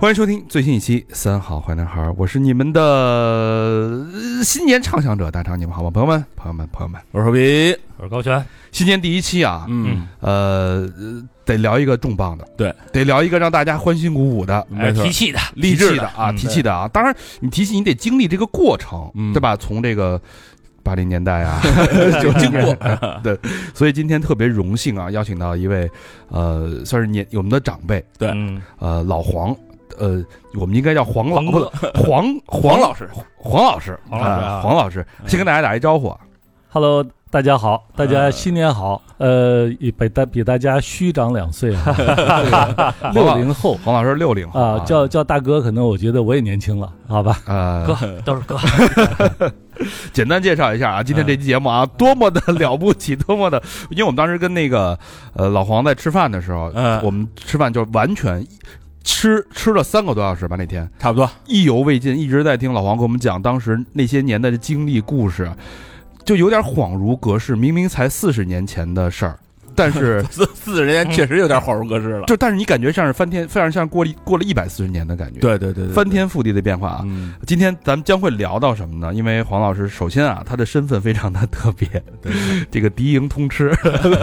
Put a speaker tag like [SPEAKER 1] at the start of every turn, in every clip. [SPEAKER 1] 欢迎收听最新一期《三好坏男孩》，我是你们的呃新年畅想者大肠，你们好吗？朋友们，朋友们，朋友们，
[SPEAKER 2] 我是何比，
[SPEAKER 3] 我是高泉，
[SPEAKER 1] 新年第一期啊，
[SPEAKER 2] 嗯，
[SPEAKER 1] 呃，呃得聊一个重磅的，
[SPEAKER 2] 对，哎
[SPEAKER 1] 得聊一个让大家欢欣鼓舞的、
[SPEAKER 2] 没错
[SPEAKER 3] 提，哎气的，
[SPEAKER 1] 提气
[SPEAKER 2] 的
[SPEAKER 1] 的啊，
[SPEAKER 2] 嗯
[SPEAKER 1] 提气的啊。当然，你提气你得经历这个过程，
[SPEAKER 2] 嗯
[SPEAKER 1] 对吧？从这个。八零年代啊，就经过对，所以今天特别荣幸啊，邀请到一位，呃，算是年我们的长辈，
[SPEAKER 2] 对
[SPEAKER 3] 嗯，
[SPEAKER 1] 呃，老黄，呃，我们应该叫黄老，
[SPEAKER 3] 黄
[SPEAKER 1] 不
[SPEAKER 3] 哥
[SPEAKER 1] 是黄黄老
[SPEAKER 2] 师，
[SPEAKER 1] 黄老师，
[SPEAKER 3] 黄老师
[SPEAKER 1] 啊
[SPEAKER 3] 啊
[SPEAKER 1] 黄老师，先跟大家打一招呼啊，
[SPEAKER 4] Hello，大家好，大家新年好。呃，也比大比大家虚长两岁啊，
[SPEAKER 1] 黄
[SPEAKER 4] 六
[SPEAKER 1] 老
[SPEAKER 4] 零后
[SPEAKER 1] 黄老师六零后
[SPEAKER 4] 啊，叫叫大哥，可能我觉得我也年轻了，好吧？
[SPEAKER 1] 呃，
[SPEAKER 3] 都是哥，
[SPEAKER 1] 简单介绍一下啊，今天
[SPEAKER 2] 嗯
[SPEAKER 1] 这期节目啊，多么的了不起， 多么的，因为我们当时跟那个呃老黄在吃饭的时候，
[SPEAKER 2] 嗯
[SPEAKER 1] 我们吃饭就完全吃吃了三个多小时吧，那天
[SPEAKER 2] 差不多，
[SPEAKER 1] 意犹未尽，一直在听老黄给我们讲当时那些年代的经历故事，就有点恍如隔世，明明才四十年前的事儿，但 是
[SPEAKER 2] 四四十年确实有点恍如隔世了。
[SPEAKER 1] 就但是你感觉像是翻天，非常像过了一过了一百四十年的感觉，，
[SPEAKER 2] 对对对对，
[SPEAKER 1] 翻天覆地的变化啊。
[SPEAKER 2] 嗯，
[SPEAKER 1] 今天咱们将会聊到什么呢？因为黄老师，首先啊，他的身份非常的特别，
[SPEAKER 2] 对
[SPEAKER 1] 这个敌营通吃，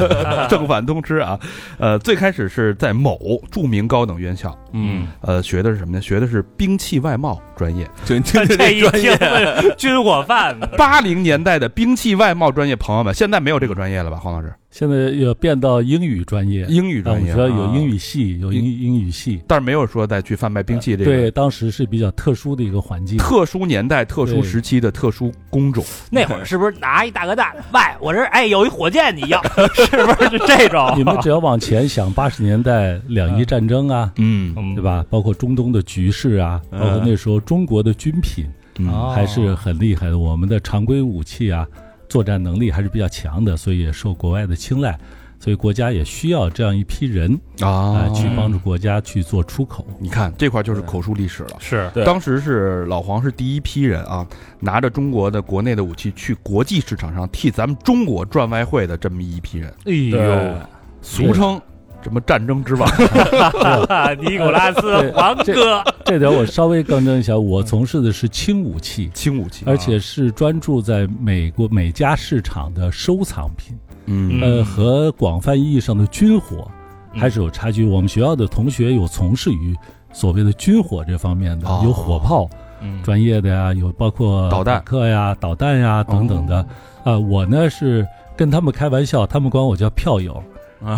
[SPEAKER 1] 正反通吃啊。呃，最开始是在某著名高等院校，
[SPEAKER 2] 嗯，
[SPEAKER 1] 呃，学的是什么呢？学的是兵器外贸专业。
[SPEAKER 2] 就就就
[SPEAKER 3] 这一
[SPEAKER 2] 专
[SPEAKER 3] 听
[SPEAKER 2] 业，
[SPEAKER 3] 军火贩子，
[SPEAKER 1] 八零年代的兵器外贸专业，朋友们，现在没有这个专业了吧？黄老师，
[SPEAKER 4] 现在也变到英语专业，
[SPEAKER 1] 英语
[SPEAKER 4] 啊，我
[SPEAKER 1] 专
[SPEAKER 4] 们
[SPEAKER 1] 业
[SPEAKER 4] 学校
[SPEAKER 1] 啊
[SPEAKER 4] 有英语系，有英英语系。
[SPEAKER 1] 但是没有说再去贩卖兵器这个。
[SPEAKER 4] 对，当时是比较特殊的一个环 境。
[SPEAKER 1] 特殊年代、特殊
[SPEAKER 4] 对
[SPEAKER 1] 时期的特殊工种，
[SPEAKER 3] 那会儿是不是拿一大哥大？ 喂，我这儿哎有一火箭，你要 是不是就这种？
[SPEAKER 4] 你们只要往前想，八十年代两伊战争啊，
[SPEAKER 1] 嗯
[SPEAKER 3] 嗯
[SPEAKER 4] 对？吧？包括中东的局势啊，包
[SPEAKER 2] 嗯
[SPEAKER 4] 括那时候中国的军品，
[SPEAKER 1] 嗯
[SPEAKER 3] 哦
[SPEAKER 4] 还是很厉害的。我们的常规武器啊，作战能力还是比较强的，所以也受国外的青睐。所以国家也需要这样一批人啊、
[SPEAKER 1] 啊，
[SPEAKER 4] 去帮助国家去做出口。
[SPEAKER 1] 你看这块就是口述历史了。
[SPEAKER 3] 是
[SPEAKER 2] 对
[SPEAKER 1] 当时是老黄是第一批人啊，拿着中国的国内的武器去国际市场上替咱们中国赚外汇的这么一批人，
[SPEAKER 3] 哎呦，
[SPEAKER 1] 俗称什么战争之 王。
[SPEAKER 3] 尼古 拉斯
[SPEAKER 4] 对
[SPEAKER 3] 王哥，
[SPEAKER 4] 这点我稍微更正一下，我从事的是轻武器，
[SPEAKER 1] 轻武器啊，
[SPEAKER 4] 而且是专注在美国美加市场的收藏品，
[SPEAKER 1] 嗯，
[SPEAKER 4] 呃，
[SPEAKER 3] 嗯
[SPEAKER 4] 和广泛意义上的军火
[SPEAKER 3] 嗯
[SPEAKER 4] 还是有差距。我们学校的同学有从事于所谓的军火这方面的
[SPEAKER 1] 哦，
[SPEAKER 4] 有火炮。
[SPEAKER 3] 嗯
[SPEAKER 4] 专业的呀，有包括
[SPEAKER 1] 导弹哦
[SPEAKER 4] 课呀、导弹呀等等的。啊，我呢是跟他们开玩笑，他们管我叫票友，
[SPEAKER 2] 哦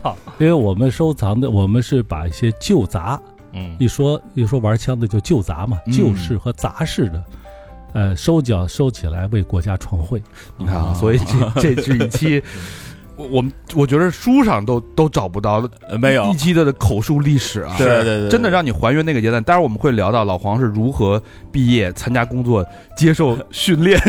[SPEAKER 4] 啊 对因为我们收藏的，我们是把一些旧杂，
[SPEAKER 3] 嗯
[SPEAKER 4] 一说一说玩枪的就旧杂嘛，
[SPEAKER 1] 嗯
[SPEAKER 4] 旧式和杂式的，呃，收缴收起来为国家创汇。
[SPEAKER 1] 你看啊，所以这这是一 期。我我们我觉得书上都都找不到
[SPEAKER 2] 呃没 有
[SPEAKER 1] 一，期的口述历史啊，
[SPEAKER 2] 对对对对，
[SPEAKER 1] 真的让你还原那个阶段。待会儿我们会聊到老黄是如何毕业、参加工作、接受训练，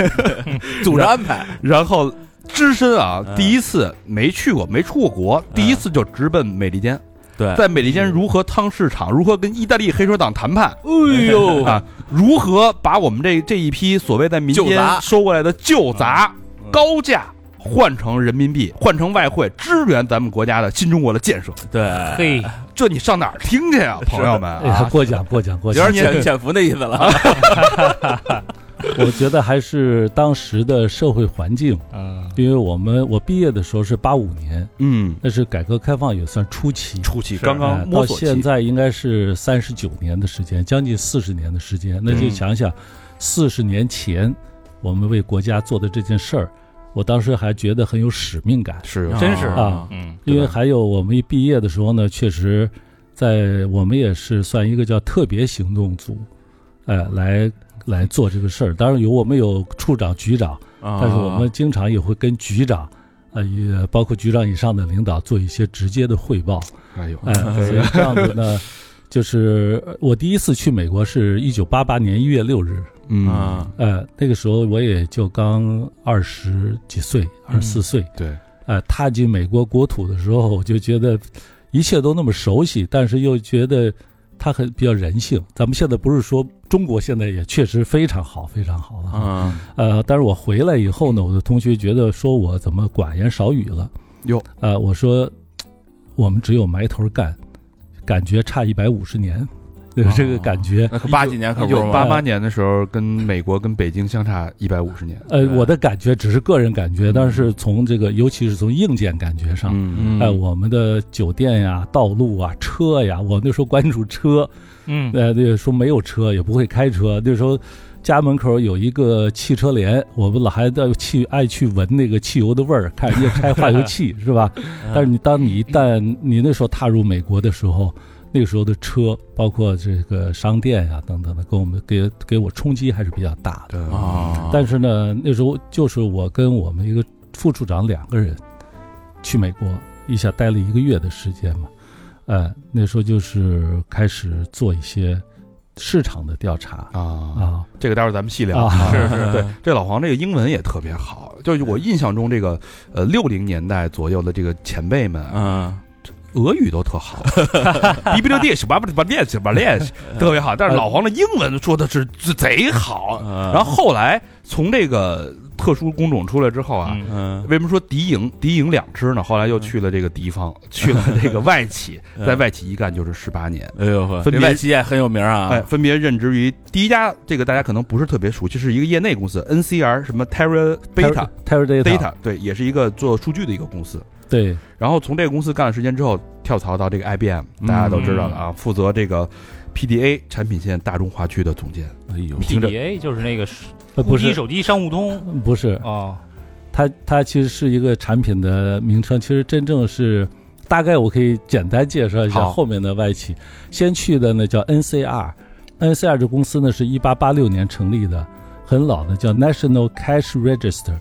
[SPEAKER 2] 组织安排，
[SPEAKER 1] 然后只身啊，
[SPEAKER 2] 嗯
[SPEAKER 1] 第一次没去过，没出过国，第一次就直奔美利坚。
[SPEAKER 2] 对
[SPEAKER 1] 在美利坚如何趟市场，如何跟意大利黑手党谈判，
[SPEAKER 2] 哎呦
[SPEAKER 1] 啊，如何把我们这这一批所谓在民
[SPEAKER 2] 旧杂
[SPEAKER 1] 间收过来的旧杂
[SPEAKER 2] 嗯
[SPEAKER 1] 高价换成人民币，换成外汇，支援咱们国家的新中国的建设。
[SPEAKER 2] 对，
[SPEAKER 3] 啊嘿，
[SPEAKER 1] 这你上哪儿听去啊，朋友们
[SPEAKER 4] 哎呀
[SPEAKER 1] 啊？，
[SPEAKER 4] 过奖过奖哎过
[SPEAKER 2] 有
[SPEAKER 4] 奖
[SPEAKER 2] 点！潜潜伏的意思了，
[SPEAKER 4] 我觉得还是当时的社会环境，
[SPEAKER 3] 嗯，
[SPEAKER 4] 因为我们我毕业的时候是八五年，
[SPEAKER 1] 嗯，
[SPEAKER 4] 那是改革开放也算初期，
[SPEAKER 1] 初期
[SPEAKER 3] 是
[SPEAKER 1] 刚
[SPEAKER 4] 呃
[SPEAKER 1] 刚啊摸
[SPEAKER 4] 到
[SPEAKER 1] 索
[SPEAKER 4] 现
[SPEAKER 1] 期，
[SPEAKER 4] 在应该是三十九年的时间，将近四十年的时间。那
[SPEAKER 1] 嗯
[SPEAKER 4] 就想想，四十年前我们为国家做的这件事儿，我当时还觉得很有使命感，
[SPEAKER 1] 是
[SPEAKER 3] 真是
[SPEAKER 4] 啊
[SPEAKER 3] 嗯
[SPEAKER 4] 因
[SPEAKER 1] 对
[SPEAKER 4] 为
[SPEAKER 1] 吧
[SPEAKER 4] 还有我们一毕业的时候呢，确实，在我们也是算一个叫特别行动组，呃，来来做这个事儿。当然有我们有处长、局长，
[SPEAKER 3] 嗯
[SPEAKER 4] 但
[SPEAKER 1] 啊
[SPEAKER 2] 但
[SPEAKER 4] 是我们经常也会跟局长。呃，也包括局长以上的领导做一些直接的汇报，
[SPEAKER 1] 哎 呦，
[SPEAKER 4] 哎，所以这样子呢，就是呃我第一次去美国是一九八八年一月六日，
[SPEAKER 1] 嗯，
[SPEAKER 2] 啊，
[SPEAKER 4] 呃，那个时候我也就刚二十几岁，二十四岁，
[SPEAKER 1] 对，
[SPEAKER 4] 呃，踏进美国国土的时候，我就觉得一切都那么熟悉，但是又觉得它很比较人性。咱们现在不是说中国现在也确实非常好，非常好了啊。
[SPEAKER 2] 嗯，
[SPEAKER 4] 呃，但是我回来以后呢，我的同学觉得说我怎么寡言少语了？
[SPEAKER 1] 哟，
[SPEAKER 4] 呃，我说我们只有埋头干，感觉差一百五十年， 就是这个感觉。
[SPEAKER 2] 那可八几年可
[SPEAKER 1] 一
[SPEAKER 2] 不是
[SPEAKER 1] 九
[SPEAKER 2] 吗？
[SPEAKER 1] 八八年的时候，跟美国跟北京相差一百五十年。
[SPEAKER 4] 呃，
[SPEAKER 2] 对
[SPEAKER 4] 我的感觉只是个人感觉，但是从这个，尤其是从硬件感觉上，
[SPEAKER 1] 嗯
[SPEAKER 2] 嗯
[SPEAKER 4] 哎，我们的酒店呀、道路啊、车呀，我那时候关注车，
[SPEAKER 5] 嗯
[SPEAKER 4] 呃，那个时候没有车，也不会开车。那时候家门口有一个汽车联，我们老还在去爱去闻那个汽油的味儿，看人家拆化油器是吧？
[SPEAKER 5] 嗯
[SPEAKER 4] 但是你当你一旦你那时候踏入美国的时候，那个时候的车，包括这个商店呀、等等的，给我们给给我冲击还是比较大的。
[SPEAKER 1] 对
[SPEAKER 2] 啊，
[SPEAKER 4] 但是呢，那时候就是我跟我们一个副处长两个人去美国，一下待了一个月的时间嘛。呃，那时候就是开始做一些市场的调查
[SPEAKER 1] 啊，
[SPEAKER 4] 啊
[SPEAKER 1] 这个待会儿咱们细聊。
[SPEAKER 4] 啊
[SPEAKER 2] 是是
[SPEAKER 1] 对，这老黄这个英文也特别好，就是我印象中这个呃六零年代左右的这个前辈们，
[SPEAKER 2] 嗯，
[SPEAKER 1] 俄语都特好，哔哔溜地是吧吧吧练是吧练是特别好，但是老黄的英文说的是是贼好。
[SPEAKER 2] 然
[SPEAKER 1] 然后后来从这个特殊工种出来之后啊，
[SPEAKER 5] 嗯
[SPEAKER 2] 嗯，
[SPEAKER 1] 为什么说敌营敌营两支呢？后来又去了这个敌方，去了这个外企，
[SPEAKER 2] 嗯
[SPEAKER 1] 在外企一干就是十八年。
[SPEAKER 2] 哎呦呵，
[SPEAKER 1] 分
[SPEAKER 2] 这
[SPEAKER 1] 别
[SPEAKER 2] 外企也很有名啊，
[SPEAKER 4] 嗯
[SPEAKER 1] 哎，分别任职于第一家，这个大家可能不是特别熟悉，是一个业内公司，NCR 什么 Terra Beta
[SPEAKER 4] Terra Data
[SPEAKER 1] Data，对，也是一个做数据的一个公司。
[SPEAKER 4] 对
[SPEAKER 1] 然后从这个公司干了时间之后，跳槽到这个 IBM，大家都知道了啊，负责这个 PDA 产品线大中华区的总监。
[SPEAKER 2] 哎呦，
[SPEAKER 1] 听着
[SPEAKER 5] ，PDA 就是那个
[SPEAKER 4] 呃不
[SPEAKER 5] 手机
[SPEAKER 4] 是
[SPEAKER 5] 手机商务通
[SPEAKER 4] 不是，
[SPEAKER 5] 哦，
[SPEAKER 4] 它它其实是一个产品的名称，其实真正是。大概我可以简单介绍一下
[SPEAKER 1] 好
[SPEAKER 4] 后面的外企，先去的呢叫 NCR，NCR 这公司呢是一八八六年成立的，很老的，叫 National Cash Register，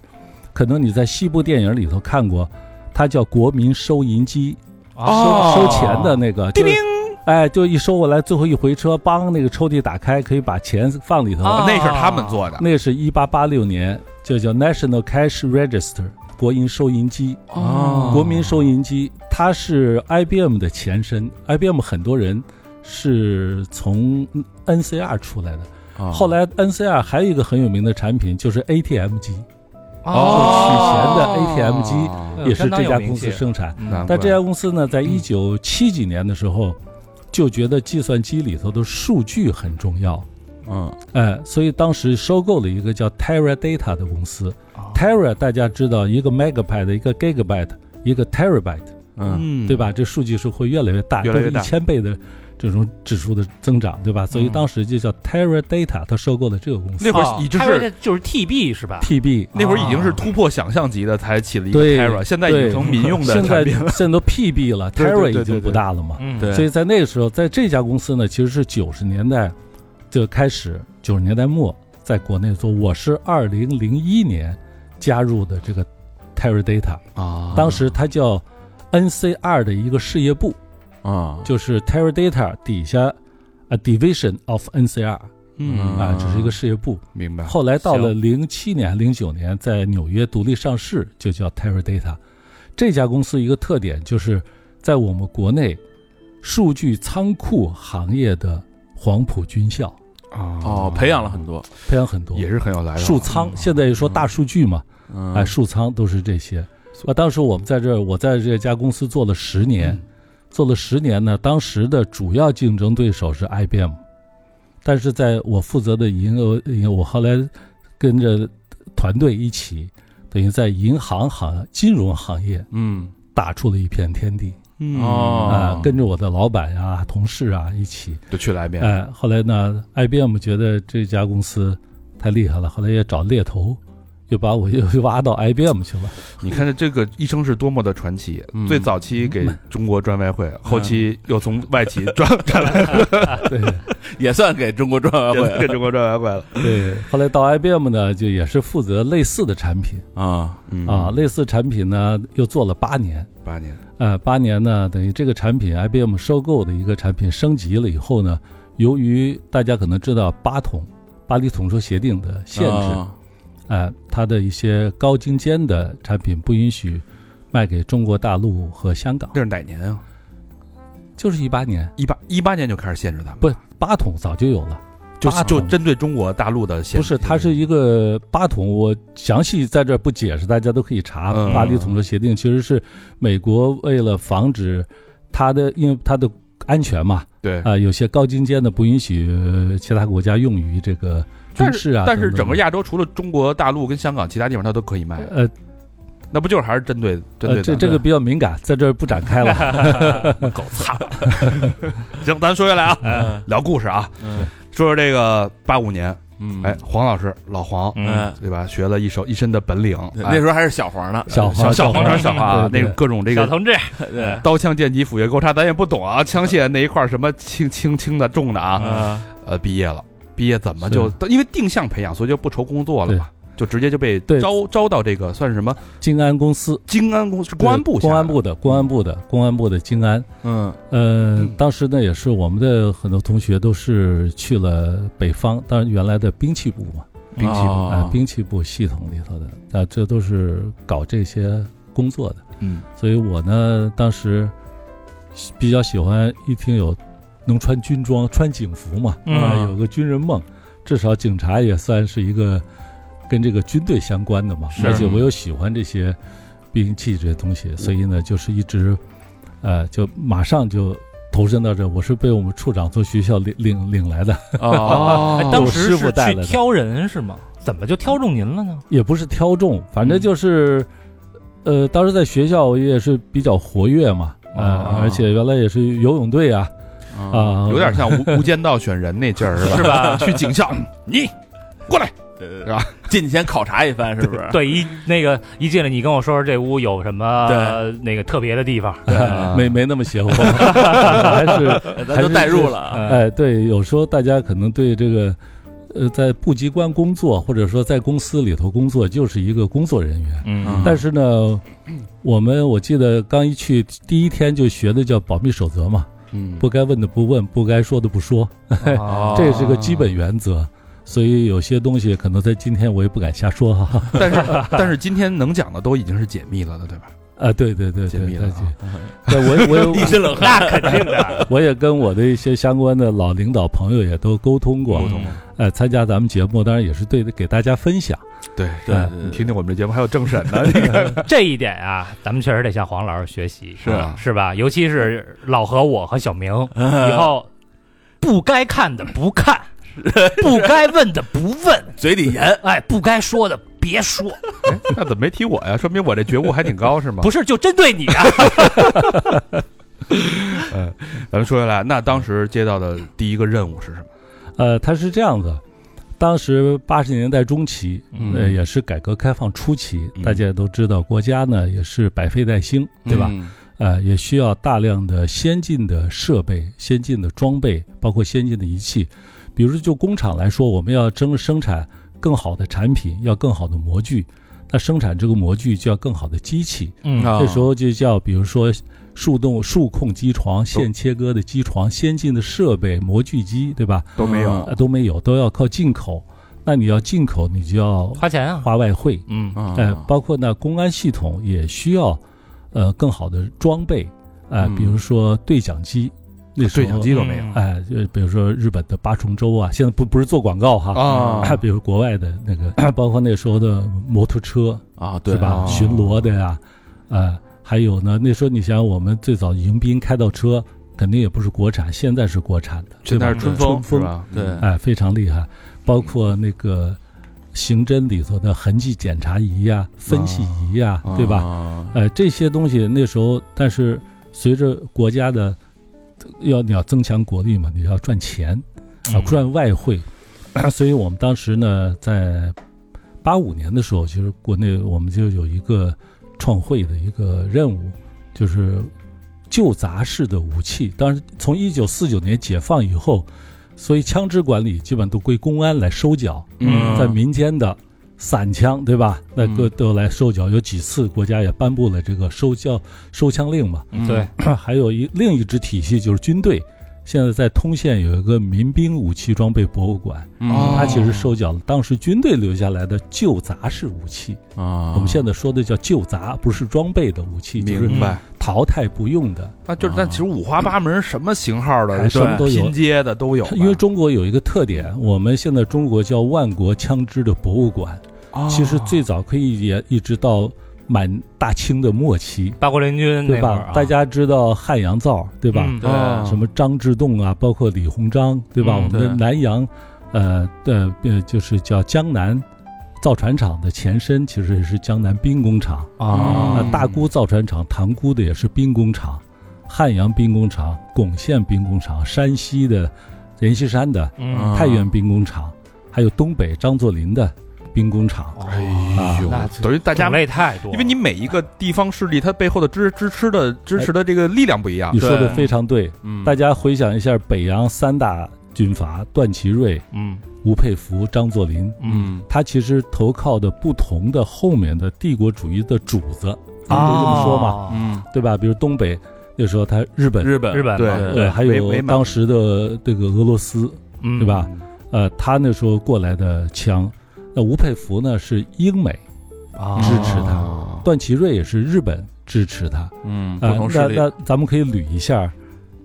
[SPEAKER 4] 可能你在西部电影里头看过，它叫国民收银机，
[SPEAKER 5] 啊
[SPEAKER 1] 哦
[SPEAKER 4] 收收钱的那个，
[SPEAKER 1] 叮
[SPEAKER 4] 就是哎，就一收过来，最后一回车，帮那个抽屉打开，可以把钱放里头，
[SPEAKER 5] 啊
[SPEAKER 1] 那是他们做的，
[SPEAKER 4] 那是一八八六年，就叫 National Cash Register 国营收银机，
[SPEAKER 1] 哦
[SPEAKER 4] 国民收银机，它是 IBM 的前身。IBM 很多人是从 NCR 出来的，
[SPEAKER 5] 哦
[SPEAKER 4] 后来 NCR 还有一个很有名的产品就是 ATM 机，
[SPEAKER 5] 哦
[SPEAKER 2] 啊
[SPEAKER 4] 取钱的 ATM 机
[SPEAKER 1] 哦
[SPEAKER 5] 嗯
[SPEAKER 4] 也是
[SPEAKER 5] 相当
[SPEAKER 4] 这
[SPEAKER 5] 有
[SPEAKER 4] 家
[SPEAKER 5] 名
[SPEAKER 4] 公司
[SPEAKER 5] 气嗯
[SPEAKER 4] 生产。
[SPEAKER 1] 难怪
[SPEAKER 4] 但这家公司呢，在一九七几年的时候，就觉得计算机里头的数据很重要。
[SPEAKER 2] 嗯
[SPEAKER 4] 哎，所以当时收购了一个叫 Terra Data 的公司。Terra
[SPEAKER 1] 哦
[SPEAKER 4] 大家知道，一个 megabyte，一个 gigabyte，一个 terabyte，
[SPEAKER 2] 嗯
[SPEAKER 1] 嗯
[SPEAKER 4] 对？吧？这数据是会越来越大，
[SPEAKER 1] 越来越大嗯
[SPEAKER 4] 一千倍的这种指数的增长，对吧？所以当时就叫 Terra Data，它收购了这个公司。
[SPEAKER 1] 那会
[SPEAKER 5] 啊
[SPEAKER 1] 儿已经是
[SPEAKER 5] 就是 TB 是吧？
[SPEAKER 4] TB
[SPEAKER 1] 那会儿已经是突破想象级的，才起了一个
[SPEAKER 4] 啊对
[SPEAKER 1] Terra，现在已经
[SPEAKER 4] 对
[SPEAKER 1] 成民用的
[SPEAKER 4] 现在
[SPEAKER 1] 产品了。
[SPEAKER 4] 现在都 PB 了
[SPEAKER 1] 对对对
[SPEAKER 4] ，Terra 已
[SPEAKER 1] 对对
[SPEAKER 4] 经不大了嘛。
[SPEAKER 5] 嗯，
[SPEAKER 2] 对
[SPEAKER 4] 所以在那个时候，在这家公司呢，其实是九十年代就开始，九十年代末在国内做。我是二零零一年加入的这个 Terra Data，
[SPEAKER 1] 啊
[SPEAKER 4] 当时它叫 NCR 的一个事业部，
[SPEAKER 2] 啊，
[SPEAKER 4] 就是 Terra Data 底下。A division of NCR
[SPEAKER 1] 嗯
[SPEAKER 4] 啊，只是一个事业部。
[SPEAKER 1] 明白，
[SPEAKER 4] 后来到了零七年、零九年，在纽约独立上市，就叫 Terra Data。这家公司一个特点就是在我们国内数据仓库行业的黄埔军校，
[SPEAKER 2] 哦，培养了很多，
[SPEAKER 4] 培养很多
[SPEAKER 1] 也是很有来头。嗯
[SPEAKER 4] 数仓。现在说大数据嘛，
[SPEAKER 2] 嗯
[SPEAKER 4] 哎，数仓都是这些。啊，当时我们在这儿，我在这家公司做了十
[SPEAKER 1] 嗯
[SPEAKER 4] 年，做了十年呢。当时的主要竞争对手是 IBM，但是在我负责的银额，银我后来跟着团队一起，等于在银行行金融行业
[SPEAKER 2] 嗯
[SPEAKER 4] 打出了一片天地
[SPEAKER 1] 嗯
[SPEAKER 4] 啊、
[SPEAKER 2] 哦
[SPEAKER 4] 跟着我的老板啊、同事啊一起，
[SPEAKER 1] 就去了 IBM，
[SPEAKER 4] 哎，后来呢，IBM 觉得这家公司太厉害了，后来也找猎头，又把我又又挖到 IBM 去了。
[SPEAKER 1] 你看这这个医生是多么的传奇，
[SPEAKER 2] 嗯
[SPEAKER 1] 最早期给中国专外汇，
[SPEAKER 4] 嗯
[SPEAKER 1] 后期又从外企 转转来
[SPEAKER 4] 对
[SPEAKER 2] 也算给中国赚外汇
[SPEAKER 1] 给中国专外汇了
[SPEAKER 4] 对，后来到 IBM 呢，就也是负责类似的产品
[SPEAKER 2] 啊，
[SPEAKER 1] 嗯
[SPEAKER 4] 啊，，类似产品呢又做了八年。
[SPEAKER 1] 八年，
[SPEAKER 4] 呃，八年呢，等于这个产品 IBM 收购的一个产品升级了以后呢，由于大家可能知道巴统巴黎统筹协定的限制，
[SPEAKER 2] 啊
[SPEAKER 4] 呃，它的一些高精尖的产品不允许卖给中国大陆和香港，
[SPEAKER 6] 这是哪年啊？
[SPEAKER 4] 就是一八年，
[SPEAKER 1] 一八一八年就开始限制他们，
[SPEAKER 4] 不八桶早就有了，
[SPEAKER 1] 就
[SPEAKER 4] 八
[SPEAKER 1] 就
[SPEAKER 4] 桶
[SPEAKER 1] 针对中国大陆的限制。
[SPEAKER 4] 不是，它是一个八桶，我详细在这儿不解释，大家都可以查。
[SPEAKER 1] 嗯
[SPEAKER 4] 巴黎统治协定其实是美国为了防止它的，因为它的安全嘛，
[SPEAKER 1] 对，
[SPEAKER 4] 啊、有些高精尖的不允许呃其他国家用于这个军
[SPEAKER 1] 但
[SPEAKER 4] 事
[SPEAKER 1] 是
[SPEAKER 4] 啊
[SPEAKER 1] 但是
[SPEAKER 4] 等等
[SPEAKER 1] 整个亚洲除了中国大陆跟香港，其他地方它都可以卖，
[SPEAKER 4] 呃
[SPEAKER 1] 那不就是还是针对针
[SPEAKER 4] 呃，
[SPEAKER 1] 对
[SPEAKER 4] 这
[SPEAKER 1] 咱
[SPEAKER 4] 这个比较敏感，在这儿不展 开了。
[SPEAKER 2] 狗操，
[SPEAKER 1] 们行，咱说回来啊，
[SPEAKER 6] 嗯
[SPEAKER 1] 聊故事啊，
[SPEAKER 6] 嗯
[SPEAKER 1] 说说这个八五年，
[SPEAKER 6] 嗯，
[SPEAKER 1] 哎，黄老师老黄，哎
[SPEAKER 6] 嗯，
[SPEAKER 1] 对吧？学了一手一身的本领，
[SPEAKER 6] 那
[SPEAKER 1] 哎
[SPEAKER 6] 时候还是小黄呢，
[SPEAKER 4] 小
[SPEAKER 1] 小
[SPEAKER 4] 黄
[SPEAKER 1] 小黄
[SPEAKER 4] 船
[SPEAKER 1] 船小黄啊，那
[SPEAKER 4] 对
[SPEAKER 1] 个各种这
[SPEAKER 2] 小
[SPEAKER 1] 个
[SPEAKER 2] 同志，
[SPEAKER 6] 对，
[SPEAKER 1] 刀枪剑戟斧钺钩叉，咱也不懂啊，枪械那一块儿什么轻轻轻的重的
[SPEAKER 5] 嗯
[SPEAKER 1] 啊，
[SPEAKER 6] 啊，
[SPEAKER 1] 呃，毕业了，毕业怎么就因为定向培养，所以就不愁工作了嘛，就直接就被
[SPEAKER 4] 对
[SPEAKER 1] 招招到这个算是什么
[SPEAKER 4] 金安公司，
[SPEAKER 1] 京安公是公安部
[SPEAKER 4] 公安
[SPEAKER 1] 部
[SPEAKER 4] 部的公安部的公安部的金安，
[SPEAKER 6] 嗯
[SPEAKER 4] 呃
[SPEAKER 1] 嗯，
[SPEAKER 4] 当时呢也是我们的很多同学都是去了北方，当然原来的兵器部嘛，
[SPEAKER 1] 兵器部，
[SPEAKER 6] 哦
[SPEAKER 4] 啊、兵器部系统里头的，啊，这都是搞这些工作的。
[SPEAKER 1] 嗯
[SPEAKER 4] 所以我呢当时喜比较喜欢一听有能穿军装、穿警服嘛，
[SPEAKER 2] 嗯
[SPEAKER 4] 啊，有个军人梦，至少警察也算是一个跟这个军队相关的嘛。
[SPEAKER 1] 是
[SPEAKER 4] 而且我又喜欢这些兵器这些东西，所以呢，就是一直呃，就马上就。投身到这，我是被我们处长从学校领领领来的，
[SPEAKER 6] 哦，
[SPEAKER 2] 哎
[SPEAKER 1] 哦
[SPEAKER 2] 当
[SPEAKER 4] 有
[SPEAKER 2] 时
[SPEAKER 4] 师
[SPEAKER 2] 是
[SPEAKER 4] 傅带
[SPEAKER 2] 去
[SPEAKER 4] 来的
[SPEAKER 2] 挑人是吗？怎么就挑中您了呢？
[SPEAKER 4] 也不是挑中，反
[SPEAKER 1] 嗯
[SPEAKER 4] 正就是，呃，当时在学校我也是比较活跃嘛，
[SPEAKER 1] 哦
[SPEAKER 4] 呃，而且原来也是游泳队啊，啊
[SPEAKER 1] 有点像无无间道选人那劲儿是吧？ 去警校，
[SPEAKER 4] 嗯
[SPEAKER 1] 你过来，
[SPEAKER 6] 对对
[SPEAKER 1] 是吧？
[SPEAKER 6] 进去先考察一番，是不是？
[SPEAKER 2] 对，一那个一进来，你跟我说说这屋有什么
[SPEAKER 6] 对
[SPEAKER 2] 那个特别的地方？
[SPEAKER 1] 啊
[SPEAKER 4] 没没那 么邪乎，还是
[SPEAKER 6] 咱就代入了啊，
[SPEAKER 2] 呃
[SPEAKER 4] 哎，对，有时候大家可能对这个，呃，在部机关工作，或者说在公司里头工作，就是一个工作人员。
[SPEAKER 2] 嗯
[SPEAKER 4] 但是呢，我们我记得刚一去第一天就学的叫保密守则嘛，
[SPEAKER 1] 嗯
[SPEAKER 4] 不该问的不问，不该说的不说，
[SPEAKER 6] 哦
[SPEAKER 4] 这是个基本原则。所以有些东西可能在今天我也不敢瞎说哈、 啊。
[SPEAKER 1] 但是但是今天能讲的都已经是解密了的，对吧？
[SPEAKER 4] 啊对对对
[SPEAKER 1] 解
[SPEAKER 4] 对
[SPEAKER 1] 密
[SPEAKER 4] 对
[SPEAKER 1] 了
[SPEAKER 4] 对
[SPEAKER 1] 啊，
[SPEAKER 4] 对我我 有
[SPEAKER 6] 一身冷汗，
[SPEAKER 2] 那肯定的，
[SPEAKER 4] 我也跟我的一些相关的老领导朋友也都沟通过，
[SPEAKER 1] 沟通
[SPEAKER 4] 呃，参加咱们节目，当然也是对给大家分享。
[SPEAKER 1] 对
[SPEAKER 6] 对
[SPEAKER 4] 哎
[SPEAKER 6] 对对
[SPEAKER 4] 嗯
[SPEAKER 1] 你听听我们这节目还有政审呢，你看
[SPEAKER 2] 这一点啊，咱们确实得向黄老师学习，
[SPEAKER 6] 是
[SPEAKER 1] 啊
[SPEAKER 2] 是吧？尤其是老何、我和小明，以后不该看的不看，不该问的不问，
[SPEAKER 6] 嘴里严，
[SPEAKER 2] 哎，不该说的别说，
[SPEAKER 1] 哎那怎么没提我呀？说明我这觉悟还挺高是吗？
[SPEAKER 2] 不是就针对你啊？
[SPEAKER 1] 咱们说回来，那当时接到的第一个任务是什么？
[SPEAKER 4] 呃，他是这样子，当时八十年代中期，
[SPEAKER 1] 嗯
[SPEAKER 4] 呃，也是改革开放初期，
[SPEAKER 1] 嗯
[SPEAKER 4] 大家也都知道，国家呢也是百废待兴，对吧？
[SPEAKER 6] 嗯？
[SPEAKER 4] 呃，也需要大量的先进的设备、先进的装备，包括先进的仪器。比如就工厂来说，我们要生生产更好的产品，要更好的模具，那生产这个模具就要更好的机器。
[SPEAKER 2] 嗯
[SPEAKER 6] 啊
[SPEAKER 4] 这时候就叫比如说树洞、数控机床、线切割的机床、先进的设备、模具机，对吧？
[SPEAKER 1] 都没
[SPEAKER 6] 哦
[SPEAKER 1] 有
[SPEAKER 4] 啊，都没有，都要靠进口。那你要进口，你就要
[SPEAKER 2] 花钱啊，
[SPEAKER 4] 花外汇。
[SPEAKER 2] 嗯
[SPEAKER 6] 啊
[SPEAKER 4] 呃，包括呢，公安系统也需要呃更好的装备，呃，
[SPEAKER 6] 嗯
[SPEAKER 4] 比如说对讲机，那时候
[SPEAKER 1] 对讲机都没有
[SPEAKER 2] 嗯
[SPEAKER 4] 哎、就比如说日本的八重洲啊，现在不不是做广告哈。
[SPEAKER 1] 啊
[SPEAKER 4] 比如国外的那个，包括那时候的摩托车，
[SPEAKER 6] 啊，
[SPEAKER 4] 对
[SPEAKER 6] 对
[SPEAKER 4] 吧？
[SPEAKER 1] 哦
[SPEAKER 4] 巡逻的呀，呃，还有呢，那时候你想想，我们最早迎宾开到车，肯定也不是国产，现在是国产的，
[SPEAKER 1] 现
[SPEAKER 4] 对
[SPEAKER 1] 在是
[SPEAKER 4] 吧？
[SPEAKER 1] 春
[SPEAKER 4] 春
[SPEAKER 1] 是
[SPEAKER 4] 风
[SPEAKER 1] 吧？
[SPEAKER 6] 啊对
[SPEAKER 1] 嗯
[SPEAKER 4] 哎、非常厉害。包括那个刑侦里头的痕迹检查仪呀、分析仪呀、
[SPEAKER 6] 啊
[SPEAKER 4] 对吧？
[SPEAKER 6] 吧？
[SPEAKER 4] 呃，这些东西那时候，但是随着国家的要你要增强国力嘛，你要赚钱啊，
[SPEAKER 2] 嗯
[SPEAKER 4] 赚外汇，所以我们当时呢，在八五年的时候，其实国内我们就有一个创汇的一个任务，就是旧杂式的武器。当然，从一九四九年解放以后，所以枪支管理基本都归公安来收缴。
[SPEAKER 6] 嗯
[SPEAKER 4] 在民间的散枪，对吧？
[SPEAKER 7] 嗯
[SPEAKER 4] 那个都来收缴，有几次国家也 颁布了这个收缴收枪令嘛。
[SPEAKER 6] 嗯
[SPEAKER 2] 嗯对，
[SPEAKER 4] 还有一另一支体系就是军队，现在在通县有一个民兵武器装备博物馆，
[SPEAKER 6] 哦
[SPEAKER 4] 它嗯其实收缴了当时军队留下来的旧杂式武器。
[SPEAKER 7] 啊，
[SPEAKER 4] 我们现在说的叫旧杂，不是装备的武器，就是
[SPEAKER 7] 明白。
[SPEAKER 4] 淘汰不用的。
[SPEAKER 7] 那就是，但其实五花八门，什么型号的、
[SPEAKER 4] 啊还什么都有
[SPEAKER 7] 拼接的都有吧，
[SPEAKER 4] 因为中国有一个特点，我们现在中国叫万国枪支的博物馆，
[SPEAKER 7] 哦
[SPEAKER 4] 其实最早可以也一直到满大清的末期，
[SPEAKER 2] 八国联军
[SPEAKER 4] 对
[SPEAKER 2] 那会儿
[SPEAKER 4] 吧？
[SPEAKER 2] 啊，
[SPEAKER 4] 大家知道汉阳造，对吧？
[SPEAKER 2] 嗯
[SPEAKER 6] 对
[SPEAKER 7] 哦
[SPEAKER 4] 什么张之洞啊，包括李鸿章，对吧？
[SPEAKER 2] 嗯
[SPEAKER 4] 我们的
[SPEAKER 7] 对
[SPEAKER 4] 南洋，呃呃呃，就是叫江南造船厂的前身，其实也是江南兵工厂。
[SPEAKER 2] 嗯
[SPEAKER 7] 啊
[SPEAKER 4] 那大沽造船厂、塘沽的也是兵工厂，汉阳兵工厂、珙县兵工厂、山西的阎锡山的
[SPEAKER 2] 嗯，
[SPEAKER 4] 太原兵工厂，还有东北张作霖的兵工厂。
[SPEAKER 7] 哎呦
[SPEAKER 2] 嗯哦那，
[SPEAKER 7] 等于大家
[SPEAKER 2] 种，类太多了，
[SPEAKER 7] 因为你每一个地方势力，它背后的支支持的支持的这个力量不一样
[SPEAKER 4] 你，说的
[SPEAKER 6] 对
[SPEAKER 4] 非常对，
[SPEAKER 7] 啊嗯
[SPEAKER 4] 大家回想一下北洋三大军阀段祺瑞、
[SPEAKER 2] 嗯
[SPEAKER 4] 吴佩孚、张作霖，
[SPEAKER 2] 嗯
[SPEAKER 4] 他其实投靠的不同的后面的帝国主义的主子，咱们都这么说嘛，
[SPEAKER 2] 嘛，
[SPEAKER 7] 嗯，
[SPEAKER 4] 对吧？比如东北那时候他日本，
[SPEAKER 6] 日本
[SPEAKER 2] 日本嘛
[SPEAKER 7] 对
[SPEAKER 4] 呃，还
[SPEAKER 7] 伪
[SPEAKER 4] 有
[SPEAKER 7] 伪满
[SPEAKER 4] 当时的这个俄罗斯，
[SPEAKER 2] 嗯
[SPEAKER 4] 对吧？呃，他那时候过来的枪，那吴佩孚呢是英美
[SPEAKER 2] 啊，
[SPEAKER 4] 支持他
[SPEAKER 6] 啊
[SPEAKER 7] 哦
[SPEAKER 4] 段祺瑞也是日本支持他。
[SPEAKER 7] 嗯，不
[SPEAKER 4] 呃
[SPEAKER 7] 同，势
[SPEAKER 4] 那
[SPEAKER 7] 力，
[SPEAKER 4] 那咱们可以捋一下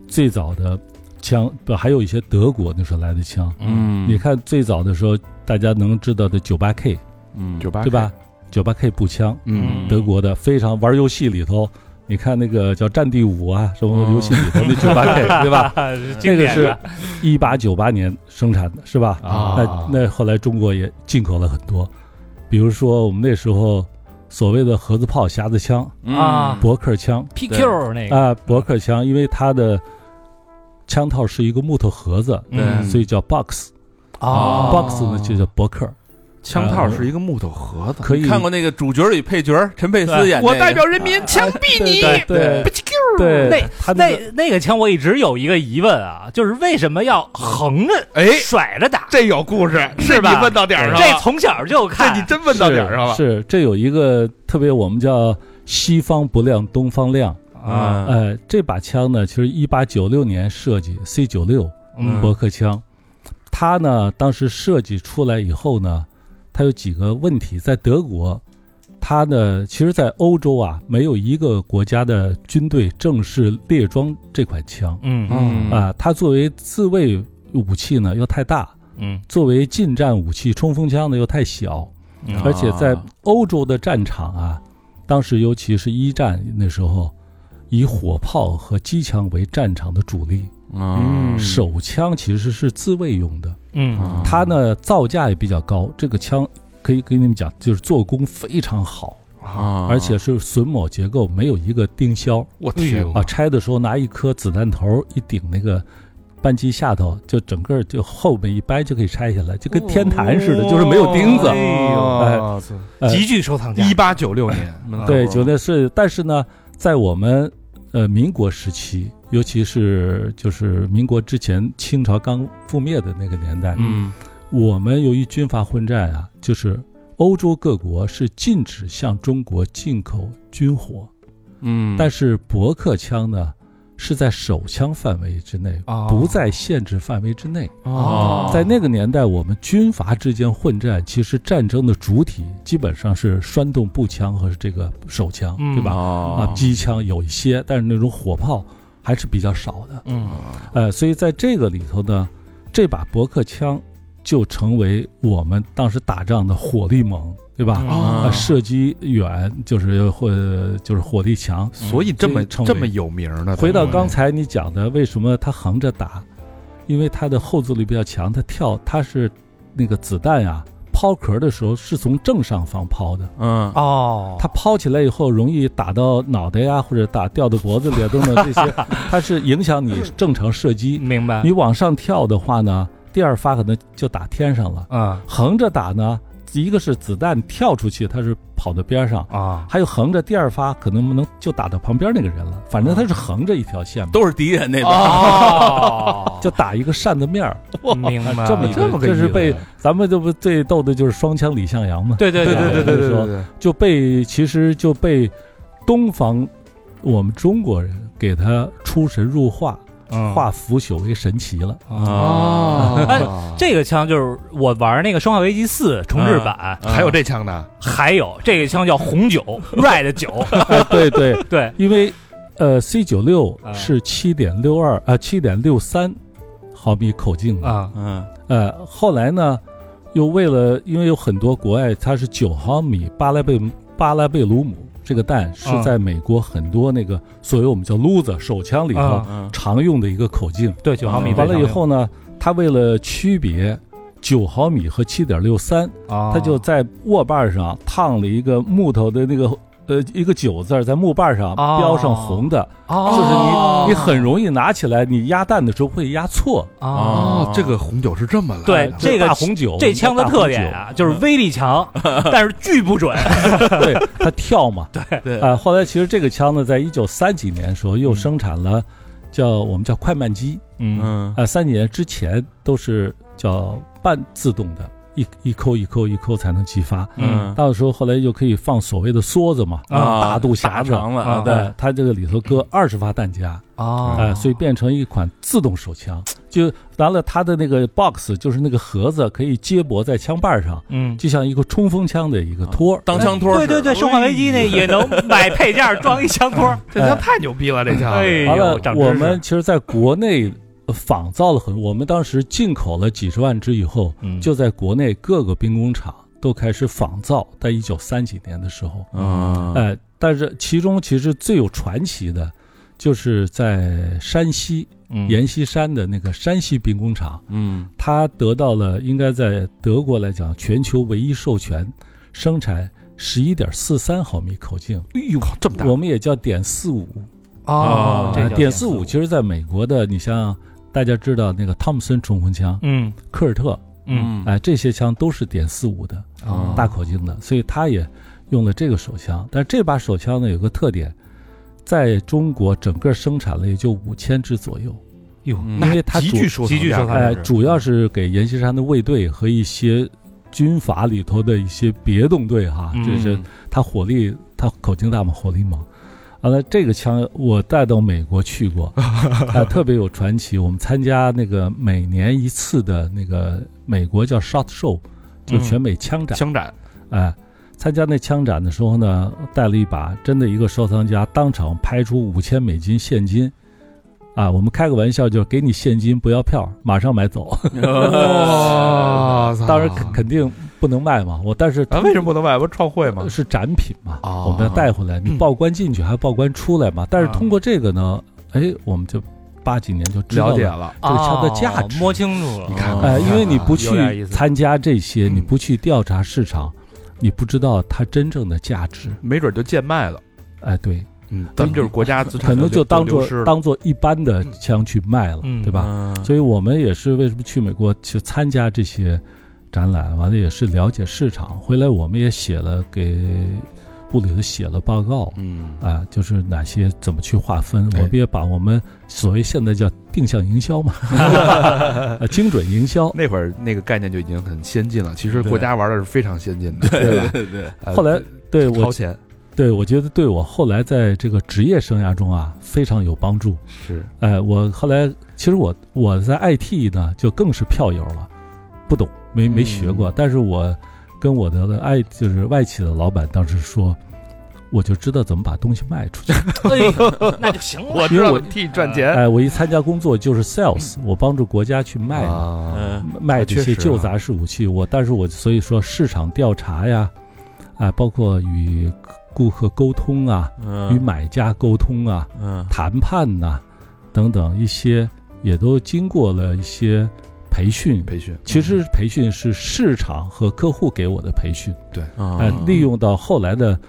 [SPEAKER 4] 最早的枪，不还有一些德国那时候来的枪。
[SPEAKER 7] 嗯，
[SPEAKER 4] 你看最早的时候，大家能知道的九八 K，
[SPEAKER 7] 嗯，九八
[SPEAKER 4] 对吧？？九八 K 步枪，
[SPEAKER 7] 嗯，
[SPEAKER 4] 德国的，非常玩游戏里头，你看那个叫《战地五》啊，什
[SPEAKER 7] 哦
[SPEAKER 4] 么游戏里头那九八 K，对 吧？
[SPEAKER 2] 经
[SPEAKER 4] 这个
[SPEAKER 2] 典
[SPEAKER 4] 是
[SPEAKER 2] 的
[SPEAKER 4] 一八九八年生产的，是吧？
[SPEAKER 7] 啊
[SPEAKER 4] 那那后来中国也进口了很多，比如说我们那时候所谓的盒子炮、匣子枪、
[SPEAKER 7] 嗯
[SPEAKER 6] 嗯
[SPEAKER 2] 啊
[SPEAKER 4] 驳壳枪
[SPEAKER 2] PQ 那个
[SPEAKER 4] 啊，驳壳枪，因为它的枪套是一个木头盒子，
[SPEAKER 7] 嗯
[SPEAKER 4] 所以叫 box。
[SPEAKER 7] 哦
[SPEAKER 4] box 呢就叫驳壳，
[SPEAKER 7] 枪套是一个木头盒子，
[SPEAKER 4] 可以
[SPEAKER 6] 看过那个主角与配角陈佩斯
[SPEAKER 4] 哎
[SPEAKER 6] 演那个，
[SPEAKER 7] 我代表人
[SPEAKER 4] 啊
[SPEAKER 7] 民枪毙你，
[SPEAKER 4] 对对
[SPEAKER 7] 不
[SPEAKER 4] 对，
[SPEAKER 2] 那
[SPEAKER 4] 它那个
[SPEAKER 2] 那那个枪我一直有一个疑问啊，就是为什么要横着
[SPEAKER 7] 哎，
[SPEAKER 2] 甩着打？
[SPEAKER 7] 这有故
[SPEAKER 4] 哎
[SPEAKER 7] 事，
[SPEAKER 2] 是吧
[SPEAKER 7] 这你问到点儿上
[SPEAKER 2] 这
[SPEAKER 7] 了，
[SPEAKER 2] 从小就看，
[SPEAKER 7] 这你真问到点儿上了，
[SPEAKER 4] 是这有一个特别，我们叫西方不亮东方亮。
[SPEAKER 2] 啊，
[SPEAKER 4] 呃，这把枪呢，其实一八九六年设计 C 九六
[SPEAKER 2] 嗯
[SPEAKER 4] 驳壳枪，它呢当时设计出来以后呢，它有几个问题，在德国。它呢，其实，在欧洲啊，没有一个国家的军队正式列装这款枪
[SPEAKER 2] 嗯
[SPEAKER 7] 嗯
[SPEAKER 4] 啊、它作为自卫武器呢，又太大；
[SPEAKER 2] 嗯
[SPEAKER 4] 作为近战武器，冲锋枪呢又太小。
[SPEAKER 7] 啊
[SPEAKER 2] 嗯
[SPEAKER 4] 而且在欧洲的战场啊，当时尤其是一战那时候，以火炮和机枪为战场的主力，
[SPEAKER 7] 嗯啊
[SPEAKER 4] 手枪其实是自卫用的。
[SPEAKER 2] 嗯
[SPEAKER 6] 啊
[SPEAKER 4] 它呢造价也比较高，这个枪可以给你们讲，就是做工非常好，
[SPEAKER 7] 啊哎
[SPEAKER 4] 而且是榫卯结构，没有一个钉销
[SPEAKER 7] 我天
[SPEAKER 4] 啊。拆的时候拿一颗子弹头一顶那个。扳机下头就整个就后面一掰就可以拆下来，就
[SPEAKER 7] 哦
[SPEAKER 4] 跟天坛似的，就是没有钉子。
[SPEAKER 7] 哎呦，
[SPEAKER 4] 呃
[SPEAKER 2] 极具收藏价
[SPEAKER 7] 一，八九六年，
[SPEAKER 4] 哎嗯
[SPEAKER 7] 啊
[SPEAKER 4] 对，九六是，但是呢，在我们呃民国时期，尤其是就是民国之前，清朝刚覆灭的那个年代，
[SPEAKER 7] 嗯
[SPEAKER 4] 我们由于军阀混战啊，就是欧洲各国是禁止向中国进口军火，
[SPEAKER 7] 嗯
[SPEAKER 4] 但
[SPEAKER 7] 是
[SPEAKER 4] 是驳壳枪呢是在手枪范围之内，不在限制范围之内。
[SPEAKER 7] 哦
[SPEAKER 4] 在那个年代，我们军阀之间混战，其实战争的主体基本上是栓动步枪和这个手枪，
[SPEAKER 2] 嗯
[SPEAKER 4] 对吧？啊
[SPEAKER 6] 哦
[SPEAKER 7] 啊，
[SPEAKER 4] 机枪有一些，但是那种火炮还是比较少的。
[SPEAKER 2] 嗯
[SPEAKER 4] 呃，所以在这个里头呢，这把驳壳枪就成为我们当时打仗的火力猛，对吧？
[SPEAKER 2] 嗯
[SPEAKER 7] 啊
[SPEAKER 4] 啊，射击远就是或就是火力强。
[SPEAKER 1] 嗯
[SPEAKER 7] 所以这么
[SPEAKER 4] 这
[SPEAKER 7] 这么有名呢。
[SPEAKER 4] 嗯回到刚
[SPEAKER 7] 才，
[SPEAKER 4] 才你讲的，为什么它横着打？因为它的后坐力比较强，它跳它是那个子弹呀、抛壳的时候是从正上方抛的，
[SPEAKER 7] 嗯
[SPEAKER 2] 哦，
[SPEAKER 4] 它抛起来以后容易打到脑袋呀，或者打掉到脖子里啊等等这些，它是影响你正常射击。
[SPEAKER 2] 明白
[SPEAKER 4] 你往上跳的话呢，第二发可能就打天上了；
[SPEAKER 2] 啊
[SPEAKER 4] 横着打呢，一个是子弹跳出去，它是跑到边上；
[SPEAKER 2] 啊，
[SPEAKER 4] 还有横着第二发可能不能就打到旁边那个人了，反正它是横着一条线嘛，
[SPEAKER 6] 都是敌人那边，
[SPEAKER 2] 哦，
[SPEAKER 4] 就打一个扇子面儿，
[SPEAKER 2] 明白
[SPEAKER 4] 这么一
[SPEAKER 7] 这么个
[SPEAKER 4] 这是
[SPEAKER 7] 意思
[SPEAKER 4] 被咱们这不最逗的就是双枪李向阳嘛，
[SPEAKER 2] 对对
[SPEAKER 7] 对
[SPEAKER 4] 对
[SPEAKER 7] 对对
[SPEAKER 4] 对
[SPEAKER 7] 对
[SPEAKER 4] 对
[SPEAKER 7] 对
[SPEAKER 4] 对
[SPEAKER 7] 对，
[SPEAKER 4] 就被其实就被东方我们中国人给他出神入化，
[SPEAKER 2] 嗯
[SPEAKER 4] 化腐朽为神奇了。
[SPEAKER 2] 啊
[SPEAKER 7] 哦，
[SPEAKER 4] 啊
[SPEAKER 2] 这个枪就是我玩那个《生化危机四》重置
[SPEAKER 4] 嗯
[SPEAKER 2] 版，
[SPEAKER 4] 啊
[SPEAKER 7] 还有这枪呢？
[SPEAKER 2] 还有这个枪叫红 酒 Red 酒，
[SPEAKER 4] 哎， 对对，
[SPEAKER 2] 对，
[SPEAKER 4] 因为呃 C 九六
[SPEAKER 2] 啊
[SPEAKER 4] 是七点六二啊七点六三毫米口径的，
[SPEAKER 2] 啊，
[SPEAKER 6] 嗯
[SPEAKER 4] 呃，后来呢，又为了因为有很多国外它是九毫米巴拉贝巴拉贝鲁姆这个弹是
[SPEAKER 2] 啊
[SPEAKER 4] 在美国很多那个所谓我们叫撸子手枪里头
[SPEAKER 2] 啊
[SPEAKER 6] 嗯
[SPEAKER 4] 常用的一个口径。
[SPEAKER 2] 对，九毫米
[SPEAKER 6] 嗯
[SPEAKER 2] 非
[SPEAKER 4] 完
[SPEAKER 2] 常
[SPEAKER 4] 了以后呢，它为了区别九毫米和七点六三，
[SPEAKER 7] 啊
[SPEAKER 2] 用，
[SPEAKER 4] 它就在握把上烫了一个木头的那个呃一个九字儿，在木把上
[SPEAKER 2] 哦
[SPEAKER 4] 标上红的，
[SPEAKER 2] 就
[SPEAKER 4] 就是
[SPEAKER 2] 哦
[SPEAKER 4] 你你很容易拿起来，你压弹的时候会压错。啊
[SPEAKER 6] 哦
[SPEAKER 7] 这个红酒是这么来的。
[SPEAKER 2] 对这个
[SPEAKER 4] 大红酒，
[SPEAKER 2] 这枪的
[SPEAKER 4] 大红
[SPEAKER 2] 特点
[SPEAKER 4] 酒嗯
[SPEAKER 2] 啊，就是威力强，但是巨不准。
[SPEAKER 4] 对， 它跳嘛。对
[SPEAKER 6] 对
[SPEAKER 4] 啊、后来其实这个枪呢，在一九三几年的时候又生产了叫，我们叫快慢机
[SPEAKER 7] 嗯，
[SPEAKER 6] 嗯
[SPEAKER 4] 啊、三几年之前都是叫半自动的，一一扣一扣一扣才能击发。
[SPEAKER 6] 嗯
[SPEAKER 4] 到时候后来又可以放所谓的梭子嘛，
[SPEAKER 6] 啊
[SPEAKER 4] 大肚匣
[SPEAKER 6] 打
[SPEAKER 4] 子。
[SPEAKER 6] 长了啊，
[SPEAKER 2] 啊
[SPEAKER 4] 呃，它这个里头搁二十发弹夹，
[SPEAKER 2] 哦
[SPEAKER 4] 哎、所以变成一款自动手枪。就完了，它的那个 box 就是那个盒子，可以接驳在枪把上，
[SPEAKER 2] 嗯，
[SPEAKER 4] 就像一个冲锋枪的一个托儿。哎
[SPEAKER 6] 当枪托儿
[SPEAKER 2] 对
[SPEAKER 6] 使
[SPEAKER 2] 对对，生化危机那也能买配件儿装一枪托儿。
[SPEAKER 7] 这枪太牛逼了，这枪。
[SPEAKER 2] 哎呦
[SPEAKER 4] 哎完了
[SPEAKER 2] 长，知识
[SPEAKER 4] 我们其实在国内呃仿造了很多，我们当时进口了几十万支以后，
[SPEAKER 2] 嗯
[SPEAKER 4] 就在国内各个兵工厂都开始仿造。在一九三几年的时候，
[SPEAKER 6] 嗯
[SPEAKER 4] 哎、但是其中其实最有传奇的，就是在山西
[SPEAKER 7] 嗯
[SPEAKER 4] 阎锡山的那个山西兵工厂，
[SPEAKER 6] 嗯
[SPEAKER 4] 它得到了应该在德国来讲全球唯一授权生产十一点四三毫米口径，
[SPEAKER 7] 哎呦，这么大
[SPEAKER 4] 我们也叫点四五。
[SPEAKER 7] 哦
[SPEAKER 2] 这
[SPEAKER 4] 啊，
[SPEAKER 2] 叫
[SPEAKER 4] 点四五其实在美国的，你像大家知道那个汤姆森冲锋枪、
[SPEAKER 2] 嗯
[SPEAKER 4] 科尔特，
[SPEAKER 2] 嗯，
[SPEAKER 4] 哎、这些枪都是点四五的啊
[SPEAKER 6] 哦
[SPEAKER 4] 大口径的，所以他也用了这个手枪。但这把手枪呢有个特点，在中国整个生产了也就五千支左右，
[SPEAKER 2] 哟，
[SPEAKER 6] 嗯
[SPEAKER 4] 因为它
[SPEAKER 7] 急
[SPEAKER 4] 主
[SPEAKER 7] 剧收
[SPEAKER 2] 急剧
[SPEAKER 7] 藏
[SPEAKER 2] 收
[SPEAKER 7] 价
[SPEAKER 1] 啊
[SPEAKER 2] 藏
[SPEAKER 7] 格
[SPEAKER 4] 哎、主要是给阎锡山的卫队和一些军阀里头的一些别动队哈，
[SPEAKER 2] 嗯
[SPEAKER 4] 这是它火力，它口径大嘛，火力猛。完了，这个枪我带到美国去过，啊，特别有传奇。我们参加那个每年一次的那个美国叫 Shot Show，就全美枪展，
[SPEAKER 7] 枪展，
[SPEAKER 4] 哎、参加那枪展的时候呢，带了一把，真的一个收藏家当场拍出五千美金现金，啊，我们开个玩笑就是给你现金不要票，马上买
[SPEAKER 7] 啊
[SPEAKER 4] 走。
[SPEAKER 7] 哇塞
[SPEAKER 4] 当然肯肯定不能卖嘛，我但是呃
[SPEAKER 7] 啊，为什么不能卖？不是创汇吗？
[SPEAKER 4] 是展品嘛，
[SPEAKER 7] 哦
[SPEAKER 4] 我们要带回 来，你报关进去还报关出来嘛。但
[SPEAKER 7] 啊
[SPEAKER 4] 是通过这个呢，哎，我们就八几年就知道
[SPEAKER 7] 了解啊
[SPEAKER 4] 了。
[SPEAKER 7] 了，
[SPEAKER 4] 这个枪的价值
[SPEAKER 2] 哦摸清楚了。
[SPEAKER 7] 你看啊
[SPEAKER 4] 哎，因为你不
[SPEAKER 2] 有点意
[SPEAKER 4] 去
[SPEAKER 2] 思
[SPEAKER 4] 参加这些，
[SPEAKER 7] 嗯
[SPEAKER 4] 你不去调查市场，你不知道它真正的价值。
[SPEAKER 7] 没准就贱卖了。
[SPEAKER 4] 哎，对，
[SPEAKER 7] 嗯，咱们就是国家资产
[SPEAKER 4] 可能就当做
[SPEAKER 7] 流失了嗯
[SPEAKER 4] 当做一般的枪去卖了，
[SPEAKER 2] 嗯
[SPEAKER 4] 对吧？
[SPEAKER 6] 吧？
[SPEAKER 4] 所以我们也是为什么去美国去参加这些展览，完了也是了解市场。回来我们也写了给部里头写了报告
[SPEAKER 6] 嗯
[SPEAKER 4] 啊，就是哪些怎么去划分，
[SPEAKER 7] 哎
[SPEAKER 4] 我们也把我们所谓现在叫定向营 销嘛，啊精准营销。
[SPEAKER 7] 那会儿那个概念就已经很先进了，其实国家玩的是非常先进的，对 吧？
[SPEAKER 6] 对对，
[SPEAKER 7] 呃
[SPEAKER 4] 后来对
[SPEAKER 7] 掏
[SPEAKER 4] 我
[SPEAKER 7] 钱
[SPEAKER 4] 对我觉得对我后来在这个职业生涯中啊非常有帮助。
[SPEAKER 7] 是
[SPEAKER 4] 哎，我后来其实我我在 IT 呢就更是票友了，不懂没没学
[SPEAKER 7] 嗯
[SPEAKER 4] 过，但是我跟我的爱就是外企的老板当时说，我就知道怎么把东西卖 出去。
[SPEAKER 2] 哎呦那就行了。
[SPEAKER 7] 我呃
[SPEAKER 4] 因
[SPEAKER 7] 知
[SPEAKER 4] 为
[SPEAKER 7] 道
[SPEAKER 4] 我
[SPEAKER 7] 替你赚钱
[SPEAKER 4] 哎，我一参加工作就是 sales，我帮助国家去卖嘛、
[SPEAKER 7] 嗯啊，
[SPEAKER 6] 嗯
[SPEAKER 4] 卖
[SPEAKER 7] 确
[SPEAKER 4] 这
[SPEAKER 7] 实
[SPEAKER 4] 些
[SPEAKER 7] 啊
[SPEAKER 4] 旧杂式武器。我但是我所以说市场调查呀，啊，包括与顾客沟通啊，与
[SPEAKER 6] 嗯
[SPEAKER 4] 买家沟通啊，
[SPEAKER 6] 嗯
[SPEAKER 4] 谈判呐、等等一些，也都经过了一些培训。
[SPEAKER 7] 培训
[SPEAKER 4] 其实培训是市场和客户给我的培训，
[SPEAKER 6] 啊
[SPEAKER 4] 哎、利用到后来的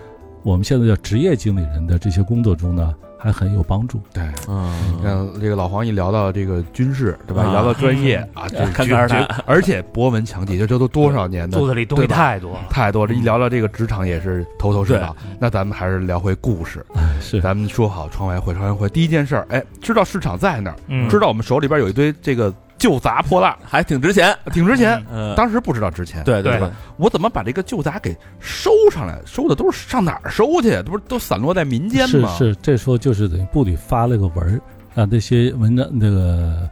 [SPEAKER 4] 我们现在叫职业经理人的这些工作中呢，还很有帮助。
[SPEAKER 7] 对。你
[SPEAKER 6] 嗯
[SPEAKER 7] 看呃这个老黄一聊到这个军事，对吧？
[SPEAKER 6] 啊
[SPEAKER 7] 聊到专业 啊，这
[SPEAKER 6] 看看
[SPEAKER 7] 这
[SPEAKER 6] 他，
[SPEAKER 7] 而且博闻强记，这这都多少年的
[SPEAKER 2] 肚子里东西太多了。
[SPEAKER 7] 太多
[SPEAKER 4] 嗯
[SPEAKER 7] 了。一聊到这个职场也是头头是道。那咱们还是聊回故事，
[SPEAKER 4] 是，
[SPEAKER 7] 咱们说好窗外会，窗外会。第一件事儿，哎，知道市场在哪儿，
[SPEAKER 2] 嗯
[SPEAKER 7] 知道我们手里边有一堆这个旧杂破烂，
[SPEAKER 6] 还挺值钱。
[SPEAKER 7] 挺值钱。
[SPEAKER 6] 嗯，
[SPEAKER 7] 当时不知道值钱，
[SPEAKER 6] 对
[SPEAKER 2] 对
[SPEAKER 6] 对，
[SPEAKER 7] 我怎么把这个旧杂给收上来？收的都是上哪儿收去？这不是都散落在民间
[SPEAKER 4] 是
[SPEAKER 7] 吗？
[SPEAKER 4] 是，这时候就是等于部里发了个文儿，哎、啊，这些文章那个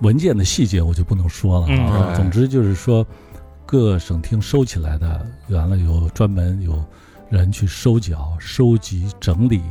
[SPEAKER 4] 文件的细节我就不能说了啊。
[SPEAKER 6] 嗯
[SPEAKER 4] 总之就是说，各省厅收起来的，完了有专门有人去收缴、收集、整理，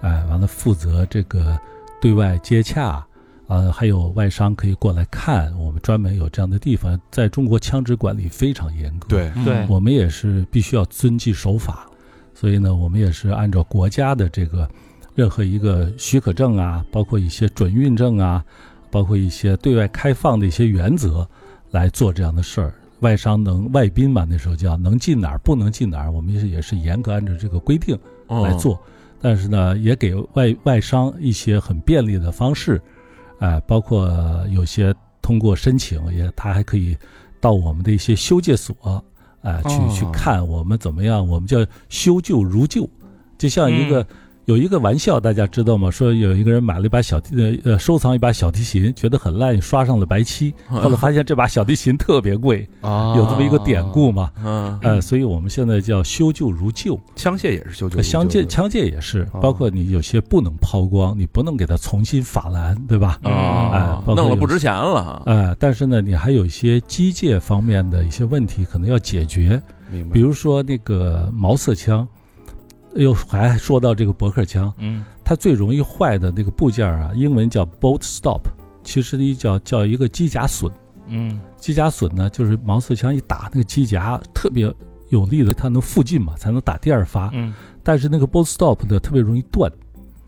[SPEAKER 4] 哎，完了负责这个对外接洽。啊，还有外商可以过来看，我们专门有这样的地方。在中国，枪支管理非常严格，，
[SPEAKER 7] 对，
[SPEAKER 6] 嗯
[SPEAKER 2] 对
[SPEAKER 4] 我们也是必须要遵纪守法，所以呢，我们也是按照国家的这个任何一个许可证啊，包括一些准运证啊，包括一些对外开放的一些原则来做这样的事儿。外商能外宾嘛，那时候叫能进哪儿不能进哪儿，我们也是也是严格按照这个规定来
[SPEAKER 6] 哦
[SPEAKER 4] 做。但是呢，也给外外商一些很便利的方式，啊、包括有些通过申请也，他还可以到我们的一些修戒所，啊、去、
[SPEAKER 6] 哦
[SPEAKER 4] 去看我们怎么样，我们叫修旧如旧，就像一个、
[SPEAKER 2] 嗯
[SPEAKER 4] 有一个玩笑，大家知道吗？说有一个人买了一把小提呃呃收藏一把小提琴，觉得很烂，刷上了白漆，后来发现这把小提琴特别贵，
[SPEAKER 6] 啊
[SPEAKER 4] 有这么一个典故。嘛，
[SPEAKER 6] 嗯，
[SPEAKER 4] 呃，所以我们现在叫修旧如旧。
[SPEAKER 7] 枪械也是修旧，
[SPEAKER 4] 枪械枪械也是，
[SPEAKER 7] 哦
[SPEAKER 4] 包括你有些不能抛光，你不能给它重新法兰，对吧？哎
[SPEAKER 6] 啊
[SPEAKER 4] 包，括
[SPEAKER 6] 弄了
[SPEAKER 4] 有
[SPEAKER 6] 不值钱了。
[SPEAKER 4] 呃，但是呢，你还有一些机械方面的一些问题可能要解决，
[SPEAKER 7] 明白
[SPEAKER 4] 比如说那个毛瑟枪，又还说到这个驳壳枪，
[SPEAKER 2] 嗯
[SPEAKER 4] 它最容易坏的那个部件啊，英文叫 bolt stop，其实一叫叫一个机甲榫。
[SPEAKER 2] 嗯
[SPEAKER 4] 机甲榫呢，就是毛瑟枪一打那个机甲特别有力的，它能附近嘛，才能打第二发。
[SPEAKER 2] 嗯
[SPEAKER 4] 但是那个 bolt stop 呢，特别容易断。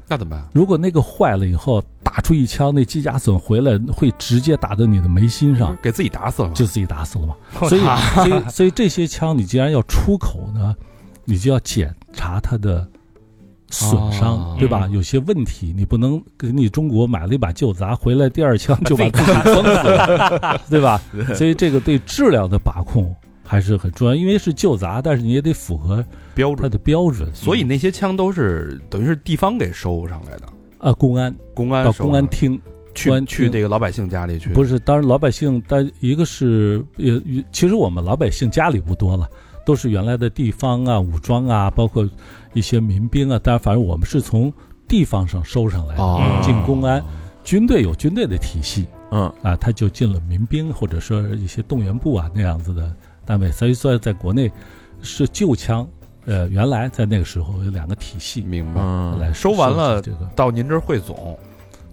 [SPEAKER 7] 那怎么办？
[SPEAKER 4] 如果那个坏了以后，打出一枪，那机甲损回来会直接打到你的眉心
[SPEAKER 1] 嗯
[SPEAKER 4] 上，
[SPEAKER 7] 给自己打死了吗？
[SPEAKER 4] 啊就自己打死了嘛。所以，所以，所以这些枪你既然要出口呢，你就要检查它的损伤，
[SPEAKER 7] 哦
[SPEAKER 4] 对吧？
[SPEAKER 2] 嗯
[SPEAKER 4] 有些问题你不能给你中国买了一把旧砸，回来第二枪 就把
[SPEAKER 2] 把
[SPEAKER 4] 自己崩死了，对吧？ 所以这个对质量的把控还是很重要，因为是旧砸，但是你也得符合
[SPEAKER 7] 标
[SPEAKER 4] 它
[SPEAKER 7] 准。
[SPEAKER 4] 的标准。
[SPEAKER 7] 所以那些枪都是等于是地方给收上来的，
[SPEAKER 4] 啊，公安
[SPEAKER 7] 公安
[SPEAKER 4] 到
[SPEAKER 7] 收上
[SPEAKER 4] 公安厅
[SPEAKER 7] 啊去
[SPEAKER 4] 公安
[SPEAKER 7] 去
[SPEAKER 4] 厅
[SPEAKER 7] 这个老百姓家里去，
[SPEAKER 4] 不是，当然老百姓，但一个是也，也其实我们老百姓家里不多了，都是原来的地方啊、武装啊，包括一些民兵啊。当然，反正我们是从地方上收上来的，
[SPEAKER 7] 哦
[SPEAKER 4] 进公安，军队有军队的体系
[SPEAKER 6] 嗯
[SPEAKER 4] 啊，他就进了民兵或者说一些动员部啊那样子的单位。所以说，在国内是旧枪，呃，原来在那个时候有两个体系
[SPEAKER 7] 明白？
[SPEAKER 6] 嗯，
[SPEAKER 4] 来
[SPEAKER 7] 收完了嗯
[SPEAKER 4] 这个，
[SPEAKER 7] 到您这儿汇总，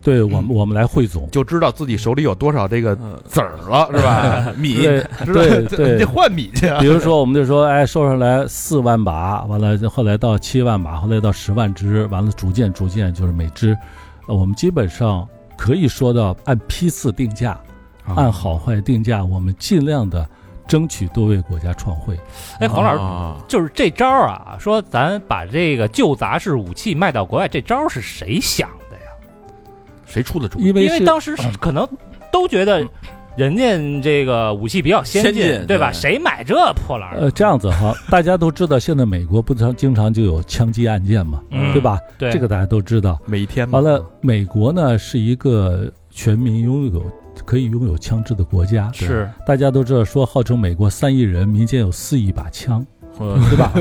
[SPEAKER 4] 对我们我们来汇总。
[SPEAKER 7] 就知道自己手里有多少这个
[SPEAKER 6] 嗯
[SPEAKER 7] 子儿了，是吧？
[SPEAKER 6] 哎米
[SPEAKER 4] 对
[SPEAKER 7] 知道
[SPEAKER 4] 对
[SPEAKER 7] 这
[SPEAKER 4] 对
[SPEAKER 7] 你得换米去 啊。
[SPEAKER 4] 比如说，我们就说，哎，收上来四万把，完了后来到七万把，后来到十万只，完了逐渐逐渐就是每只，呃我们基本上可以说到按批次定价，按好坏定价，我们尽量的争取多为国家创汇。
[SPEAKER 2] 哎，黄老师，
[SPEAKER 6] 师，
[SPEAKER 2] 就是这招儿啊，说咱把这个旧杂式武器卖到国外，这招儿是谁想的呀？
[SPEAKER 7] 谁出的主意？
[SPEAKER 4] 因为
[SPEAKER 2] 因
[SPEAKER 4] 是嗯
[SPEAKER 2] 为当时是可能都觉得人家这个武器比较先
[SPEAKER 6] 先进
[SPEAKER 2] 对吧？
[SPEAKER 6] 对
[SPEAKER 2] 谁买这破玩意
[SPEAKER 4] 呃
[SPEAKER 2] 儿？
[SPEAKER 4] 这样子哈，大家都知道，现在美国不常经常就有枪击案件嘛，
[SPEAKER 2] 嗯
[SPEAKER 4] 对吧？
[SPEAKER 2] 对嗯
[SPEAKER 4] 这个大家都知道。
[SPEAKER 7] 每天嘛
[SPEAKER 4] 完了，美国呢是一个全民拥有可以拥有枪支的国家，
[SPEAKER 2] 是
[SPEAKER 4] 大家都知道，说号称美国三亿人，民间有四亿把枪，
[SPEAKER 6] 嗯
[SPEAKER 4] 对吧？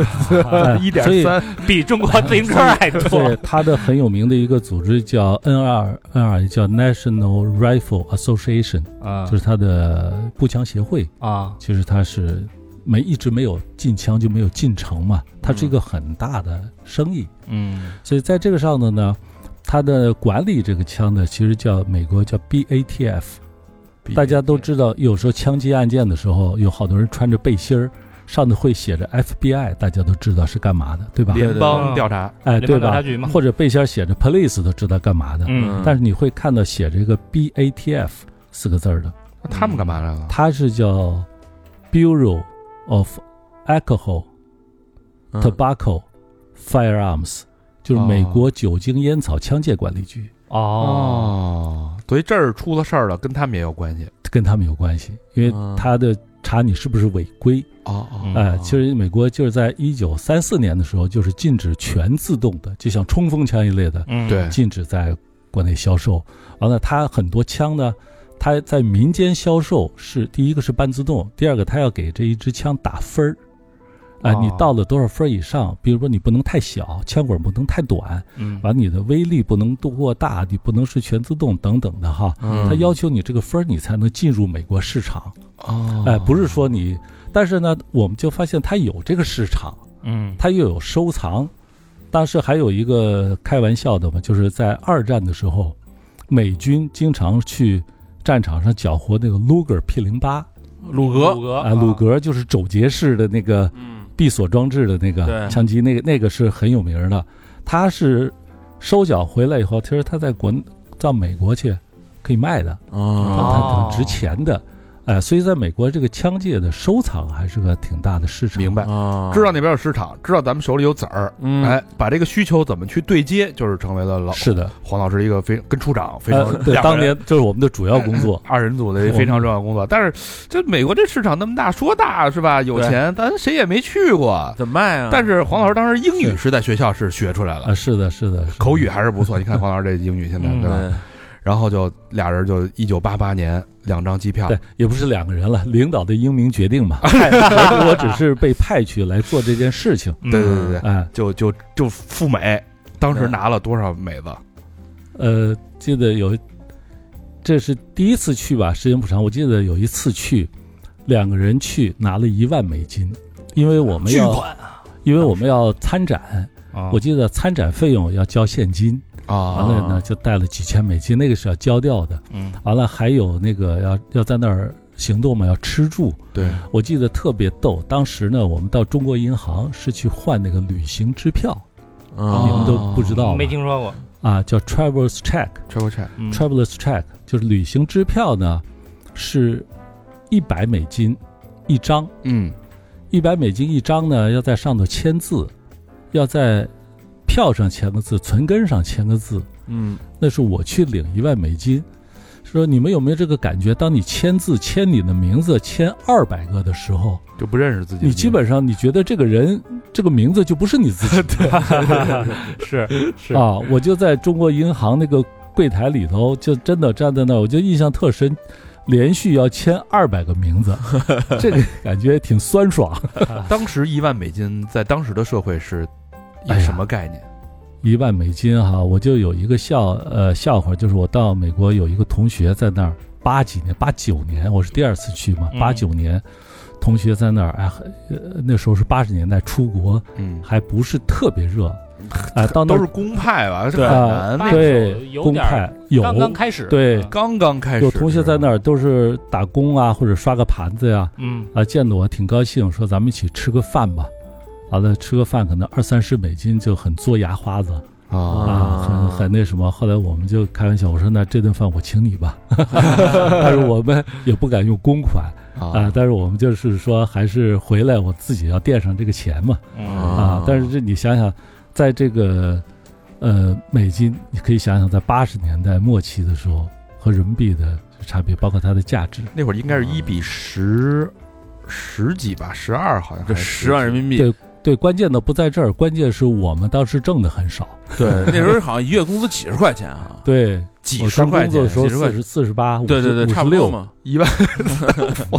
[SPEAKER 4] 哎
[SPEAKER 7] 一点
[SPEAKER 4] 所以，
[SPEAKER 7] 三，
[SPEAKER 2] 比中国自行车还
[SPEAKER 4] 对
[SPEAKER 2] 多。
[SPEAKER 4] 它的很有名的一个组织叫 N 二 N 二，叫 National Rifle Association，
[SPEAKER 2] 啊
[SPEAKER 4] 就是它的步枪协会。
[SPEAKER 2] 啊，
[SPEAKER 4] 其实它是没一直没有禁枪就没有进城嘛，它是一个很大的生意。
[SPEAKER 2] 嗯
[SPEAKER 4] 所以在这个上头呢，它的管理这个枪呢，其实叫美国叫 BATF，大家都知道，有时候枪击案件的时候，有好多人穿着背心儿，上头会写着 FBI，大家都知道是干嘛的，对吧？
[SPEAKER 7] 联
[SPEAKER 2] 对对
[SPEAKER 7] 邦
[SPEAKER 2] 对
[SPEAKER 7] 调查，
[SPEAKER 4] 哎，
[SPEAKER 2] 联
[SPEAKER 4] 对
[SPEAKER 2] 邦调查
[SPEAKER 4] 吧
[SPEAKER 2] 局嘛？
[SPEAKER 4] 或者背心儿写着 Police 都知道干嘛的。
[SPEAKER 2] 嗯
[SPEAKER 4] 但是你会看到写着一个 BATF 四个字儿的，
[SPEAKER 7] 那他们干嘛来了？
[SPEAKER 4] 它是叫 Bureau of Alcohol,
[SPEAKER 6] 嗯
[SPEAKER 4] Tobacco, Firearms，就是美国酒精、烟草、枪械管理局，
[SPEAKER 2] 哦，
[SPEAKER 7] 哦，所以这儿出了事儿了，跟他们也有关系。
[SPEAKER 4] 跟他们有关系，因
[SPEAKER 6] 嗯
[SPEAKER 4] 为它的查你是不是违规。
[SPEAKER 7] 哦
[SPEAKER 2] 嗯
[SPEAKER 4] 哎，其实美国就是在一九三四年的时候，就是禁止全自动的，就像冲锋枪一类的，
[SPEAKER 2] 嗯
[SPEAKER 7] 对，
[SPEAKER 4] 禁止在国内销售。完了，它很多枪呢，它在民间销售是第一个是半自动，第二个它要给这一支枪打分儿。哎，你
[SPEAKER 2] 哦
[SPEAKER 4] 到了多少分儿以上？比如说你不能太小，枪管不能太短，
[SPEAKER 2] 嗯
[SPEAKER 4] 完你的威力不能度过大，你不能是全自动等等的哈。
[SPEAKER 6] 嗯
[SPEAKER 4] 它要求你这个分儿，你才能进入美国市场。
[SPEAKER 6] 哦
[SPEAKER 4] 哎，不是说你，但是呢，我们就发现它有这个市场，
[SPEAKER 2] 嗯
[SPEAKER 4] 它又有收藏。当时还有一个开玩笑的嘛，就是在二战的时候，美军经常去战场上缴获那个 Luger P 零八
[SPEAKER 6] 鲁格，
[SPEAKER 2] 格
[SPEAKER 4] 啊，鲁格就是肘节式的那个
[SPEAKER 6] 嗯
[SPEAKER 4] 闭锁装置的那个
[SPEAKER 6] 对
[SPEAKER 4] 枪击，那个那个是很有名的。它是收缴回来以后，其实它在国到美国去可以卖的，
[SPEAKER 6] 哦，
[SPEAKER 4] 啊它
[SPEAKER 2] 哦
[SPEAKER 4] 很值钱的。哎、所以在美国这个枪界的收藏还是个挺大的市场。
[SPEAKER 1] 明白。
[SPEAKER 6] 哦
[SPEAKER 1] 知道那边有市场，知道咱们手里有子儿，
[SPEAKER 6] 嗯
[SPEAKER 1] 哎，把这个需求怎么去对接，就是成为了老
[SPEAKER 4] 是的，
[SPEAKER 1] 黄老师一个非跟处长非常
[SPEAKER 4] 呃，对，
[SPEAKER 1] 两个
[SPEAKER 4] 当
[SPEAKER 1] 人
[SPEAKER 4] 年就是我们的主要工 作。
[SPEAKER 1] 二人组的
[SPEAKER 4] 我
[SPEAKER 1] 非常重要工作。但是这美国这市场那么大，说大是吧？有
[SPEAKER 6] 对
[SPEAKER 1] 钱，咱谁也没去过。
[SPEAKER 6] 怎么卖啊？
[SPEAKER 1] 但是黄老师当时英语是在学校是学出来
[SPEAKER 4] 啊，
[SPEAKER 1] 了，
[SPEAKER 4] 是的，是的，是的
[SPEAKER 1] 口语还啊是不错。你看黄老师这英语现在
[SPEAKER 2] 嗯
[SPEAKER 1] 对吧？
[SPEAKER 6] 对
[SPEAKER 1] 然后就俩人就一九八八年两张机票
[SPEAKER 4] 对，也不是两个人了，领导的英明决 定嘛。我我只是被派去来做这件事情，
[SPEAKER 2] 嗯
[SPEAKER 1] 对对对对，
[SPEAKER 4] 哎，
[SPEAKER 1] 就就就赴美，当时
[SPEAKER 6] 对
[SPEAKER 1] 拿了多少美子？
[SPEAKER 4] 呃，记得有，这是第一次去吧，时间不长。我记得有一次去，两个人去拿了一万美金，因为我们
[SPEAKER 2] 巨
[SPEAKER 4] 要，
[SPEAKER 2] 款，
[SPEAKER 1] 啊
[SPEAKER 4] 因为我们要参展，
[SPEAKER 2] 啊
[SPEAKER 4] 我记得参展费用要交现金，完
[SPEAKER 1] 啊，
[SPEAKER 4] 了呢就带了几千美金，那个是要交掉的。
[SPEAKER 2] 嗯
[SPEAKER 4] 完了还有那个要要在那儿行动嘛，要吃住。
[SPEAKER 1] 对，
[SPEAKER 4] 我记得特别逗，当时呢，我们到中国银行是去换那个旅行支票，
[SPEAKER 6] 哦
[SPEAKER 2] 啊
[SPEAKER 4] 你们都不知道吧
[SPEAKER 2] 没听说过，
[SPEAKER 4] 啊，叫 travelers check。
[SPEAKER 1] travel check，
[SPEAKER 2] 嗯
[SPEAKER 4] travelers check 就是旅行支票呢，是一百美金一张，
[SPEAKER 1] 嗯，
[SPEAKER 4] 一百美金一张呢，要在上头签字，要在票上签个字，存根上签个字。
[SPEAKER 6] 嗯
[SPEAKER 4] 那是我去领一万美金。说你们有没有这个感觉？当你签字签你的名字签二百个的时候，
[SPEAKER 1] 就不认识自己的名字，
[SPEAKER 4] 你基本上你觉得这个人这个名字就不是你自己的
[SPEAKER 2] 是是
[SPEAKER 4] 啊！我就在中国银行那个柜台里头，就真的站在那儿，我就印象特深，连续要签二百个名字，这个感觉挺酸爽。
[SPEAKER 1] 当时一万美金在当时的社会是一
[SPEAKER 4] 哎呀
[SPEAKER 1] 什么概念？
[SPEAKER 4] 一万美金哈、我就有一个笑呃笑话，就是我到美国有一个同学在那儿，八几年八九年，我是第二次去嘛，
[SPEAKER 2] 嗯
[SPEAKER 4] 八九年，同学在那儿，哎，呃那时候是八十年代出国，
[SPEAKER 1] 嗯，
[SPEAKER 4] 还不是特 别热，哎，到那
[SPEAKER 1] 都是
[SPEAKER 4] 儿
[SPEAKER 1] 公派吧，是
[SPEAKER 4] 对
[SPEAKER 1] 很
[SPEAKER 4] 啊
[SPEAKER 1] 难
[SPEAKER 2] 八
[SPEAKER 1] 那
[SPEAKER 2] 九
[SPEAKER 1] 个。
[SPEAKER 4] 对
[SPEAKER 2] 有
[SPEAKER 4] 公
[SPEAKER 2] 点儿
[SPEAKER 4] 派有
[SPEAKER 2] 刚刚开始，
[SPEAKER 4] 对
[SPEAKER 2] 嗯
[SPEAKER 1] 刚刚开始，
[SPEAKER 4] 有同学在那
[SPEAKER 1] 儿，
[SPEAKER 4] 儿都是打工啊，或者刷个盘子呀、
[SPEAKER 2] 嗯
[SPEAKER 4] 啊，见得我挺高兴，说咱们一起吃个饭吧。完了，吃个饭可能二三十美金就很嘬牙花子
[SPEAKER 1] 啊
[SPEAKER 4] 啊，很很那什么。后来我们就开玩笑，我说那这顿饭我请你吧，但是我们也不敢用公款啊，但是我们就是说还是回来我自己要垫上这个钱嘛
[SPEAKER 2] 嗯
[SPEAKER 6] 啊
[SPEAKER 4] 啊。但是这你想想，在这个呃美金，你可以想想在八十年代末期的时候和人民币的差别，包括它的价值。
[SPEAKER 1] 那会儿应该是一比十十几吧，十二好像
[SPEAKER 6] 这
[SPEAKER 1] 还是
[SPEAKER 6] 十万人民币，
[SPEAKER 4] 对对，关键的不在这儿，关键是我们当时挣的很少。
[SPEAKER 1] 对，
[SPEAKER 6] 那时候好像一月工资几十块钱啊，
[SPEAKER 4] 对，
[SPEAKER 1] 几
[SPEAKER 4] 我
[SPEAKER 1] 十
[SPEAKER 4] 刚
[SPEAKER 1] 块
[SPEAKER 4] 工作
[SPEAKER 1] 钱，
[SPEAKER 4] 的时候
[SPEAKER 1] 几十块
[SPEAKER 4] 四
[SPEAKER 1] 钱
[SPEAKER 4] 十四十八，
[SPEAKER 6] 对对对，差不多
[SPEAKER 4] 六。
[SPEAKER 6] 嘛。
[SPEAKER 1] 一万，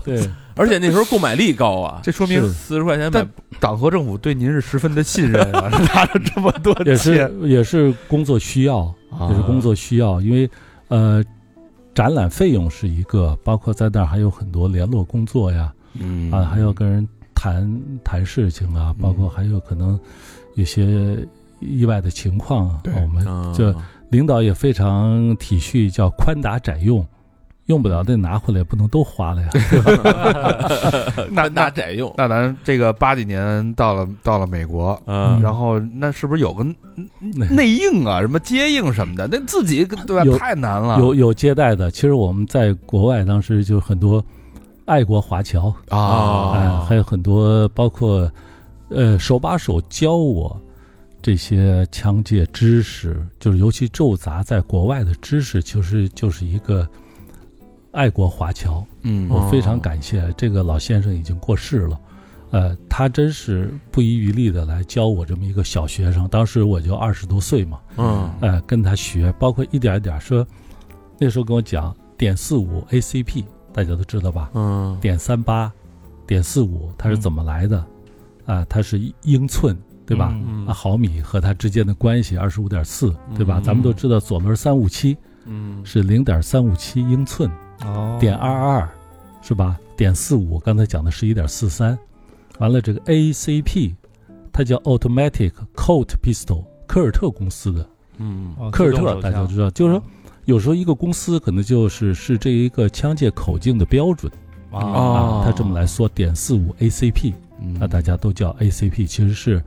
[SPEAKER 4] 对，
[SPEAKER 6] 而且那时候购买力高啊，
[SPEAKER 1] 这说明
[SPEAKER 4] 是
[SPEAKER 6] 四十块钱买
[SPEAKER 1] 但党和政府对您是十分的信任 啊，拿了这么多钱，
[SPEAKER 4] 也是也是工作需要，
[SPEAKER 1] 啊
[SPEAKER 4] 也是工作需要，因为呃，展览费用是一个，包括在那儿还有很多联络工作呀，
[SPEAKER 1] 嗯
[SPEAKER 4] 啊，还要跟人谈谈事情啊，包括还有可能有些意外的情况啊，
[SPEAKER 1] 对
[SPEAKER 4] 我们
[SPEAKER 6] 嗯
[SPEAKER 4] 这领导也非常体恤，叫宽打窄用，用不了的拿回来，不能都 花了呀。
[SPEAKER 1] 那
[SPEAKER 6] 拿
[SPEAKER 1] 那
[SPEAKER 6] 窄用，
[SPEAKER 1] 那咱这个八几年到了到了美国，
[SPEAKER 6] 嗯
[SPEAKER 1] 然后那是不是有个内应啊，什么接应什么的，那自己对吧？
[SPEAKER 4] 有
[SPEAKER 1] 太难了，
[SPEAKER 4] 有有接待的，其实我们在国外当时就很多爱国华侨，
[SPEAKER 1] 啊
[SPEAKER 4] 哎、还有很多包括呃手把手教我这些枪械知识，就是尤其驻扎在国外的知识，其实就是一个爱国华侨。
[SPEAKER 1] 嗯
[SPEAKER 4] 我非常
[SPEAKER 6] 哦
[SPEAKER 4] 感谢这个老先生已经过世了，呃，他真是不遗余力的来教我这么一个小学生，当时我就二十多岁嘛，
[SPEAKER 6] 嗯
[SPEAKER 4] 呃，跟他学，包括一点一点说，那时候跟我讲点四五 ACP，大家都知道吧？
[SPEAKER 6] 嗯
[SPEAKER 4] 点三八，点四五它是怎么来的？
[SPEAKER 2] 嗯
[SPEAKER 4] 啊，它是英寸，对吧？
[SPEAKER 6] 嗯
[SPEAKER 4] 啊，毫米和它之间的关系二十五点四，对吧？
[SPEAKER 6] 嗯
[SPEAKER 4] 咱们都知道左轮三五七
[SPEAKER 6] 嗯
[SPEAKER 4] 是零点三五七英寸，
[SPEAKER 2] 哦
[SPEAKER 4] 点二二，是吧？点四五，刚才讲的是一点四三，完了这个 ACP，它叫 Automatic Colt Pistol，科尔特公司的
[SPEAKER 6] 嗯
[SPEAKER 2] 哦
[SPEAKER 4] 科尔
[SPEAKER 2] 自动
[SPEAKER 4] 特
[SPEAKER 2] 手
[SPEAKER 4] 大家
[SPEAKER 2] 枪嗯
[SPEAKER 4] 都知道，就是说有时候一个公司可能就是是这一个枪械口径的标准
[SPEAKER 6] 哦
[SPEAKER 2] 啊，
[SPEAKER 4] 啊，它这么来说，点四五 ACP，
[SPEAKER 7] 嗯
[SPEAKER 4] 那大家都叫 ACP，其实是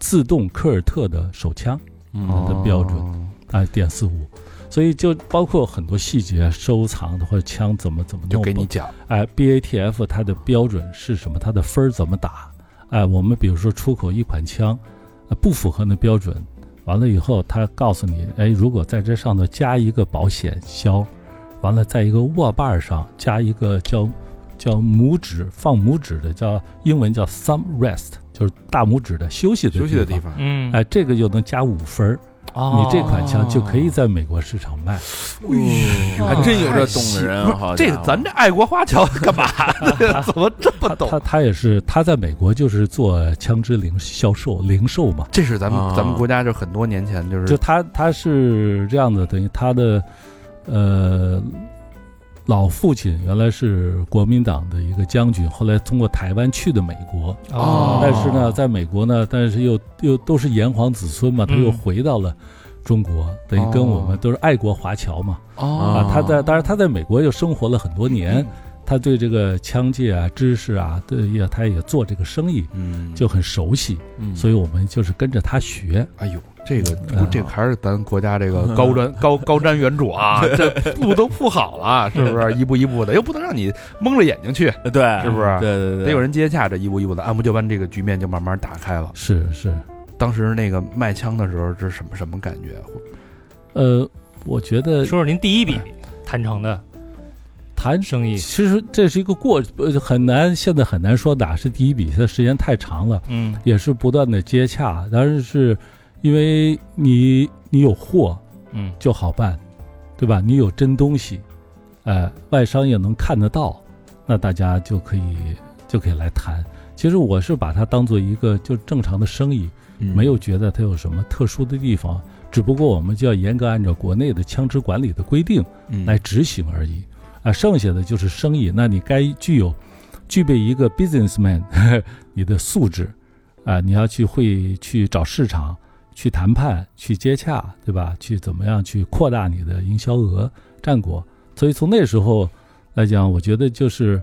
[SPEAKER 4] 自动科尔特的手枪。
[SPEAKER 6] 嗯
[SPEAKER 4] 的标准
[SPEAKER 1] 哦
[SPEAKER 4] 啊，点四五，所以就包括很多细节，收藏的或者枪怎么怎么弄，
[SPEAKER 7] 就给你讲，
[SPEAKER 4] 哎，BATF 它的标准是什么？它的分儿怎么打？哎，我们比如说出口一款枪，呃不符合那标准，完了以后他告诉你，哎，如果在这上头加一个保险销，完了在一个握把儿上加一个叫叫拇指放拇指的叫英文叫 thumb rest，就是大拇指的休息的
[SPEAKER 6] 休息的
[SPEAKER 4] 地
[SPEAKER 6] 地
[SPEAKER 4] 方。
[SPEAKER 6] 方，
[SPEAKER 2] 嗯，
[SPEAKER 4] 哎，这个就能加五分儿，
[SPEAKER 2] 哦，
[SPEAKER 4] 你这款枪就可以在美国市场卖。
[SPEAKER 6] 哎呦还真有这懂的人啊，好
[SPEAKER 7] 这
[SPEAKER 6] 家
[SPEAKER 7] 个
[SPEAKER 6] 伙
[SPEAKER 7] 咱这爱国华侨干嘛 呢？怎么这么
[SPEAKER 4] 他
[SPEAKER 7] 懂？
[SPEAKER 4] 他也是，他在美国就是做枪支零销售零售嘛，
[SPEAKER 7] 这是咱们
[SPEAKER 6] 啊
[SPEAKER 7] 咱们国家就很多年前就是
[SPEAKER 4] 就他他是这样的，等于他的呃老父亲原来是国民党的一个将军，后来通过台湾去的美国，
[SPEAKER 7] 哦
[SPEAKER 4] 但是呢，在美国呢，但是又又都是炎黄子孙嘛，他又
[SPEAKER 2] 嗯
[SPEAKER 4] 回到了。中国等于跟我们都是爱国华侨嘛、
[SPEAKER 7] 哦
[SPEAKER 4] 啊，他在当然他在美国又生活了很多
[SPEAKER 7] 嗯
[SPEAKER 1] 嗯
[SPEAKER 4] 年，他对这个枪械啊、知识啊，对也他也做这个生意，
[SPEAKER 7] 嗯
[SPEAKER 4] 就很熟悉，
[SPEAKER 6] 嗯
[SPEAKER 4] 所以我们就是跟着他学。
[SPEAKER 7] 哎呦，这个
[SPEAKER 4] 嗯
[SPEAKER 7] 这个还是咱国家这个高瞻高高瞻远瞩啊，这路都铺好了，是不是？一步一步的，又不能让你蒙着眼睛去，
[SPEAKER 6] 以对，
[SPEAKER 7] 是不是
[SPEAKER 6] 对对对，
[SPEAKER 7] 得有人接洽，这一步一步的，按部就班，这个局面就慢慢打开了。
[SPEAKER 4] 是是，
[SPEAKER 7] 当时那个卖枪的时候，这是什么什么感觉？
[SPEAKER 4] 呃，我觉得
[SPEAKER 2] 说说您第一笔谈成的
[SPEAKER 4] 谈
[SPEAKER 2] 生意，
[SPEAKER 4] 其实这是一个过，呃，很难，现在很难说哪是第一笔，它时间太长了，
[SPEAKER 2] 嗯
[SPEAKER 4] 也是不断的接洽，但是是因为你你有货
[SPEAKER 2] 嗯
[SPEAKER 4] 就好办，对吧？你有真东西，呃，外商也能看得到，那大家就可以就可以来谈。其实我是把它当做一个就正常的生意，
[SPEAKER 1] 嗯
[SPEAKER 4] 没有觉得它有什么特殊的地方，只不过我们就要严格按照国内的枪支管理的规定
[SPEAKER 7] 嗯
[SPEAKER 4] 来执行而已。啊，剩下的就是生意，那你该具有具备一个 businessman 你的素质啊，你要去会去找市场，去谈判，去接洽，对吧？去怎么样去扩大你的营销额、战果。所以从那时候来讲，我觉得就是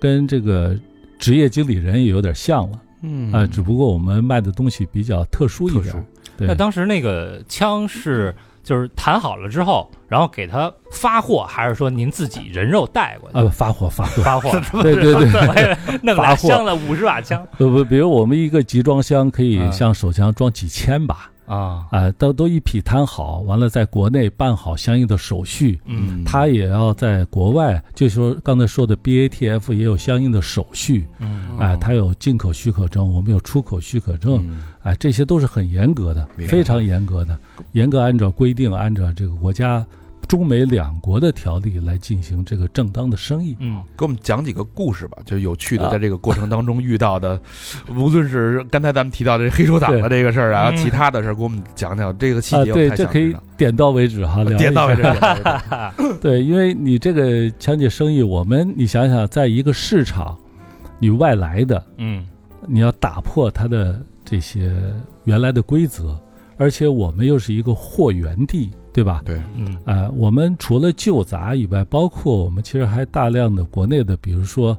[SPEAKER 4] 跟这个职业经理人也有点像了。
[SPEAKER 7] 嗯
[SPEAKER 4] 啊，只不过我们卖的东西比较特殊一点
[SPEAKER 7] 特殊
[SPEAKER 4] 儿。对
[SPEAKER 2] 那，当时那个枪是就是谈好了之后，然后给他发货，还是说您自己人肉带过去？
[SPEAKER 4] 啊，发货发货，
[SPEAKER 2] 发货，
[SPEAKER 4] 对对对，
[SPEAKER 2] 弄
[SPEAKER 4] 发
[SPEAKER 2] 俩
[SPEAKER 4] 货
[SPEAKER 2] 箱了五十把枪
[SPEAKER 4] 不 不，比如我们一个集装箱可以
[SPEAKER 2] 啊
[SPEAKER 4] 像手枪装几千把，
[SPEAKER 2] 啊，
[SPEAKER 4] 啊，都都一匹摊好，完了在国内办好相应的手续，
[SPEAKER 2] 嗯
[SPEAKER 4] 他也要在国外，就说刚才说的 BATF 也有相应的手续，
[SPEAKER 2] 嗯
[SPEAKER 7] 哦
[SPEAKER 4] 哎，它有进口许可证，我们有出口许可证，哎，这些都是很严格的，
[SPEAKER 7] 嗯明白
[SPEAKER 4] 非常严格的，严格按照规定，按照这个国家中美两国的条例来进行这个正当的生意。
[SPEAKER 2] 嗯
[SPEAKER 7] 给我们讲几个故事吧，就是有趣的，
[SPEAKER 4] 啊
[SPEAKER 7] 在这个过程当中遇到的，无论是刚才咱们提到的这黑手党的这个事儿啊，
[SPEAKER 2] 嗯
[SPEAKER 7] 其他的事儿，给我们讲讲这个细
[SPEAKER 4] 啊，
[SPEAKER 7] 节，
[SPEAKER 4] 对
[SPEAKER 7] 我，太
[SPEAKER 4] 这
[SPEAKER 7] 想
[SPEAKER 4] 可
[SPEAKER 7] 知
[SPEAKER 4] 以
[SPEAKER 7] 道。呃
[SPEAKER 4] 点到为止哈，聊一
[SPEAKER 7] 点到为止
[SPEAKER 4] 下。，
[SPEAKER 7] 点到为止
[SPEAKER 4] 对，因为你这个枪械生意，我们你想想，在一个市场，你外来的，
[SPEAKER 2] 嗯
[SPEAKER 4] 你要打破它的这些原来的规则，而且我们又是一个货源地，对吧？
[SPEAKER 7] 对，
[SPEAKER 2] 嗯
[SPEAKER 4] 呃，我们除了旧杂以外，包括我们其实还大量的国内的，比如说，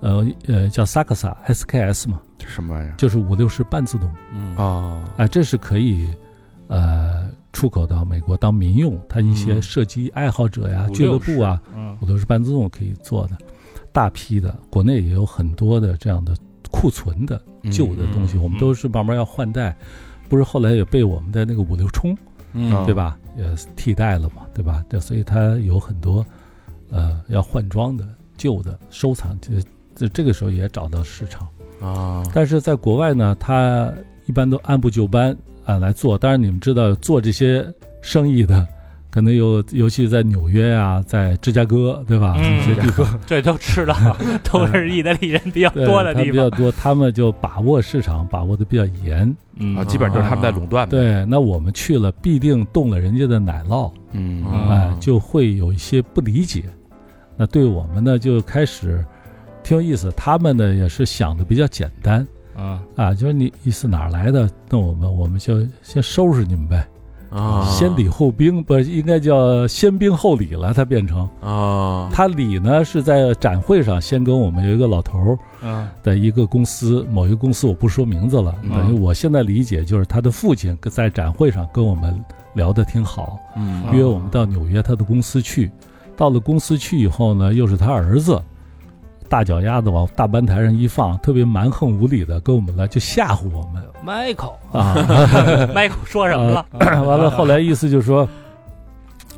[SPEAKER 4] 呃呃，叫萨克萨 SKS 嘛，
[SPEAKER 7] 这什么玩意儿
[SPEAKER 4] 就是五六式半自动，啊、
[SPEAKER 6] 嗯
[SPEAKER 7] 哦，
[SPEAKER 4] 这是可以，呃，出口到美国当民用，它一些
[SPEAKER 6] 嗯
[SPEAKER 4] 射击爱好者呀、
[SPEAKER 6] 五
[SPEAKER 4] 俱乐
[SPEAKER 6] 六
[SPEAKER 4] 部啊，
[SPEAKER 2] 嗯
[SPEAKER 4] 五六式半自动可以做的，大批的，国内也有很多的这样的库存的旧的东西，
[SPEAKER 6] 嗯
[SPEAKER 4] 我们都是慢慢要换代，不是后来也被我们的那个五六冲
[SPEAKER 6] 嗯
[SPEAKER 4] 对吧？也替代了嘛，对吧？这所以它有很多呃要换装的旧的收藏，这这这个时候也找到市场。
[SPEAKER 6] 啊，
[SPEAKER 4] 但是在国外呢，它一般都按部就班啊来做。当然，你们知道做这些生意的可能有，尤其在纽约啊，在芝加哥，对吧？
[SPEAKER 2] 嗯
[SPEAKER 4] 这些地方
[SPEAKER 2] 这都知 道，都是意大利人比较
[SPEAKER 4] 对
[SPEAKER 2] 多的
[SPEAKER 4] 他
[SPEAKER 2] 地
[SPEAKER 4] 比较
[SPEAKER 2] 方。
[SPEAKER 4] 多，他们就把握市场把握的比较严。
[SPEAKER 2] 嗯
[SPEAKER 7] 啊，基本上就是他们在垄断。，
[SPEAKER 4] 对，那我们去了，必定动了人家的奶酪，
[SPEAKER 7] 嗯
[SPEAKER 6] 啊
[SPEAKER 4] 哎，就会有一些不理解。那对我们呢，就开始挺有意思。他们呢也是想的比较简单
[SPEAKER 2] 啊，
[SPEAKER 4] 啊，就是你意思哪儿来的？那我们我们就先收拾你们呗，
[SPEAKER 6] 啊，
[SPEAKER 4] 先礼后兵，不是应该叫先兵后礼了？它变成
[SPEAKER 6] 啊，
[SPEAKER 4] 他礼呢是在展会上先跟我们有一个老头儿
[SPEAKER 2] 嗯
[SPEAKER 4] 的一个公司，某一个公司我不说名字了，
[SPEAKER 2] 嗯
[SPEAKER 4] 等于我现在理解就是他的父亲在展会上跟我们聊得挺好，
[SPEAKER 2] 啊
[SPEAKER 6] 嗯
[SPEAKER 4] 约我们到纽约他的公司去。到了公司去以后呢，又是他儿子，大脚丫子往大班台上一放，特别蛮横无理的跟我们来就吓唬我们
[SPEAKER 2] ，Michael，Michael
[SPEAKER 4] 啊。
[SPEAKER 2] 说什么了？
[SPEAKER 4] 完了后来意思就是说，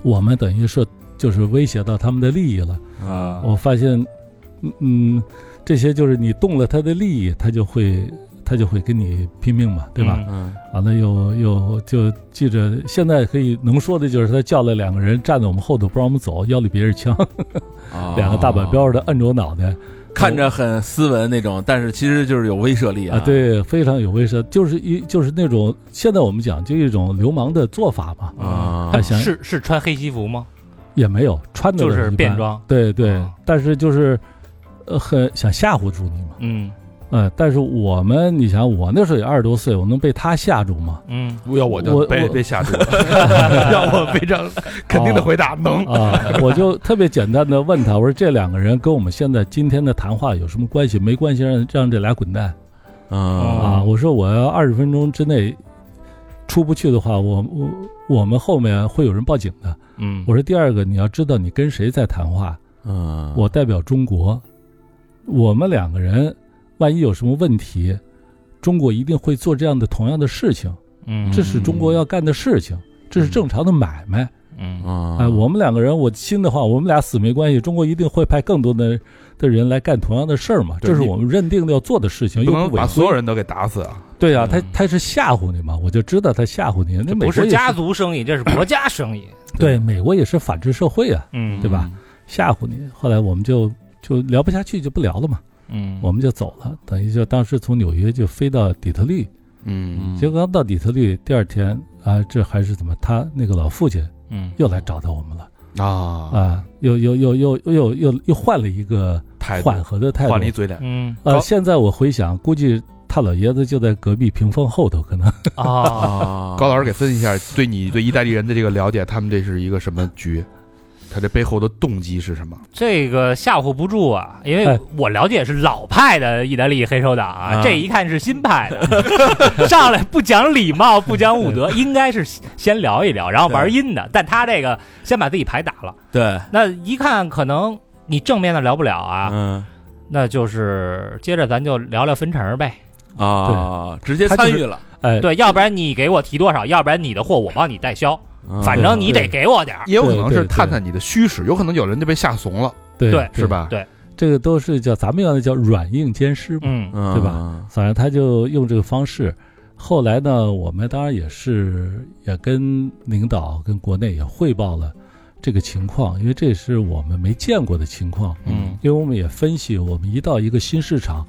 [SPEAKER 4] 我们等于是就是威胁到他们的利益了。
[SPEAKER 6] 啊
[SPEAKER 4] 我发现，嗯嗯，这些就是你动了他的利益，他就会他就会跟你拼命嘛，对吧？
[SPEAKER 6] 嗯
[SPEAKER 4] 完了又又就记着，现在可以能说的就是他叫了两个人站在我们后头不让我们走，腰里别着枪，
[SPEAKER 6] 啊
[SPEAKER 4] 两个大板标的摁着我脑袋
[SPEAKER 6] 看着很斯文那种，但是其实就是有威慑力
[SPEAKER 4] 啊，对，非常有威慑，就是一就是那种现在我们讲就一种流氓的做法嘛，
[SPEAKER 6] 啊
[SPEAKER 4] 他想
[SPEAKER 2] 是是穿黑西服吗？
[SPEAKER 4] 也没有穿的
[SPEAKER 2] 就是
[SPEAKER 4] 一般
[SPEAKER 2] 便，装。
[SPEAKER 4] 对对
[SPEAKER 2] 啊，
[SPEAKER 4] 但是就是呃很想吓唬住你嘛。
[SPEAKER 2] 嗯
[SPEAKER 4] 呃，但是我们，你想，我那时候也二十多岁，我能被他吓住吗？
[SPEAKER 2] 嗯，
[SPEAKER 7] 要我就
[SPEAKER 4] 我
[SPEAKER 7] 被
[SPEAKER 4] 我
[SPEAKER 7] 被吓住了，要我非常肯定的回答能。
[SPEAKER 4] 啊、我就特别简单的问他，我说这两个人跟我们现在今天的谈话有什么关系？没关系，让让这俩滚蛋
[SPEAKER 6] 啊
[SPEAKER 4] 啊！我说我要二十分钟之内出不去的话，我我我们后面会有人报警的。
[SPEAKER 2] 嗯，
[SPEAKER 4] 我说第二个，你要知道你跟谁在谈话，
[SPEAKER 6] 嗯，
[SPEAKER 4] 我代表中国，我们两个人万一有什么问题，中国一定会做这样的同样的事情。
[SPEAKER 2] 嗯
[SPEAKER 4] 这是中国要干的事情，这是正常的买卖。
[SPEAKER 2] 嗯
[SPEAKER 6] 啊
[SPEAKER 4] 哎，我们两个人，我心的话，我们俩死没关系，中国一定会派更多的的人来干同样的事儿嘛，
[SPEAKER 7] 对
[SPEAKER 4] 这是我们认定的要做的事情，
[SPEAKER 7] 不
[SPEAKER 4] 又
[SPEAKER 7] 能
[SPEAKER 4] 违
[SPEAKER 7] 把所有
[SPEAKER 4] 规。
[SPEAKER 7] 人都给打死啊！
[SPEAKER 4] 对啊，他
[SPEAKER 2] 嗯
[SPEAKER 4] 他是吓唬你嘛，我就知道他吓唬你。那
[SPEAKER 2] 不
[SPEAKER 4] 美国
[SPEAKER 2] 是
[SPEAKER 4] 也
[SPEAKER 2] 家族生意， 这是国家生意。
[SPEAKER 4] 对美国也是法治社会啊，
[SPEAKER 2] 嗯
[SPEAKER 4] 对吧？吓唬你。后来我们就就聊不下去，就不聊了嘛，
[SPEAKER 2] 嗯，
[SPEAKER 4] 我们就走了。等于就当时从纽约就飞到底特律，
[SPEAKER 7] 嗯
[SPEAKER 4] 结果刚到底特律，第二天啊，这还是怎么？他那个老父亲
[SPEAKER 2] 嗯
[SPEAKER 4] 又来找到我们了。
[SPEAKER 7] 啊，
[SPEAKER 4] 啊，又又又又又又又换了一个
[SPEAKER 7] 态度
[SPEAKER 4] 缓和的态
[SPEAKER 7] 换了一
[SPEAKER 4] 度。
[SPEAKER 7] 嘴脸，
[SPEAKER 2] 嗯
[SPEAKER 4] 呃，
[SPEAKER 7] 高
[SPEAKER 4] 现在我回想，估计他老爷子就在隔壁屏风后头，可能
[SPEAKER 2] 啊，
[SPEAKER 6] 啊
[SPEAKER 7] 高老师给分析一下，对你对意大利人的这个了解，他们这是一个什么局？他这背后的动机是什么？
[SPEAKER 2] 这个吓唬不住啊，因
[SPEAKER 4] 哎
[SPEAKER 2] 为我了解是老派的意大利黑手党啊，
[SPEAKER 6] 啊
[SPEAKER 2] 这一看是新派的， 上来不讲礼貌，不讲武 德，应该是先聊一聊，然后玩阴的。但他这个先把自己牌打了，
[SPEAKER 6] 对，
[SPEAKER 2] 那一看可能你正面的聊不了啊，
[SPEAKER 6] 嗯
[SPEAKER 2] 那就是接着咱就聊聊分成呗。
[SPEAKER 6] 啊，直接
[SPEAKER 4] 他就
[SPEAKER 6] 参
[SPEAKER 4] 是
[SPEAKER 6] 与了，
[SPEAKER 4] 哎，
[SPEAKER 2] 对，要不然你给我提多少，要不然你的货我帮你代销，
[SPEAKER 6] 啊
[SPEAKER 2] 反正你得
[SPEAKER 4] 对
[SPEAKER 2] 给我点儿。
[SPEAKER 7] 也有可能
[SPEAKER 4] 对
[SPEAKER 7] 是
[SPEAKER 4] 对
[SPEAKER 7] 探探你的虚实，有可能有人就被吓怂了，
[SPEAKER 4] 对
[SPEAKER 2] 对
[SPEAKER 7] 是？
[SPEAKER 6] 嗯
[SPEAKER 7] 吧？
[SPEAKER 2] 对
[SPEAKER 4] 这个都是叫咱们要的叫软硬兼施嘛。
[SPEAKER 2] 嗯
[SPEAKER 6] 嗯
[SPEAKER 4] 对吧反正他就用这个方式。后来呢，我们当然也是也跟领导、跟国内也汇报了这个情况，因为这是我们没见过的情况。
[SPEAKER 2] 嗯
[SPEAKER 4] 因为我们也分析，我们一到一个新市场，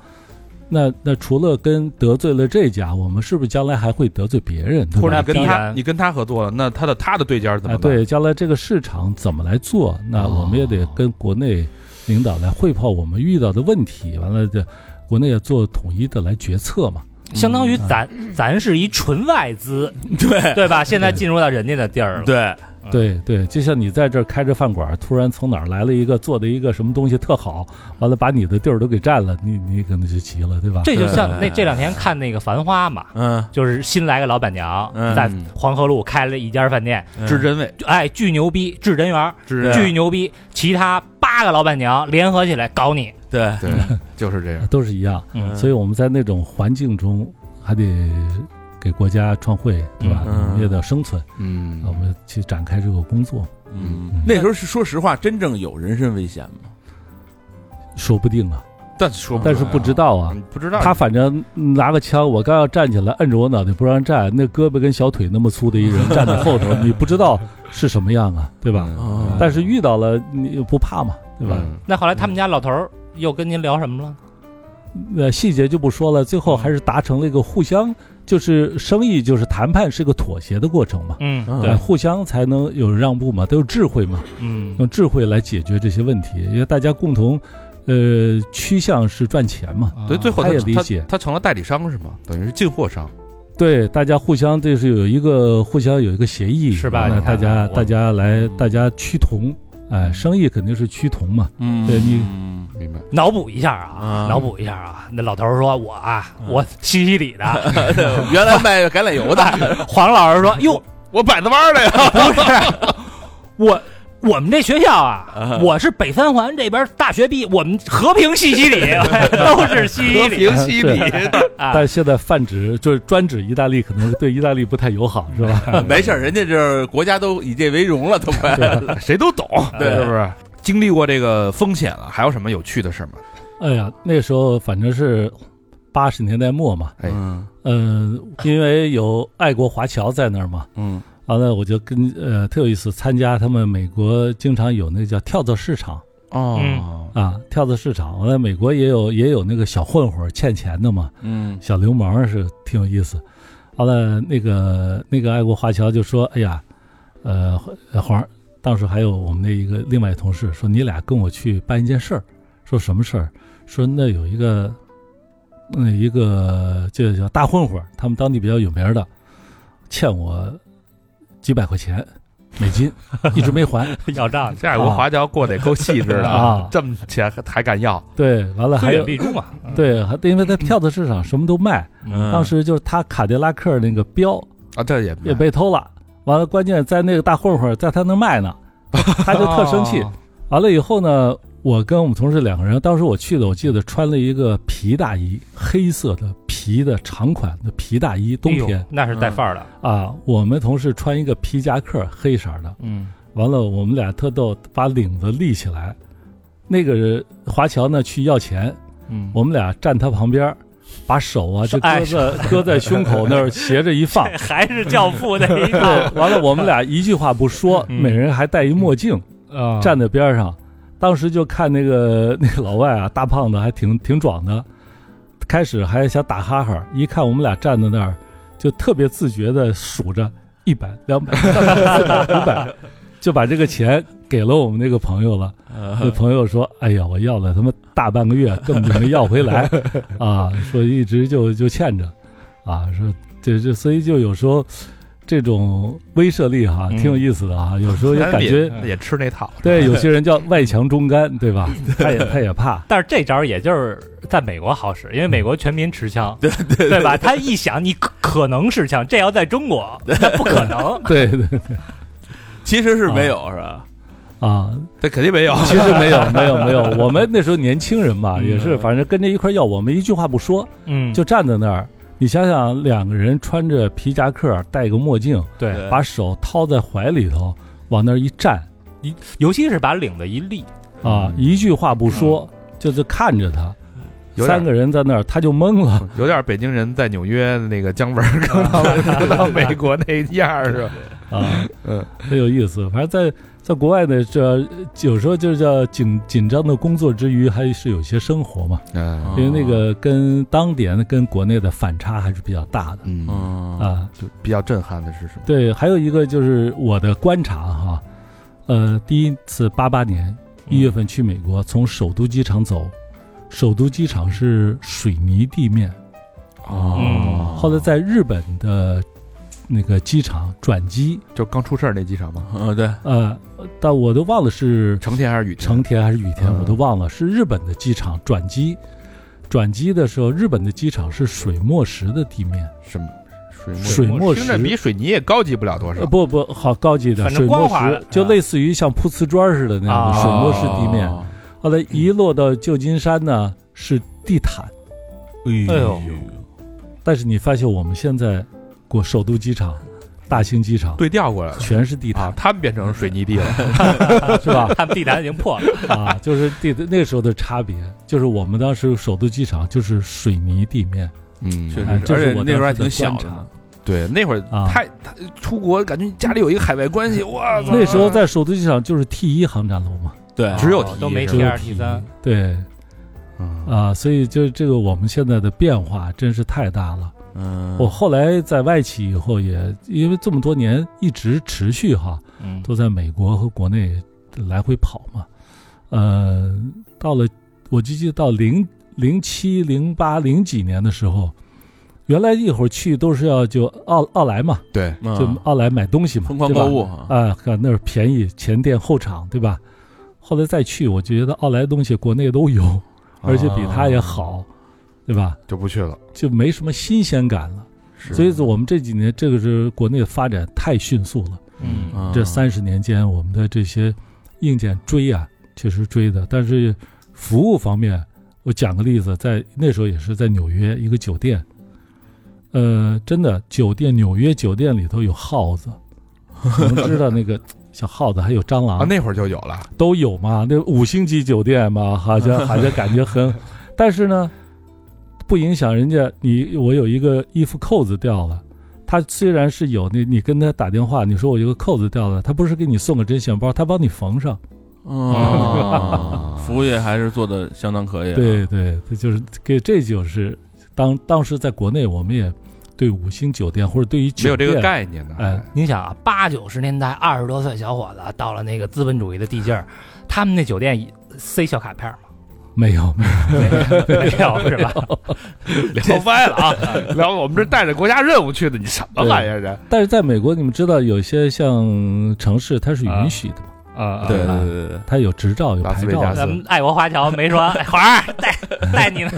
[SPEAKER 4] 那那除了跟得罪了这家，我们是不是将来还会得罪别人？对
[SPEAKER 7] 或者
[SPEAKER 4] 吧
[SPEAKER 7] 你跟
[SPEAKER 2] 当
[SPEAKER 7] 他
[SPEAKER 2] 然
[SPEAKER 7] 你跟他合作了，那他的他的对家怎
[SPEAKER 4] 啊，
[SPEAKER 7] 么办？
[SPEAKER 4] 对，将来这个市场怎么来做？那我们也得
[SPEAKER 7] 哦
[SPEAKER 4] 跟国内领导来汇报我们遇到的问题，完了这国内也做统一的来决策嘛。
[SPEAKER 6] 嗯
[SPEAKER 2] 相当于咱咱是一纯外资，
[SPEAKER 6] 对
[SPEAKER 2] 对吧？现在进入到人家的地儿了。
[SPEAKER 6] 对，
[SPEAKER 2] 嗯
[SPEAKER 4] 对对，就像你在这儿开着饭馆，突然从哪儿来了一个做的一个什么东西特好，完了把你的地儿都给占了，你你可能就急了，对吧？
[SPEAKER 2] 这就像
[SPEAKER 6] 对
[SPEAKER 2] 那这两天看那个《繁花》嘛，
[SPEAKER 6] 嗯，
[SPEAKER 2] 就是新来个老板娘
[SPEAKER 6] 嗯
[SPEAKER 2] 在黄河路开了一家饭店，
[SPEAKER 7] 知真伪，
[SPEAKER 2] 哎，巨牛逼，至真园，
[SPEAKER 7] 知
[SPEAKER 6] 对
[SPEAKER 2] 巨牛逼，其他八个老板娘联合起来搞你，
[SPEAKER 6] 对，
[SPEAKER 7] 对，就是这样。
[SPEAKER 4] 都是一样。
[SPEAKER 2] 嗯
[SPEAKER 4] 所以我们在那种环境中还得给国家创汇，对吧？
[SPEAKER 6] 嗯
[SPEAKER 4] 我们也得生存，
[SPEAKER 7] 嗯
[SPEAKER 4] 我们去展开这个工作，
[SPEAKER 6] 嗯，那时候是说实话，真正有人身危险吗？
[SPEAKER 4] 说不定啊。
[SPEAKER 7] 但
[SPEAKER 1] 嗯
[SPEAKER 7] 说
[SPEAKER 4] 但是不知道啊。
[SPEAKER 7] 你不知道
[SPEAKER 4] 他反正拿个枪，我刚要站起来，摁着我脑袋不让站，那胳膊跟小腿那么粗的一人站在后头，你不知道是什么样啊，对吧？
[SPEAKER 6] 嗯
[SPEAKER 4] 但是遇到了你又不怕嘛，对吧？
[SPEAKER 7] 嗯
[SPEAKER 2] 那后来他们家老头儿又跟您聊什么了？
[SPEAKER 4] 呃，细节就不说了，最后还是达成了一个互相，就是生意就是谈判是个妥协的过程嘛，
[SPEAKER 2] 嗯
[SPEAKER 6] 嗯
[SPEAKER 4] 哎互相才能有让步嘛，都有智慧嘛，
[SPEAKER 2] 嗯
[SPEAKER 4] 用智慧来解决这些问题，因为大家共同，呃，趋向是赚钱嘛，
[SPEAKER 2] 啊
[SPEAKER 7] 所以最后
[SPEAKER 4] 哦他也
[SPEAKER 7] 他
[SPEAKER 4] 理
[SPEAKER 7] 他
[SPEAKER 4] 解
[SPEAKER 7] 他成了代理商是吗？等于是进货商。
[SPEAKER 4] 对，大家互相这是有一个互相有一个协议，
[SPEAKER 2] 是吧
[SPEAKER 4] 那
[SPEAKER 2] 你
[SPEAKER 4] 大
[SPEAKER 2] 看
[SPEAKER 4] 家
[SPEAKER 2] 我
[SPEAKER 4] 大家来，大家趋同，哎，生意肯定是趋同嘛，
[SPEAKER 6] 嗯
[SPEAKER 4] 对你
[SPEAKER 6] 嗯
[SPEAKER 7] 明白，
[SPEAKER 2] 脑补一下啊，
[SPEAKER 6] 啊
[SPEAKER 2] 脑补一下啊！那老头儿说：“我啊，我西西里的。
[SPEAKER 6] 原来卖橄榄油的，”
[SPEAKER 2] 黄老师说：“哟，
[SPEAKER 7] 我摆子弯的 呀。
[SPEAKER 2] 不是，我我们这学校啊，我是北三环这边大学毕，我们和平西西 里都是西西里
[SPEAKER 7] 西里，
[SPEAKER 2] 啊
[SPEAKER 4] 但是现在泛指就是专指意大利，可能对意大利不太友好，是 吧？
[SPEAKER 6] 没事儿，人家这儿国家都以这为荣了，都快。
[SPEAKER 7] 谁都懂，
[SPEAKER 6] 对
[SPEAKER 7] 是不是？经历过这个风险了，还有什么有趣的事吗？
[SPEAKER 4] 哎呀，那时候反正是八十年代末嘛，
[SPEAKER 7] 哎
[SPEAKER 6] 嗯
[SPEAKER 4] 嗯、因为有爱国华侨在那儿嘛，
[SPEAKER 6] 嗯
[SPEAKER 4] 完了我就跟呃特有意思，参加他们美国经常有那个叫跳蚤市场
[SPEAKER 7] 哦，
[SPEAKER 4] 啊，跳蚤市场，完了美国也有也有那个小混混儿欠钱的嘛，
[SPEAKER 6] 嗯
[SPEAKER 4] 小流氓是挺有意思。完了，那个那个爱国华侨就说：“哎呀，呃，呃黄儿，当时还有我们的一个另外同事说，你俩跟我去办一件事儿。说什么事儿？说那有一个，那一个这叫大混混儿，他们当地比较有名儿的，欠我几百块钱美金，一直没还。
[SPEAKER 2] 要账去，
[SPEAKER 7] 这爱国华侨过得也够细致的
[SPEAKER 4] 啊
[SPEAKER 7] 这么钱还还敢要？
[SPEAKER 4] 对，完了还
[SPEAKER 2] 还有
[SPEAKER 4] 有
[SPEAKER 2] 立柱嘛？
[SPEAKER 4] 对，还因为在跳蚤市场什么都卖，
[SPEAKER 6] 嗯，
[SPEAKER 4] 当时就是他卡迪拉克那个标。”
[SPEAKER 7] 啊，这
[SPEAKER 2] 嗯
[SPEAKER 7] 也
[SPEAKER 4] 也被偷了。完了，关键在那个大混混在他那儿 卖呢，他就特生
[SPEAKER 2] 哦
[SPEAKER 4] 气。完了以后呢，我跟我们同事两个人，当时我去的，我记得穿了一个皮大衣，黑色的皮的长款的皮大衣，冬
[SPEAKER 2] 哎
[SPEAKER 4] 天
[SPEAKER 2] 呦那是带范儿的，
[SPEAKER 4] 啊。我们同事穿一个皮夹克，黑色的。
[SPEAKER 2] 嗯
[SPEAKER 4] 完了，我们俩特逗，把领子立起来。那个人华侨呢去要钱，
[SPEAKER 2] 嗯
[SPEAKER 4] 我们俩站他旁边儿，把手啊就
[SPEAKER 2] 哎
[SPEAKER 4] 搁在搁在胸口那儿斜着一放，
[SPEAKER 2] 还是教父那一 套
[SPEAKER 4] 对，完了我们俩一句话不说，
[SPEAKER 2] 嗯
[SPEAKER 4] 每人还戴一墨镜，
[SPEAKER 2] 啊
[SPEAKER 4] 站在边上。当时就看那个 那个老外啊，大胖子还挺挺壮的，开始还想打哈哈，一看我们俩站在那儿，就特别自觉的数着一百、两百、 三百、四百、五百，就把这个钱给了我们那个朋友了。
[SPEAKER 2] 啊
[SPEAKER 4] 那朋友说：“哎呀，我要了他妈大半个月，根本就没要回 来啊！说一直就就欠着，啊，说这这，所以就有时候这种威慑力哈，
[SPEAKER 2] 嗯
[SPEAKER 4] 挺有意思的啊。有时候也
[SPEAKER 7] 咱
[SPEAKER 4] 感
[SPEAKER 7] 也
[SPEAKER 4] 觉
[SPEAKER 7] 也吃那套，
[SPEAKER 4] 对，有些人叫外强中干，对吧？他也他也怕，。
[SPEAKER 2] 但是这招也就是在美国好使，因为美国全民持枪，对对对吧？他一想你可可能持枪，这要在中国那不可能
[SPEAKER 4] 对对
[SPEAKER 6] 其实是没有是吧？
[SPEAKER 4] 啊，
[SPEAKER 7] 这肯定没有。
[SPEAKER 4] 其实没有没有没有，我们那时候年轻人嘛，
[SPEAKER 2] 嗯
[SPEAKER 4] 也是反正跟着一块儿要，我们一句话不说，
[SPEAKER 2] 嗯
[SPEAKER 4] 就站在那儿。你想想，两个人穿着皮夹克，戴个墨镜，
[SPEAKER 2] 对，
[SPEAKER 4] 把手掏在怀里头，往那儿一站
[SPEAKER 2] 尤其是把领子一立，
[SPEAKER 7] 嗯，
[SPEAKER 4] 啊一句话不说，就是看着他。
[SPEAKER 7] 有点
[SPEAKER 4] 三个人在那儿，他就懵了。
[SPEAKER 7] 有点北京人在纽约那个姜文儿刚到刚到美国那样儿是吧？
[SPEAKER 4] 啊，
[SPEAKER 7] 嗯，
[SPEAKER 4] 很有意思。反正在在国外呢，这有时候就是叫紧紧张的工作之余，还是有些生活嘛，
[SPEAKER 7] 嗯
[SPEAKER 4] 因为那个跟当年跟国内的反差还是比较大的
[SPEAKER 7] 嗯，
[SPEAKER 6] 嗯
[SPEAKER 4] 啊。
[SPEAKER 7] 就比较震撼的是什么？
[SPEAKER 4] 对，还有一个就是我的观察哈，呃，第一次八八年一月份去美国，从首都机场走，首都机场是水泥地面，哦
[SPEAKER 2] 嗯
[SPEAKER 4] 后来在日本的那个机场转机，
[SPEAKER 7] 就刚出事儿那机场吗？
[SPEAKER 6] 嗯对，
[SPEAKER 4] 呃，但我都忘了是
[SPEAKER 7] 成天还是雨天？
[SPEAKER 4] 成田还是羽田，
[SPEAKER 7] 嗯
[SPEAKER 4] 我都忘了，是日本的机场转机。转机的时候，日本的机场是水磨石的地面，
[SPEAKER 7] 什么水墨
[SPEAKER 4] 水墨
[SPEAKER 7] 听着
[SPEAKER 4] 石。
[SPEAKER 7] 比水泥也高级不了多少
[SPEAKER 4] 呃，。不不，好高级的
[SPEAKER 2] 反正
[SPEAKER 4] 水
[SPEAKER 2] 光
[SPEAKER 4] 磨
[SPEAKER 2] 滑的
[SPEAKER 4] 石，就类似于像铺瓷砖似的那样的
[SPEAKER 2] 啊
[SPEAKER 4] 水磨石地面。
[SPEAKER 6] 哦
[SPEAKER 4] 后来一落到旧金山呢，是地毯。
[SPEAKER 6] 哎
[SPEAKER 2] 哎呦
[SPEAKER 4] 但是你发现我们现在过首都机场大型机场，
[SPEAKER 7] 对调过来了
[SPEAKER 4] 全是地
[SPEAKER 7] 啊
[SPEAKER 4] 毯，，
[SPEAKER 7] 他们变成水泥地了。
[SPEAKER 2] 啊
[SPEAKER 4] 是吧？
[SPEAKER 2] 他们地毯已经破了，
[SPEAKER 4] 啊，就是地那时候的差别，就是我们当时首都机场就是水泥地面，
[SPEAKER 7] 嗯
[SPEAKER 6] 确
[SPEAKER 4] 哎
[SPEAKER 6] 实是，
[SPEAKER 4] 这
[SPEAKER 6] 而
[SPEAKER 4] 是
[SPEAKER 6] 且
[SPEAKER 4] 我
[SPEAKER 6] 那时候还
[SPEAKER 4] 当时的
[SPEAKER 6] 挺小
[SPEAKER 4] 观
[SPEAKER 6] 的
[SPEAKER 4] 察
[SPEAKER 6] 呢，
[SPEAKER 7] 对，那会儿
[SPEAKER 4] 啊
[SPEAKER 7] 太他出国，感觉家里有一个海外关系，哇，
[SPEAKER 2] 嗯
[SPEAKER 7] 操
[SPEAKER 4] 那时候在首都机场就是 T 一航站楼嘛，
[SPEAKER 6] 对，
[SPEAKER 7] 只有
[SPEAKER 2] 哦
[SPEAKER 7] T1
[SPEAKER 2] 都没
[SPEAKER 7] 是吧
[SPEAKER 2] T
[SPEAKER 4] 只有
[SPEAKER 2] 二 T 三，
[SPEAKER 4] 对
[SPEAKER 7] 嗯
[SPEAKER 4] 啊，所以就是这个我们现在的变化真是太大了。
[SPEAKER 6] 嗯，
[SPEAKER 4] 我后来在外企以后也，因为这么多年一直持续哈，
[SPEAKER 2] 嗯，
[SPEAKER 4] 都在美国和国内来回跑嘛。呃，到了我就记得到零零七、零八、零几年的时候，原来一会儿去都是要就奥奥莱嘛，
[SPEAKER 7] 对，
[SPEAKER 6] 嗯
[SPEAKER 4] 就奥莱买东西嘛，
[SPEAKER 6] 疯狂
[SPEAKER 4] 对吧
[SPEAKER 6] 购物啊，
[SPEAKER 4] 啊，看那儿便宜，前店后厂，对吧？后来再去，我觉得奥莱东西国内都有，而且比它也好，对吧？
[SPEAKER 7] 就不去了。
[SPEAKER 4] 就没什么新鲜感了。
[SPEAKER 7] 是
[SPEAKER 4] 所以我们这几年，这个是国内的发展太迅速了。
[SPEAKER 2] 嗯
[SPEAKER 6] 嗯
[SPEAKER 4] 这三十年间，我们的这些硬件追啊，确实追的，但是服务方面，我讲个例子，在那时候也是在纽约一个酒店，呃，真的酒店，纽约酒店里头有耗子，你们知道那个小耗子还有蟑螂、
[SPEAKER 7] 啊，那会儿就有了。
[SPEAKER 4] 都有嘛，那五星级酒店嘛，好像 好像感觉很，但是呢，不影响人家你我有一个衣服扣子掉了。他虽然是有那，你跟他打电话，你说我有个扣子掉了，他不是给你送个针线包，他帮你缝上。
[SPEAKER 6] 哦，服务业还是做的相当可以啊，
[SPEAKER 4] 对对，这就是给这就是当当时在国内我们也对五星酒店或者对于
[SPEAKER 7] 没
[SPEAKER 4] 酒
[SPEAKER 7] 有这
[SPEAKER 4] 店
[SPEAKER 7] 个概念呢。
[SPEAKER 4] 哎，
[SPEAKER 2] 你想啊，八九十年代二十多岁小伙子到了那个资本主义的地界儿，他们那酒店塞小卡片儿吗？
[SPEAKER 4] 没有没有
[SPEAKER 2] 没有是吧？
[SPEAKER 7] 聊歪了 啊，聊我们这带着国家任务去的，你什么玩意儿啊这？
[SPEAKER 4] 但是在美国你们知道有些像城市它是允许的嘛，
[SPEAKER 2] 啊
[SPEAKER 6] 对对对对，
[SPEAKER 4] 它有执照有
[SPEAKER 7] 拉斯维
[SPEAKER 4] 牌照
[SPEAKER 7] 加
[SPEAKER 4] 的
[SPEAKER 7] 斯
[SPEAKER 2] 咱们爱国华侨没说，哎华儿带带你呢，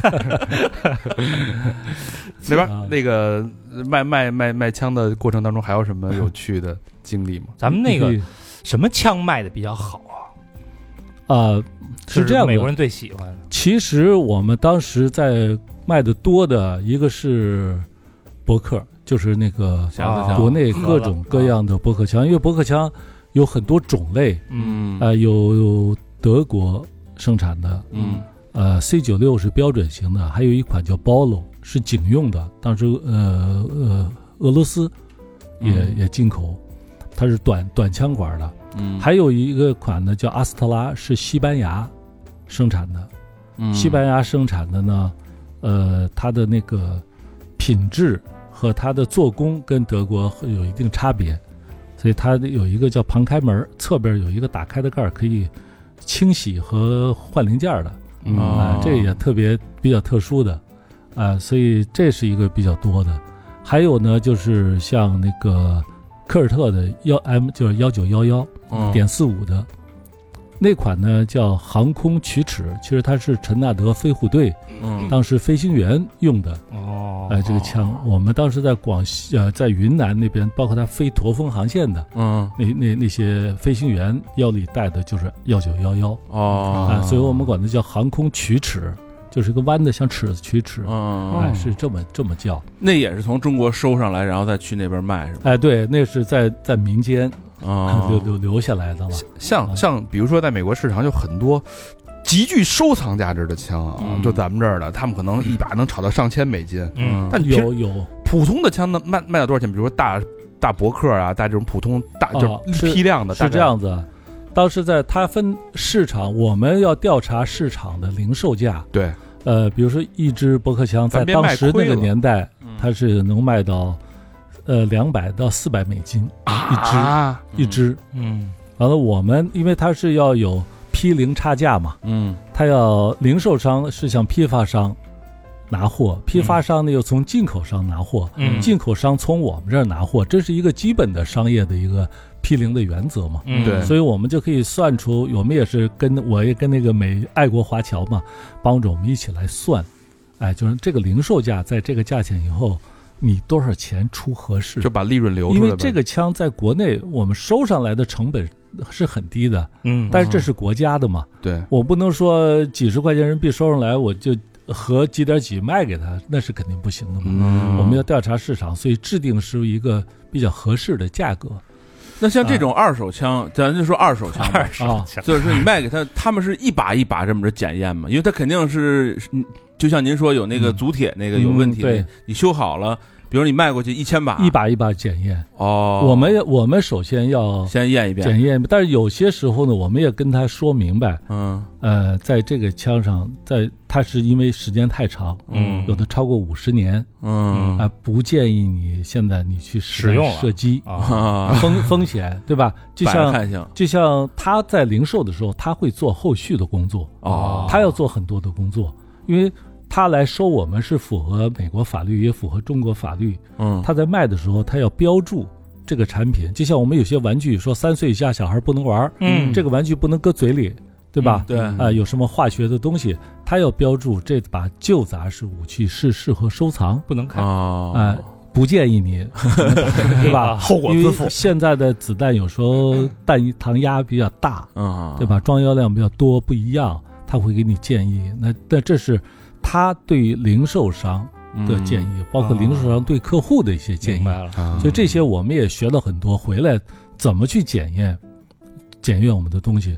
[SPEAKER 7] 那
[SPEAKER 4] 啊
[SPEAKER 7] 边那个卖卖卖卖枪的过程当中，还有什么有趣的经历吗？
[SPEAKER 2] 咱们那
[SPEAKER 4] 你可以
[SPEAKER 2] 个什么枪卖的比较好啊？
[SPEAKER 4] 啊，是这样
[SPEAKER 2] 美国
[SPEAKER 4] 的。
[SPEAKER 2] 人最喜欢的，
[SPEAKER 4] 其实我们当时在卖的多的一个是伯克，就是那个
[SPEAKER 6] 匣子
[SPEAKER 2] 啊
[SPEAKER 6] 枪，
[SPEAKER 4] 国内各种各样的伯克枪，因为伯克枪有很多种类，
[SPEAKER 6] 嗯
[SPEAKER 4] 呃，有德国生产的，
[SPEAKER 6] 嗯
[SPEAKER 4] 呃，C 九六是标准型的，还有一款叫 Bolo 是警用的，当时呃呃俄罗斯也、
[SPEAKER 6] 嗯
[SPEAKER 4] 也进口，它是短短枪管的，
[SPEAKER 6] 嗯，
[SPEAKER 4] 还有一个款呢叫阿斯特拉，是西班牙生产的。
[SPEAKER 6] 嗯
[SPEAKER 4] 西班牙生产的呢，呃，它的那个品质和它的做工跟德国会有一定差别，所以它有一个叫旁开门，侧边有一个打开的盖儿，可以清洗和换零件儿的，
[SPEAKER 7] 嗯
[SPEAKER 4] 啊、
[SPEAKER 6] 哦
[SPEAKER 4] 这也特别比较特殊的，啊、所以这是一个比较多的。还有呢，就是像那个科尔特的幺 M，就是幺九幺幺，
[SPEAKER 6] 嗯
[SPEAKER 4] 点四五的那款呢，叫航空曲尺，其实它是陈纳德飞虎队
[SPEAKER 6] 嗯
[SPEAKER 4] 当时飞行员用的，
[SPEAKER 2] 哦
[SPEAKER 4] 哎、这个枪，我们当时在广西呃，在云南那边，包括他飞驼峰航线的
[SPEAKER 6] 嗯
[SPEAKER 4] 那那那些飞行员腰里带的就是幺九幺幺，
[SPEAKER 6] 哦
[SPEAKER 4] 啊，所以我们管它叫航空曲尺，就是一个弯的像尺子曲尺，
[SPEAKER 6] 嗯，
[SPEAKER 4] 哎，是这么这么叫，
[SPEAKER 6] 那也是从中国收上来，然后再去那边卖是吧？
[SPEAKER 4] 哎，对，那是在在民间
[SPEAKER 6] 啊
[SPEAKER 4] 留留留下来的了，
[SPEAKER 7] 像像比如说，在美国市场有很多极具收藏价值的枪啊，
[SPEAKER 6] 嗯
[SPEAKER 7] 就咱们这儿的，他们可能一把能炒到上千美金。
[SPEAKER 2] 嗯，
[SPEAKER 7] 但你平
[SPEAKER 4] 有有
[SPEAKER 7] 普通的枪能卖卖到多少钱？比如说大大伯克啊，大这种普通大
[SPEAKER 4] 哦
[SPEAKER 7] 就是批量的，
[SPEAKER 4] 是这样子啊，当时在它分市场，我们要调查市场的零售价。
[SPEAKER 7] 大概。
[SPEAKER 4] 呃，比如说一支伯克枪，
[SPEAKER 7] 咱
[SPEAKER 4] 在
[SPEAKER 7] 别
[SPEAKER 4] 当
[SPEAKER 7] 卖
[SPEAKER 4] 时
[SPEAKER 7] 亏
[SPEAKER 4] 那个
[SPEAKER 7] 了嗯
[SPEAKER 4] 年代，它是能卖到呃两百到四百美金
[SPEAKER 7] 对啊，
[SPEAKER 4] 一支。
[SPEAKER 2] 嗯
[SPEAKER 4] 完了，我们因为它是要有批零差价嘛，
[SPEAKER 6] 嗯
[SPEAKER 4] 它要零售商是向批发商拿货，批
[SPEAKER 7] 嗯
[SPEAKER 4] 发商呢又从进口商拿货，
[SPEAKER 2] 嗯
[SPEAKER 4] 进口商从我们这儿拿货，这是一个基本的商业的一个批零的原则嘛。
[SPEAKER 2] 嗯
[SPEAKER 7] 对
[SPEAKER 4] 所以我们就可以算出，我们也是跟我也跟那个美爱国华侨嘛，帮着我们一起来算，哎，就是这个零售价在这个价钱以后，你多少钱出合适
[SPEAKER 7] 就？把利润留出
[SPEAKER 4] 因
[SPEAKER 7] 来呗。
[SPEAKER 4] 为这个枪在国内我们收上来的成本是很低的，
[SPEAKER 2] 嗯，
[SPEAKER 4] 但是这是国家的嘛，
[SPEAKER 7] 对，
[SPEAKER 4] 我不能说几十块钱人币收上来我就和几点几卖给他，那是肯定不行的嘛。
[SPEAKER 6] 嗯
[SPEAKER 4] 我们要调查市场，所以制定是一个比较合适的价格
[SPEAKER 6] 那像这种二手枪，咱就说二手枪吧，
[SPEAKER 4] 啊。
[SPEAKER 6] 就是说你卖给他，他们是一把一把这么着检验嘛，因为他肯定是，嗯就像您说有那个
[SPEAKER 4] 嗯
[SPEAKER 6] 足铁那个有问题，
[SPEAKER 4] 嗯对
[SPEAKER 6] 你修好了，比如你卖过去一千把，
[SPEAKER 4] 一把一把检验，
[SPEAKER 6] 哦，
[SPEAKER 4] 我们我们首先要
[SPEAKER 6] 先验一遍，
[SPEAKER 4] 检验，但是有些时候呢，我们也跟他说明白，
[SPEAKER 6] 嗯
[SPEAKER 4] 呃，在这个枪上，在它是因为时间太长，
[SPEAKER 6] 嗯
[SPEAKER 4] 有的超过五十年
[SPEAKER 6] 嗯
[SPEAKER 4] 啊、不建议你现在你去
[SPEAKER 2] 使用
[SPEAKER 4] 用
[SPEAKER 2] 了
[SPEAKER 4] 射击，
[SPEAKER 2] 啊，
[SPEAKER 6] 啊，
[SPEAKER 4] 风 风险对吧？嗯就
[SPEAKER 6] 摆着
[SPEAKER 4] 像
[SPEAKER 6] 看行
[SPEAKER 4] 就像他在零售的时候，他会做后续的工作，
[SPEAKER 6] 哦，
[SPEAKER 4] 他要做很多的工作，因为他来收我们是符合美国法律，也符合中国法律。
[SPEAKER 6] 嗯
[SPEAKER 4] 他在卖的时候，他要标注这个产品，就像我们有些玩具说三岁以下小孩不能玩儿，
[SPEAKER 2] 嗯
[SPEAKER 4] 这个玩具不能搁嘴里，对吧？
[SPEAKER 6] 对
[SPEAKER 4] 啊、有什么化学的东西，他要标注这把旧杂式武器是适合收藏，
[SPEAKER 2] 不能看，
[SPEAKER 6] 哦
[SPEAKER 4] 啊、不建议你，对吧？
[SPEAKER 1] 后果
[SPEAKER 4] 因
[SPEAKER 1] 自
[SPEAKER 4] 为
[SPEAKER 1] 负。
[SPEAKER 4] 现在的子弹有时候弹膛压比较大，
[SPEAKER 6] 嗯，
[SPEAKER 4] 对？吧？装药量比较多，不一样，他会给你建议。那那这是他对于零售商
[SPEAKER 6] 嗯
[SPEAKER 4] 的建议，包括零售商对客户的一些建
[SPEAKER 2] 明
[SPEAKER 4] 议。
[SPEAKER 2] 白了，
[SPEAKER 1] 啊
[SPEAKER 4] 所以这些我们也学了很多，回来怎么去检验、检验我们的东西。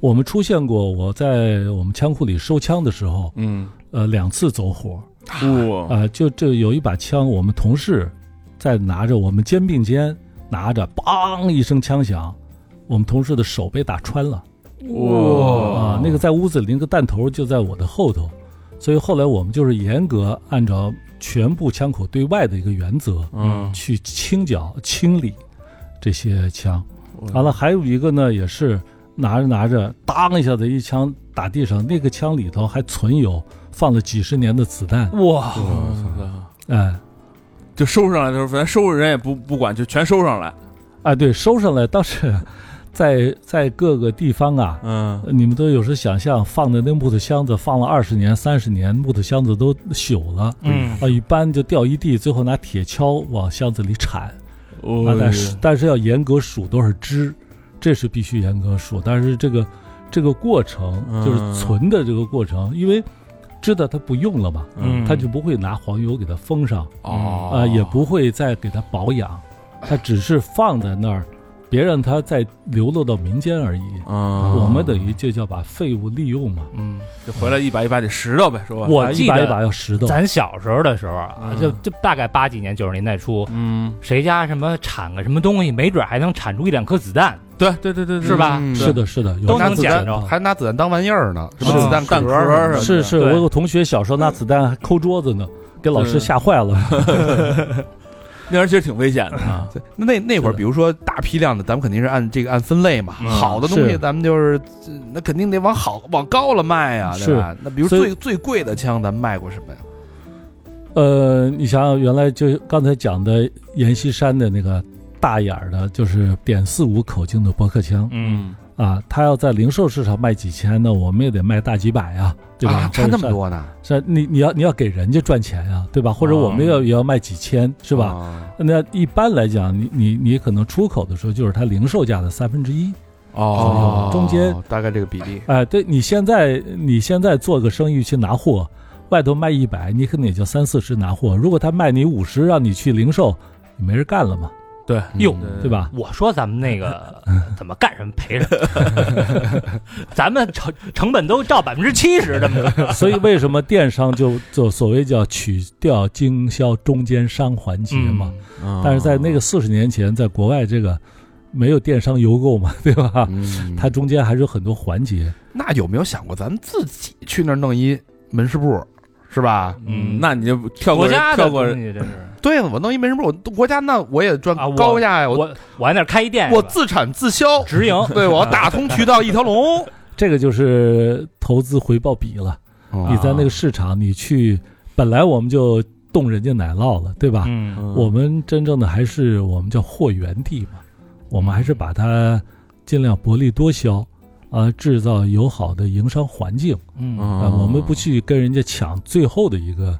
[SPEAKER 4] 我们出现过，我在我们枪库里收枪的时候，
[SPEAKER 6] 嗯，
[SPEAKER 4] 呃，两次走火，
[SPEAKER 6] 哇，
[SPEAKER 4] 啊，就这有一把枪，我们同事在拿着，我们肩并肩拿着，梆一声枪响，我们同事的手被打穿了。
[SPEAKER 6] 哇
[SPEAKER 4] 啊，那个在屋子里那个弹头就在我的后头，所以后来我们就是严格按照全部枪口对外的一个原则，
[SPEAKER 6] 嗯
[SPEAKER 4] 去清剿清理这些枪。
[SPEAKER 6] 哇
[SPEAKER 4] 完了，还有一个呢，也是拿着拿着，当一下子一枪打地上，那个枪里头还存有放了几十年的子弹，
[SPEAKER 2] 哇，
[SPEAKER 6] 嗯哇
[SPEAKER 4] 哎。
[SPEAKER 6] 就收上来的时候，咱收拾人也不不管，就全收上来，
[SPEAKER 4] 啊，对，收上来倒是在在各个地方啊，
[SPEAKER 6] 嗯
[SPEAKER 4] 你们都有时候想象放的那木头箱子放了二十年、三十年，木头箱子都朽了。
[SPEAKER 2] 嗯
[SPEAKER 4] 啊，一般就掉一地，最后拿铁锹往箱子里铲啊，
[SPEAKER 6] 哦
[SPEAKER 4] 但是但是要严格数多少只，这是必须严格数。但是这个这个过程就是存的这个过程，因为知道它不用了嘛，
[SPEAKER 6] 嗯
[SPEAKER 4] 它就不会拿黄油给它封上，
[SPEAKER 6] 哦
[SPEAKER 4] 啊、也不会再给它保养，它只是放在那儿，别让它再流落到民间而已。
[SPEAKER 6] 啊，
[SPEAKER 4] 我们等于就叫把废物利用嘛，
[SPEAKER 2] 嗯，
[SPEAKER 6] 就回来一把一把得拾掇呗，说吧，
[SPEAKER 4] 我
[SPEAKER 2] 记
[SPEAKER 4] 一把
[SPEAKER 2] 得
[SPEAKER 4] 一把要拾掇。
[SPEAKER 2] 咱小时候的时候啊，
[SPEAKER 6] 嗯
[SPEAKER 2] 就就大概八几年九十年代初，
[SPEAKER 6] 嗯，
[SPEAKER 2] 谁家什么产个什么东西，没准还能产出一两颗子弹，
[SPEAKER 6] 对对对对，对
[SPEAKER 2] 是吧？
[SPEAKER 1] 嗯
[SPEAKER 4] 是的，是的，嗯有
[SPEAKER 2] 都
[SPEAKER 1] 拿
[SPEAKER 2] 能
[SPEAKER 1] 子
[SPEAKER 2] 捡
[SPEAKER 1] 弹
[SPEAKER 2] 着
[SPEAKER 1] 还拿子弹当玩意儿呢，什
[SPEAKER 6] 是
[SPEAKER 4] 哦
[SPEAKER 1] 么子弹
[SPEAKER 6] 弹
[SPEAKER 1] 壳
[SPEAKER 6] 壳
[SPEAKER 1] 儿啊
[SPEAKER 6] 儿
[SPEAKER 1] 什么的
[SPEAKER 4] 是是，我
[SPEAKER 2] 对
[SPEAKER 4] 有个同学小时候拿子弹还抠桌子呢，给老师
[SPEAKER 6] 对
[SPEAKER 4] 吓坏了。
[SPEAKER 6] 那玩意儿其实挺危险的
[SPEAKER 4] 嗯
[SPEAKER 6] 啊，
[SPEAKER 1] 对那那那会儿，
[SPEAKER 4] 是的
[SPEAKER 1] 比如说大批量的，咱们肯定是按这个按分类嘛，
[SPEAKER 6] 嗯
[SPEAKER 1] 好的东西
[SPEAKER 4] 是
[SPEAKER 1] 咱们就是呃那肯定得往好往高了卖呀，对吧？那比如
[SPEAKER 4] 所
[SPEAKER 1] 最
[SPEAKER 4] 以
[SPEAKER 1] 最贵的枪，咱们卖过什么呀？
[SPEAKER 4] 呃，你想想，原来就刚才讲的阎锡山的那个大眼儿的，就是点四五口径的驳壳枪
[SPEAKER 6] 嗯
[SPEAKER 4] 啊，他要在零售市场卖几千，那我们也得卖大几百啊，对吧
[SPEAKER 1] 啊？差那
[SPEAKER 4] 或者
[SPEAKER 1] 么
[SPEAKER 4] 是
[SPEAKER 1] 多呢，
[SPEAKER 4] 是你你要你要给人家赚钱呀、对吧？或者我们要、也要卖几千，是
[SPEAKER 1] 是
[SPEAKER 4] 吧？？那一般来讲，你你你可能出口的时候就是它零售价的三分之一。
[SPEAKER 6] 哦
[SPEAKER 4] 中间
[SPEAKER 1] 大概这个比例，
[SPEAKER 4] 哎，对你现在你现在做个生意去拿货，外头卖一百，你可能也就三四十拿货。如果他卖你五十，让你去零售，你没人干了嘛，
[SPEAKER 6] 对
[SPEAKER 2] 哟
[SPEAKER 1] 嗯
[SPEAKER 4] 对？吧？
[SPEAKER 2] 我说咱们那个怎么干什么赔什么， 咱们成成本都照百分之七十这么高
[SPEAKER 4] 所以为什么电商就就所谓叫取掉经销中间商环节嘛？
[SPEAKER 6] 嗯
[SPEAKER 4] 但是在那个四十年前，在国外这个没有电商邮购嘛， 对吧？
[SPEAKER 1] 嗯
[SPEAKER 4] 它中间还是有很多环节。
[SPEAKER 1] 那有没有想过咱们自己去那儿弄一门市部，是吧？
[SPEAKER 6] 嗯，那你就跳过
[SPEAKER 2] 国
[SPEAKER 6] 人
[SPEAKER 2] 家的
[SPEAKER 6] 跳过
[SPEAKER 2] 东
[SPEAKER 6] 人
[SPEAKER 2] 西这是，
[SPEAKER 1] 对，我弄一门市部，我国家那我也赚
[SPEAKER 2] 啊我
[SPEAKER 1] 高价呀，我
[SPEAKER 2] 我我还那儿开一店是吧，
[SPEAKER 1] 我自产自销，
[SPEAKER 2] 直营，
[SPEAKER 1] 对我打通渠道一条龙。
[SPEAKER 4] 这个就是投资回报比了。
[SPEAKER 1] 啊
[SPEAKER 4] 你
[SPEAKER 1] 哦
[SPEAKER 4] 在那个市场，你去，本来我们就动人家奶酪了，对吧？
[SPEAKER 2] 嗯，
[SPEAKER 4] 我们真正的还是我们叫货源地嘛，我们还是把它尽量薄利多销，啊，制造友好的营商环境
[SPEAKER 6] 嗯
[SPEAKER 1] 哦
[SPEAKER 4] 啊，我们不去跟人家抢最后的一个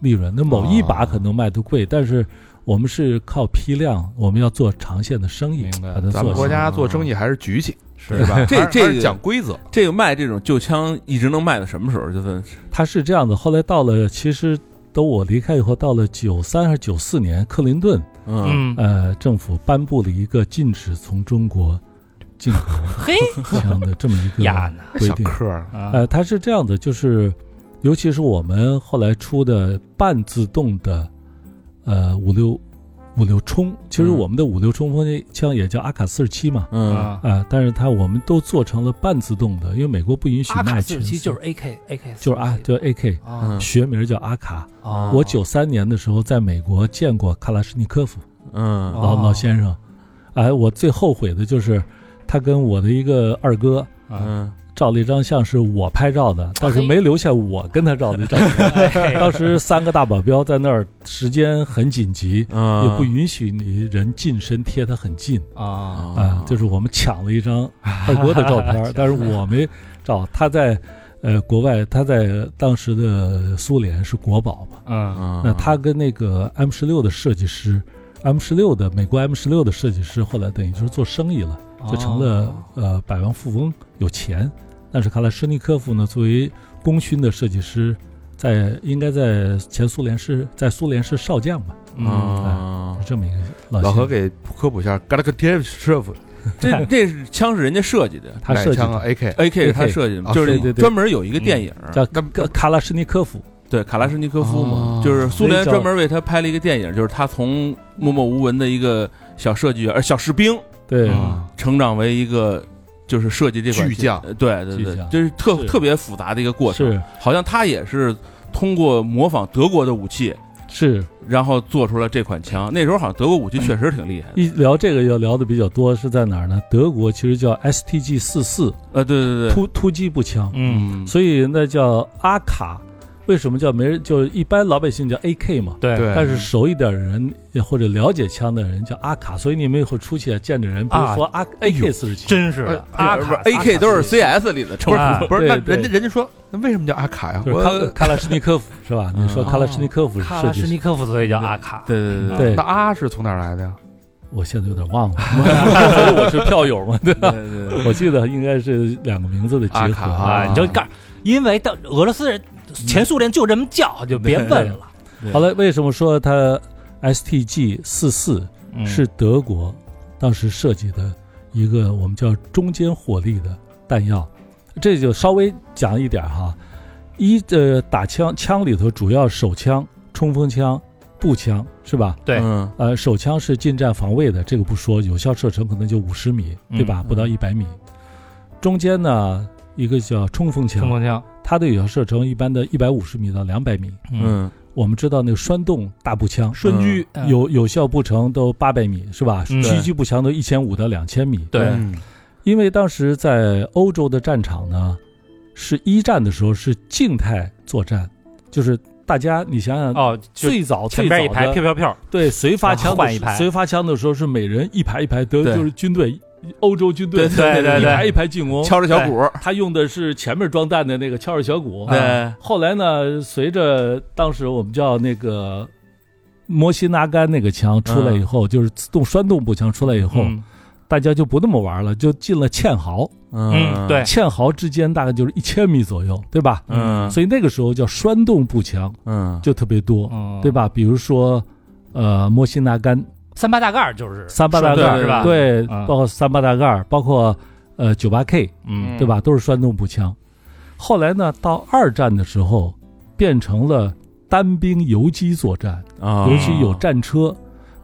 [SPEAKER 4] 利润。那某一把
[SPEAKER 1] 哦
[SPEAKER 4] 可能卖的贵，但是我们是靠批量，我们要做长线的生意
[SPEAKER 1] 明，白
[SPEAKER 4] 把它
[SPEAKER 1] 咱
[SPEAKER 4] 啊做
[SPEAKER 1] 们
[SPEAKER 4] 起
[SPEAKER 1] 国
[SPEAKER 4] 来。
[SPEAKER 1] 家做生意还是局气，
[SPEAKER 6] 是 吧？
[SPEAKER 1] 这
[SPEAKER 6] 这这
[SPEAKER 1] 这
[SPEAKER 6] 个
[SPEAKER 1] 讲规则，
[SPEAKER 6] 这个卖这种旧枪一直能卖到什么时候？就问
[SPEAKER 4] 他是这样的，后来到了，其实等我离开以后，到了九三还是九四年，克林顿
[SPEAKER 6] 嗯
[SPEAKER 2] 嗯，
[SPEAKER 4] 呃政府颁布了一个禁止从中国进
[SPEAKER 2] 嘿
[SPEAKER 4] 口枪的这么 一
[SPEAKER 2] 呀
[SPEAKER 4] 个
[SPEAKER 2] 呢
[SPEAKER 4] 规
[SPEAKER 1] 小
[SPEAKER 4] 定。
[SPEAKER 1] 克儿
[SPEAKER 2] 啊
[SPEAKER 4] 呃，它是这样的，就是尤其是我们后来出的半自动的呃五六五六冲，其实
[SPEAKER 6] 嗯
[SPEAKER 4] 我们的五六冲锋枪也叫阿卡四十七嘛。
[SPEAKER 6] 嗯，
[SPEAKER 2] 啊
[SPEAKER 4] 啊、但是它我们都做成了半自动的，因为美国不允许
[SPEAKER 2] 阿卡
[SPEAKER 4] 卖
[SPEAKER 2] 四
[SPEAKER 4] 全
[SPEAKER 2] 十七
[SPEAKER 4] 自
[SPEAKER 2] 就是 AK AK，
[SPEAKER 4] 就是啊，就 AK，
[SPEAKER 6] 嗯
[SPEAKER 2] 啊
[SPEAKER 4] 学名叫阿卡。
[SPEAKER 2] 啊，
[SPEAKER 4] 我九三年的时候在美国见过卡拉什尼科夫
[SPEAKER 6] 嗯
[SPEAKER 4] 老
[SPEAKER 2] 哦
[SPEAKER 4] 老先生，哎，我最后悔的就是他跟我的一个二哥
[SPEAKER 2] 啊
[SPEAKER 6] 嗯
[SPEAKER 4] 照了一张相，是我拍照的，但是
[SPEAKER 2] 嘿
[SPEAKER 4] 没留下我跟他照 的照。当时三个大保镖在那儿，时间很紧急，
[SPEAKER 6] 嗯，
[SPEAKER 4] 也不允许你人近身贴他很近
[SPEAKER 2] 啊
[SPEAKER 4] 啊，就是是我们抢了一张二哥的照 片，但是我没照，他在。呃，国外他在当时的苏联是国宝嘛，
[SPEAKER 2] 嗯
[SPEAKER 1] 啊
[SPEAKER 6] 啊
[SPEAKER 4] 那他跟那个 M 十六的设计师，M 十六的美国 M 十六的设计师，后来等于就是做生意了，哦
[SPEAKER 1] 哦
[SPEAKER 4] 就成了、呃百万富翁，有钱。但是卡拉什尼科夫呢，作为功勋的设计师，在应该在前苏联是在苏联是少将吧，
[SPEAKER 2] 嗯
[SPEAKER 6] 啊
[SPEAKER 4] 是，这么一个老
[SPEAKER 1] 老
[SPEAKER 4] 先
[SPEAKER 1] 何
[SPEAKER 4] 生
[SPEAKER 1] 给科普一下 g a l a k t i e v s h e f
[SPEAKER 6] 这这是枪是人家设计的
[SPEAKER 4] 他设计
[SPEAKER 1] 枪啊
[SPEAKER 4] 的
[SPEAKER 1] AK，
[SPEAKER 6] ，AK 是他设计的，
[SPEAKER 1] 啊
[SPEAKER 6] 就是
[SPEAKER 4] 对对对
[SPEAKER 6] 专门有一个电影，
[SPEAKER 4] 叫
[SPEAKER 1] 那
[SPEAKER 4] 卡卡拉什尼科夫，
[SPEAKER 6] 对卡拉什尼科夫嘛，
[SPEAKER 1] 哦
[SPEAKER 6] 就是苏
[SPEAKER 4] 所以
[SPEAKER 6] 联
[SPEAKER 4] 叫
[SPEAKER 6] 专门为他拍了一个电影，就是他从默默无闻的一个小设计员，呃，小士兵，
[SPEAKER 4] 对，
[SPEAKER 1] 嗯
[SPEAKER 6] 成长为一个就是设计这款
[SPEAKER 1] 巨匠
[SPEAKER 6] 呃对对
[SPEAKER 4] 巨
[SPEAKER 6] 对，
[SPEAKER 4] 匠
[SPEAKER 6] 就是特
[SPEAKER 4] 是
[SPEAKER 6] 特别复杂的一个过程。
[SPEAKER 4] 是
[SPEAKER 6] 好像他也是通过模仿德国的武器，
[SPEAKER 4] 是
[SPEAKER 6] 然后做出了这款枪。那时候好像德国武器确实挺厉害的。
[SPEAKER 4] 一聊这个要聊的比较多是在哪儿呢？德国其实叫 STG 四四
[SPEAKER 6] 呃，对对对，
[SPEAKER 4] 突突击步枪，
[SPEAKER 2] 嗯，
[SPEAKER 4] 所以那叫阿卡。为什么叫没人？就是一般老百姓叫 AK 嘛，
[SPEAKER 2] 对
[SPEAKER 1] 对
[SPEAKER 4] 但是熟一点的人或者了解枪的人叫阿卡。所以你们以后出去啊见着人，比如说阿
[SPEAKER 2] 哎呦
[SPEAKER 4] AK 四十七，
[SPEAKER 2] 真是的，
[SPEAKER 1] 哎
[SPEAKER 2] 呃阿
[SPEAKER 1] 不是
[SPEAKER 2] 卡
[SPEAKER 6] AK 都是
[SPEAKER 2] C
[SPEAKER 6] CS 里的
[SPEAKER 2] 不
[SPEAKER 6] 称
[SPEAKER 2] 是
[SPEAKER 6] 呼。
[SPEAKER 1] 不是，那
[SPEAKER 4] 对对
[SPEAKER 1] 人家人家说，那为什么叫阿卡呀？
[SPEAKER 4] 就是
[SPEAKER 1] 我
[SPEAKER 4] 卡卡拉什尼科夫是吧？
[SPEAKER 6] 嗯
[SPEAKER 4] 你说卡拉什尼科夫是
[SPEAKER 2] 啊卡
[SPEAKER 4] 设
[SPEAKER 2] 拉
[SPEAKER 4] 计
[SPEAKER 2] 什
[SPEAKER 4] 师，
[SPEAKER 2] 尼科夫，所以叫阿卡。
[SPEAKER 6] 对对对
[SPEAKER 4] 对
[SPEAKER 1] 那阿是从哪儿来的呀？
[SPEAKER 4] 我现在有点忘 了，所以我是票友嘛，对吧？
[SPEAKER 6] 对对对，
[SPEAKER 4] 我记得应该是两个名字的
[SPEAKER 1] 阿
[SPEAKER 4] 结
[SPEAKER 1] 卡
[SPEAKER 4] 合。
[SPEAKER 2] 啊，你就干，因为到俄罗斯人、前苏联就这么叫，就别问了。
[SPEAKER 4] 好了，为什么说它 STG 四四
[SPEAKER 2] 嗯
[SPEAKER 4] 是德国当时设计的一个我们叫中间火力的弹药。这就稍微讲一点哈，一呃打枪枪里头主要手枪、冲锋枪、步枪是吧？
[SPEAKER 2] 对
[SPEAKER 6] 嗯
[SPEAKER 4] 呃，手枪是近战防卫的，这个不说，有效射程可能就五十米，对吧？
[SPEAKER 6] 嗯
[SPEAKER 4] 不到一百米。中间呢，一个叫冲锋
[SPEAKER 2] 冲
[SPEAKER 4] 枪，
[SPEAKER 2] 锋枪，
[SPEAKER 4] 它的有效射程一般的一百五十米到两百米。
[SPEAKER 6] 嗯
[SPEAKER 4] 我们知道那个栓动大步枪，
[SPEAKER 6] 瞬狙
[SPEAKER 2] 嗯
[SPEAKER 4] 有有效步程都八百米是吧？
[SPEAKER 2] 嗯
[SPEAKER 4] 狙击步枪都一千五到两千米。
[SPEAKER 2] 对
[SPEAKER 1] 嗯
[SPEAKER 4] 因为当时在欧洲的战场呢，是一战的时候是静态作战，就是大家你想想，
[SPEAKER 2] 哦，就
[SPEAKER 4] 最早
[SPEAKER 2] 前
[SPEAKER 4] 最
[SPEAKER 2] 边一
[SPEAKER 4] 早
[SPEAKER 2] 排
[SPEAKER 4] 的
[SPEAKER 2] 飘飘飘，
[SPEAKER 4] 对随发枪的时候
[SPEAKER 2] 换一排
[SPEAKER 4] 随发枪的时候是每人一排一排，德
[SPEAKER 6] 对
[SPEAKER 4] 就是军队。欧洲军队
[SPEAKER 6] 对对对对
[SPEAKER 4] 一
[SPEAKER 6] 对
[SPEAKER 4] 排一排进攻，
[SPEAKER 6] 敲着小鼓，
[SPEAKER 4] 他用的是前面装弹的那个敲着小鼓，
[SPEAKER 6] 对
[SPEAKER 4] 后来呢，随着当时我们叫那个摩西拿杆那个枪出来以后，就是自动栓动步枪出来以后，
[SPEAKER 2] 嗯
[SPEAKER 4] 大家就不那么玩了，就进了堑壕。
[SPEAKER 2] 嗯对
[SPEAKER 4] 堑壕之间大概就是一千米左右，对吧？
[SPEAKER 6] 嗯
[SPEAKER 4] 所以那个时候叫栓动步枪
[SPEAKER 6] 嗯
[SPEAKER 4] 就特别多，
[SPEAKER 2] 嗯
[SPEAKER 4] 对？吧？比如说。呃，摩西拿杆、
[SPEAKER 2] 三八大盖儿就是
[SPEAKER 4] 三八大盖
[SPEAKER 6] 对
[SPEAKER 4] 儿
[SPEAKER 2] 是吧？
[SPEAKER 4] 对，
[SPEAKER 2] 嗯
[SPEAKER 4] 包括三八大盖儿，包括呃九八 K，
[SPEAKER 2] 嗯
[SPEAKER 4] 对吧？都是栓动步枪。后来呢，到二战的时候，变成了单兵游击作战，
[SPEAKER 6] 啊
[SPEAKER 4] 尤其有战车。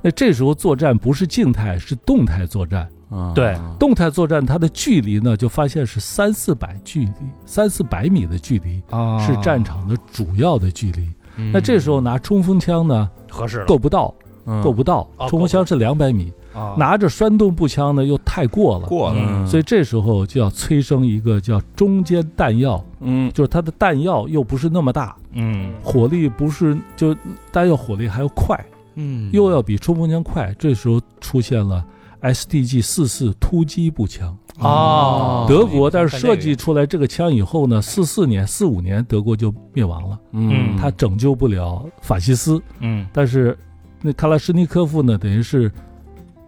[SPEAKER 4] 那这时候作战不是静态，是动态作战。
[SPEAKER 6] 啊
[SPEAKER 2] 对
[SPEAKER 4] 动态作战它的距离呢，就发现是三四百距离，三四百米的距离
[SPEAKER 2] 啊
[SPEAKER 4] 是战场的主要的距离。
[SPEAKER 1] 嗯
[SPEAKER 4] 那这时候拿冲锋枪呢，
[SPEAKER 2] 合适了，
[SPEAKER 4] 够不到，
[SPEAKER 6] 嗯
[SPEAKER 4] 够不到
[SPEAKER 2] 哦。
[SPEAKER 4] 冲锋枪是两百米，
[SPEAKER 2] 啊
[SPEAKER 4] 拿着栓动步枪呢又太过了。
[SPEAKER 1] 过了，
[SPEAKER 2] 嗯
[SPEAKER 4] 所以这时候就要催生一个叫中间弹药，
[SPEAKER 6] 嗯
[SPEAKER 4] 就是它的弹药又不是那么大，
[SPEAKER 2] 嗯
[SPEAKER 4] 火力不是就弹药火力还要快，
[SPEAKER 1] 嗯
[SPEAKER 4] 又要比冲锋枪快。这时候出现了 SDG 四四突击步枪，
[SPEAKER 2] 哦
[SPEAKER 4] 德国，但是设计出来这个枪以后呢，四四年、四五年德国就灭亡了，
[SPEAKER 6] 嗯
[SPEAKER 4] 它拯救不了法西斯，
[SPEAKER 2] 嗯
[SPEAKER 4] 但是那卡拉什尼科夫呢，等于是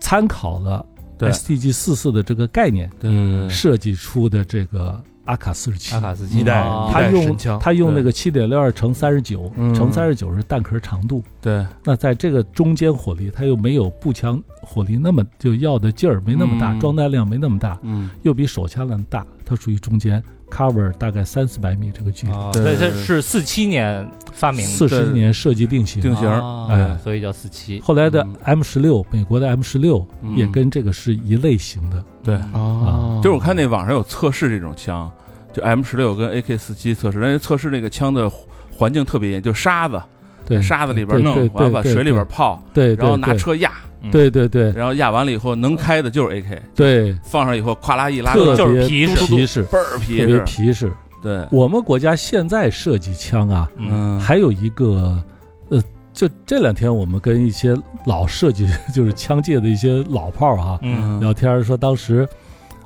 [SPEAKER 4] 参考了
[SPEAKER 6] 对
[SPEAKER 4] SDG 四四的这个概念
[SPEAKER 6] 对对对，
[SPEAKER 4] 设计出的这个阿卡啊四十七
[SPEAKER 2] 阿。卡斯基
[SPEAKER 1] 一代
[SPEAKER 2] 哦
[SPEAKER 1] 一
[SPEAKER 4] 它
[SPEAKER 1] 代
[SPEAKER 4] 用
[SPEAKER 1] 神枪
[SPEAKER 4] 它用
[SPEAKER 6] 对
[SPEAKER 4] 那个七点六二乘三十九
[SPEAKER 6] 啊嗯
[SPEAKER 4] 乘三十九是弹壳长度，
[SPEAKER 6] 对
[SPEAKER 4] 那在这个中间火力，它又没有步枪火力那么就要的劲儿没那么大，
[SPEAKER 6] 嗯
[SPEAKER 4] 装弹量没那么大，
[SPEAKER 6] 嗯，
[SPEAKER 4] 又比手枪量大，它属于中间 cover 大概三四百米这个距离，
[SPEAKER 2] 哦
[SPEAKER 6] 对
[SPEAKER 2] 对，
[SPEAKER 6] 对
[SPEAKER 2] 这
[SPEAKER 6] 对
[SPEAKER 2] 是四七年发明的，
[SPEAKER 4] 四十年设计定型。
[SPEAKER 6] 定型儿
[SPEAKER 2] 哦
[SPEAKER 4] 哎
[SPEAKER 2] 所以叫四七。
[SPEAKER 4] 后来的
[SPEAKER 6] 嗯
[SPEAKER 4] M 十六，美国的 M 十六
[SPEAKER 6] 嗯
[SPEAKER 4] 也跟这个是一类型的，
[SPEAKER 6] 对，
[SPEAKER 1] 哦，
[SPEAKER 6] 就是我看那网上有测试这种枪，就 M 十六跟 AK 四七测试，人家测试那个枪的环境特别严，就沙子，
[SPEAKER 4] 对，
[SPEAKER 6] 沙子里边
[SPEAKER 4] 对
[SPEAKER 6] 弄
[SPEAKER 4] 对，
[SPEAKER 6] 完了
[SPEAKER 4] 对
[SPEAKER 6] 把
[SPEAKER 4] 对
[SPEAKER 6] 水里边泡，
[SPEAKER 4] 对，对
[SPEAKER 6] 然后拿
[SPEAKER 4] 对
[SPEAKER 6] 车嗯压，
[SPEAKER 4] 对对对
[SPEAKER 6] 然后压完了以后能开的就是 AK，
[SPEAKER 4] 对，
[SPEAKER 6] 放上以后咵啦一拉，
[SPEAKER 4] 特
[SPEAKER 6] 就
[SPEAKER 2] 就是
[SPEAKER 4] 别
[SPEAKER 2] 皮实
[SPEAKER 4] 皮实，
[SPEAKER 6] 倍儿
[SPEAKER 4] 特
[SPEAKER 6] 皮
[SPEAKER 4] 别
[SPEAKER 6] 实，
[SPEAKER 4] 皮实。
[SPEAKER 6] 对，
[SPEAKER 4] 我们国家现在设计枪啊，
[SPEAKER 6] 嗯，
[SPEAKER 4] 还有一个，呃，就这两天我们跟一些老设计， 就是枪界的一些老炮儿啊、
[SPEAKER 2] 嗯
[SPEAKER 4] 聊天儿，说当时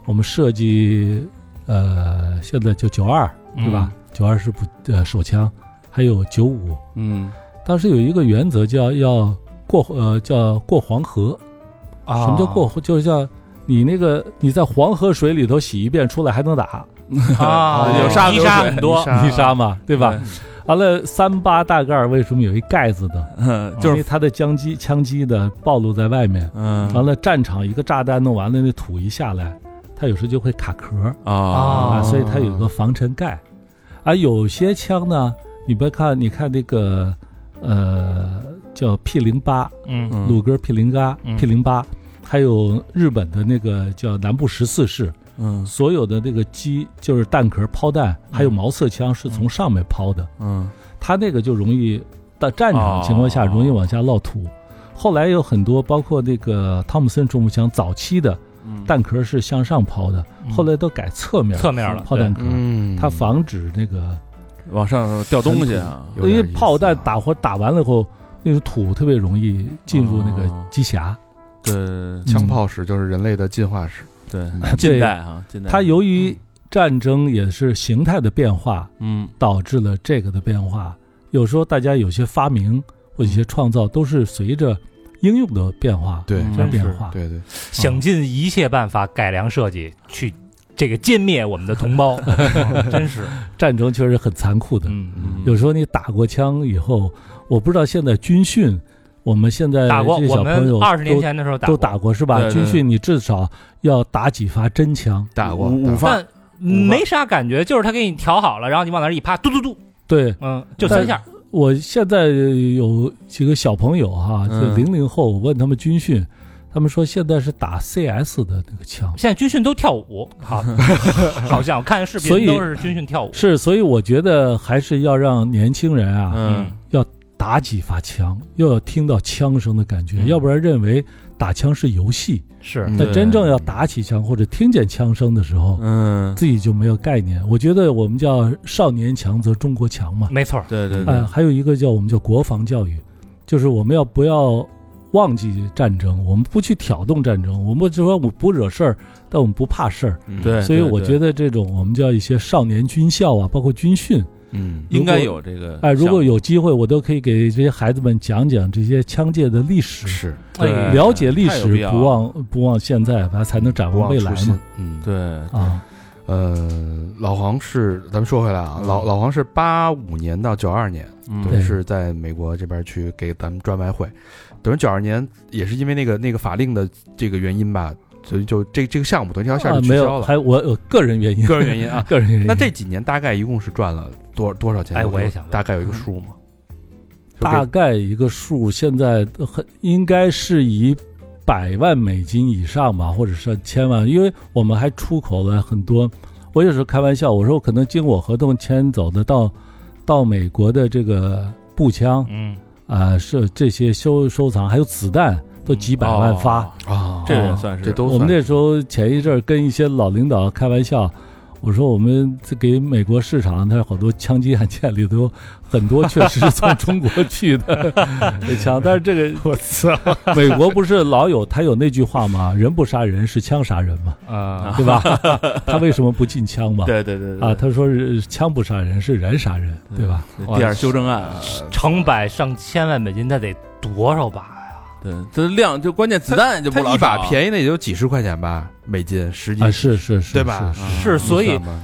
[SPEAKER 4] 我们设计，呃，现在就九二
[SPEAKER 2] 嗯
[SPEAKER 4] 对吧？九二是不呃手枪，还有九五，
[SPEAKER 6] 嗯，
[SPEAKER 4] 当时有一个原则叫要过呃叫过黄河，
[SPEAKER 2] 啊
[SPEAKER 4] 什么叫过？就是叫你那个你在黄河水里头洗一遍出来还能打
[SPEAKER 2] 啊？
[SPEAKER 6] 有沙子
[SPEAKER 2] 泥
[SPEAKER 6] 有
[SPEAKER 2] 沙
[SPEAKER 6] 水
[SPEAKER 2] 很多
[SPEAKER 1] 泥，沙
[SPEAKER 4] 泥沙嘛，对吧？完了三八大盖儿为什么有一盖子呢？
[SPEAKER 6] 嗯，就
[SPEAKER 4] 因
[SPEAKER 6] 是
[SPEAKER 4] 为啊它的枪机枪机的暴露在外面，
[SPEAKER 6] 嗯
[SPEAKER 4] 啊完了战场一个炸弹弄完了，那土一下来，它有时候就会卡壳儿
[SPEAKER 6] 啊
[SPEAKER 4] 啊，
[SPEAKER 2] 哦
[SPEAKER 4] 所以它有个防尘盖。啊，有些枪呢，你别看，你看那个呃叫 P 零八，
[SPEAKER 2] 嗯
[SPEAKER 6] 嗯
[SPEAKER 4] 鲁格 P 零八
[SPEAKER 2] 嗯
[SPEAKER 4] P 零八，还有日本的那个叫南部十四式，
[SPEAKER 6] 嗯
[SPEAKER 4] 所有的那个机就是弹壳抛弹，还有
[SPEAKER 2] 嗯
[SPEAKER 4] 毛瑟枪是从上面抛的。
[SPEAKER 6] 嗯
[SPEAKER 4] 他那个就容易到战场情况下
[SPEAKER 6] 哦
[SPEAKER 4] 容易往下落土。后来有很多，包括那个汤姆森中步枪早期的
[SPEAKER 6] 嗯，
[SPEAKER 4] 弹壳是向上抛的，嗯后来都改侧面
[SPEAKER 2] 侧面了
[SPEAKER 4] 抛弹壳，
[SPEAKER 1] 嗯，
[SPEAKER 4] 它防止那个，
[SPEAKER 6] 嗯往上掉东西啊，
[SPEAKER 1] 有
[SPEAKER 4] 因为
[SPEAKER 1] 点意思
[SPEAKER 4] 炮弹
[SPEAKER 1] 啊
[SPEAKER 4] 打火打完了以后，那个土特别容易进入那个
[SPEAKER 6] 哦
[SPEAKER 4] 机匣。
[SPEAKER 6] 对
[SPEAKER 1] 嗯枪炮史就是人类的进化史，
[SPEAKER 6] 对
[SPEAKER 4] 嗯，
[SPEAKER 6] 近
[SPEAKER 4] 对
[SPEAKER 6] 代啊，近代，
[SPEAKER 4] 它由于战争也是形态的变化，
[SPEAKER 6] 嗯
[SPEAKER 4] 导致了这个的变化。有时候大家有些发明或者一些创造都是随着应用的变化
[SPEAKER 1] 对
[SPEAKER 4] 而
[SPEAKER 2] 真
[SPEAKER 4] 变
[SPEAKER 2] 是
[SPEAKER 4] 化。嗯
[SPEAKER 1] 对对，
[SPEAKER 2] 想尽一切办法改良设计去。这个歼灭我们的
[SPEAKER 4] 哎
[SPEAKER 2] 同胞，哦 真是，
[SPEAKER 4] 战争确实很残酷的。
[SPEAKER 2] 嗯，
[SPEAKER 6] 嗯
[SPEAKER 4] 有时候你打过枪以后，我不知道现在军训，我们现在
[SPEAKER 2] 打过。
[SPEAKER 4] 这些
[SPEAKER 2] 我
[SPEAKER 4] 小朋
[SPEAKER 2] 们
[SPEAKER 4] 友
[SPEAKER 2] 二十年
[SPEAKER 4] 都
[SPEAKER 2] 前的时候打
[SPEAKER 4] 都
[SPEAKER 2] 过
[SPEAKER 4] 打过是吧？
[SPEAKER 6] 对对
[SPEAKER 4] 军训你至少要打几发真枪，
[SPEAKER 1] 打过
[SPEAKER 6] 午午
[SPEAKER 1] 打过
[SPEAKER 6] 饭
[SPEAKER 2] 但没啥感觉，就是他给你调好了，然后你往那儿一趴，嘟嘟嘟，
[SPEAKER 4] 对。
[SPEAKER 2] 嗯，就三下，
[SPEAKER 4] 我现在有几个小朋友哈，
[SPEAKER 6] 嗯
[SPEAKER 4] 就零零后，我问他们军训，他们说现在是打 CS 的那个枪，
[SPEAKER 2] 现在军训都跳舞，好，好像我看视
[SPEAKER 4] 所以
[SPEAKER 2] 频都是军训跳舞。
[SPEAKER 4] 是，所以我觉得还是要让年轻人啊，
[SPEAKER 6] 嗯
[SPEAKER 4] 打几发枪，又要听到枪声的感觉，
[SPEAKER 2] 嗯
[SPEAKER 4] 要不然认为打枪是游戏。
[SPEAKER 2] 是
[SPEAKER 1] 嗯
[SPEAKER 4] 但真正要
[SPEAKER 1] 对
[SPEAKER 4] 打起枪或者听见枪声的时候，
[SPEAKER 6] 嗯，
[SPEAKER 4] 自己就没有概念。我觉得我们叫少年强则中国强嘛。
[SPEAKER 2] 没错儿，
[SPEAKER 6] 对对对
[SPEAKER 4] 呃，还有一个叫我们叫国防教育，就是我们要不要忘记战争，我们不去挑动战争，我们就说我不惹事儿，但我们不怕事儿。
[SPEAKER 6] 对，
[SPEAKER 4] 所以我觉
[SPEAKER 6] 得
[SPEAKER 4] 得这种我们叫一些少年军校啊，包括军训，
[SPEAKER 1] 嗯
[SPEAKER 6] 应该有这个
[SPEAKER 4] 哎、如
[SPEAKER 6] 项目
[SPEAKER 4] 果有机会，我都可以给这些孩子们讲讲这些枪界的历史，
[SPEAKER 1] 是
[SPEAKER 6] 对
[SPEAKER 2] 哎
[SPEAKER 4] 了解历
[SPEAKER 6] 太有必
[SPEAKER 4] 史，
[SPEAKER 6] 要
[SPEAKER 4] 不忘不忘现在，它才能展
[SPEAKER 1] 不
[SPEAKER 4] 望
[SPEAKER 1] 忘
[SPEAKER 4] 未来
[SPEAKER 1] 初心
[SPEAKER 4] 嘛。，
[SPEAKER 1] 嗯，
[SPEAKER 6] 对
[SPEAKER 4] 啊，
[SPEAKER 1] 呃，老黄是，咱们说回来啊，
[SPEAKER 6] 嗯
[SPEAKER 1] 老老黄是八五年到九二年，
[SPEAKER 6] 嗯
[SPEAKER 1] 等
[SPEAKER 4] 对
[SPEAKER 1] 于是在美国这边去给咱们专卖会，等于九二年也是因为那个那个法令的这个原因吧，所以就这这个项目等于一下
[SPEAKER 4] 啊
[SPEAKER 1] 就取
[SPEAKER 4] 没
[SPEAKER 1] 消
[SPEAKER 4] 有，
[SPEAKER 1] 了，
[SPEAKER 4] 还我有个人原因，。
[SPEAKER 1] 个人原因啊
[SPEAKER 4] 个人原因。
[SPEAKER 1] 那这几年大概一共是赚了多多少钱？
[SPEAKER 2] 哎
[SPEAKER 1] 有
[SPEAKER 2] 我也想问
[SPEAKER 1] 大概有一个数吗？就
[SPEAKER 4] 大
[SPEAKER 1] 给
[SPEAKER 4] 概一个数，现在很应该是以百万美金以上吧，或者是千万，因为我们还出口了很多。我有时候开玩笑，我说我可能经我合同签走的到到美国的这个步枪
[SPEAKER 2] 嗯，
[SPEAKER 4] 啊、是这些收收藏，还有子弹都几百万发。
[SPEAKER 6] 哦
[SPEAKER 1] 啊，
[SPEAKER 6] 这也算是
[SPEAKER 1] 这都
[SPEAKER 4] 我们
[SPEAKER 1] 算
[SPEAKER 4] 那时候前一阵儿跟一些老领导开玩笑，我说我们这给美国市场，它有好多枪击案件里头，很多确实是从中国去的这枪，但是这个我操，美国不是老有他有那句话吗？人不杀人是枪杀人 嘛，
[SPEAKER 1] 呃
[SPEAKER 2] 啊，
[SPEAKER 4] 对吧？他为什么不禁枪嘛？
[SPEAKER 6] 对对对对
[SPEAKER 4] 啊，他说是枪不杀人是人杀人，对吧？
[SPEAKER 1] 嗯
[SPEAKER 6] 对第二修正案啊，
[SPEAKER 2] 成百上千万美金，那得多少把呀？
[SPEAKER 6] 对，这量就关键子弹就不
[SPEAKER 1] 它
[SPEAKER 6] 老
[SPEAKER 1] 一把
[SPEAKER 6] 少，啊
[SPEAKER 1] 便宜的也就几十块钱吧，每斤十几
[SPEAKER 4] 啊，是是是，
[SPEAKER 1] 对吧
[SPEAKER 4] 是
[SPEAKER 6] 嗯
[SPEAKER 2] 是，所以
[SPEAKER 1] 算吧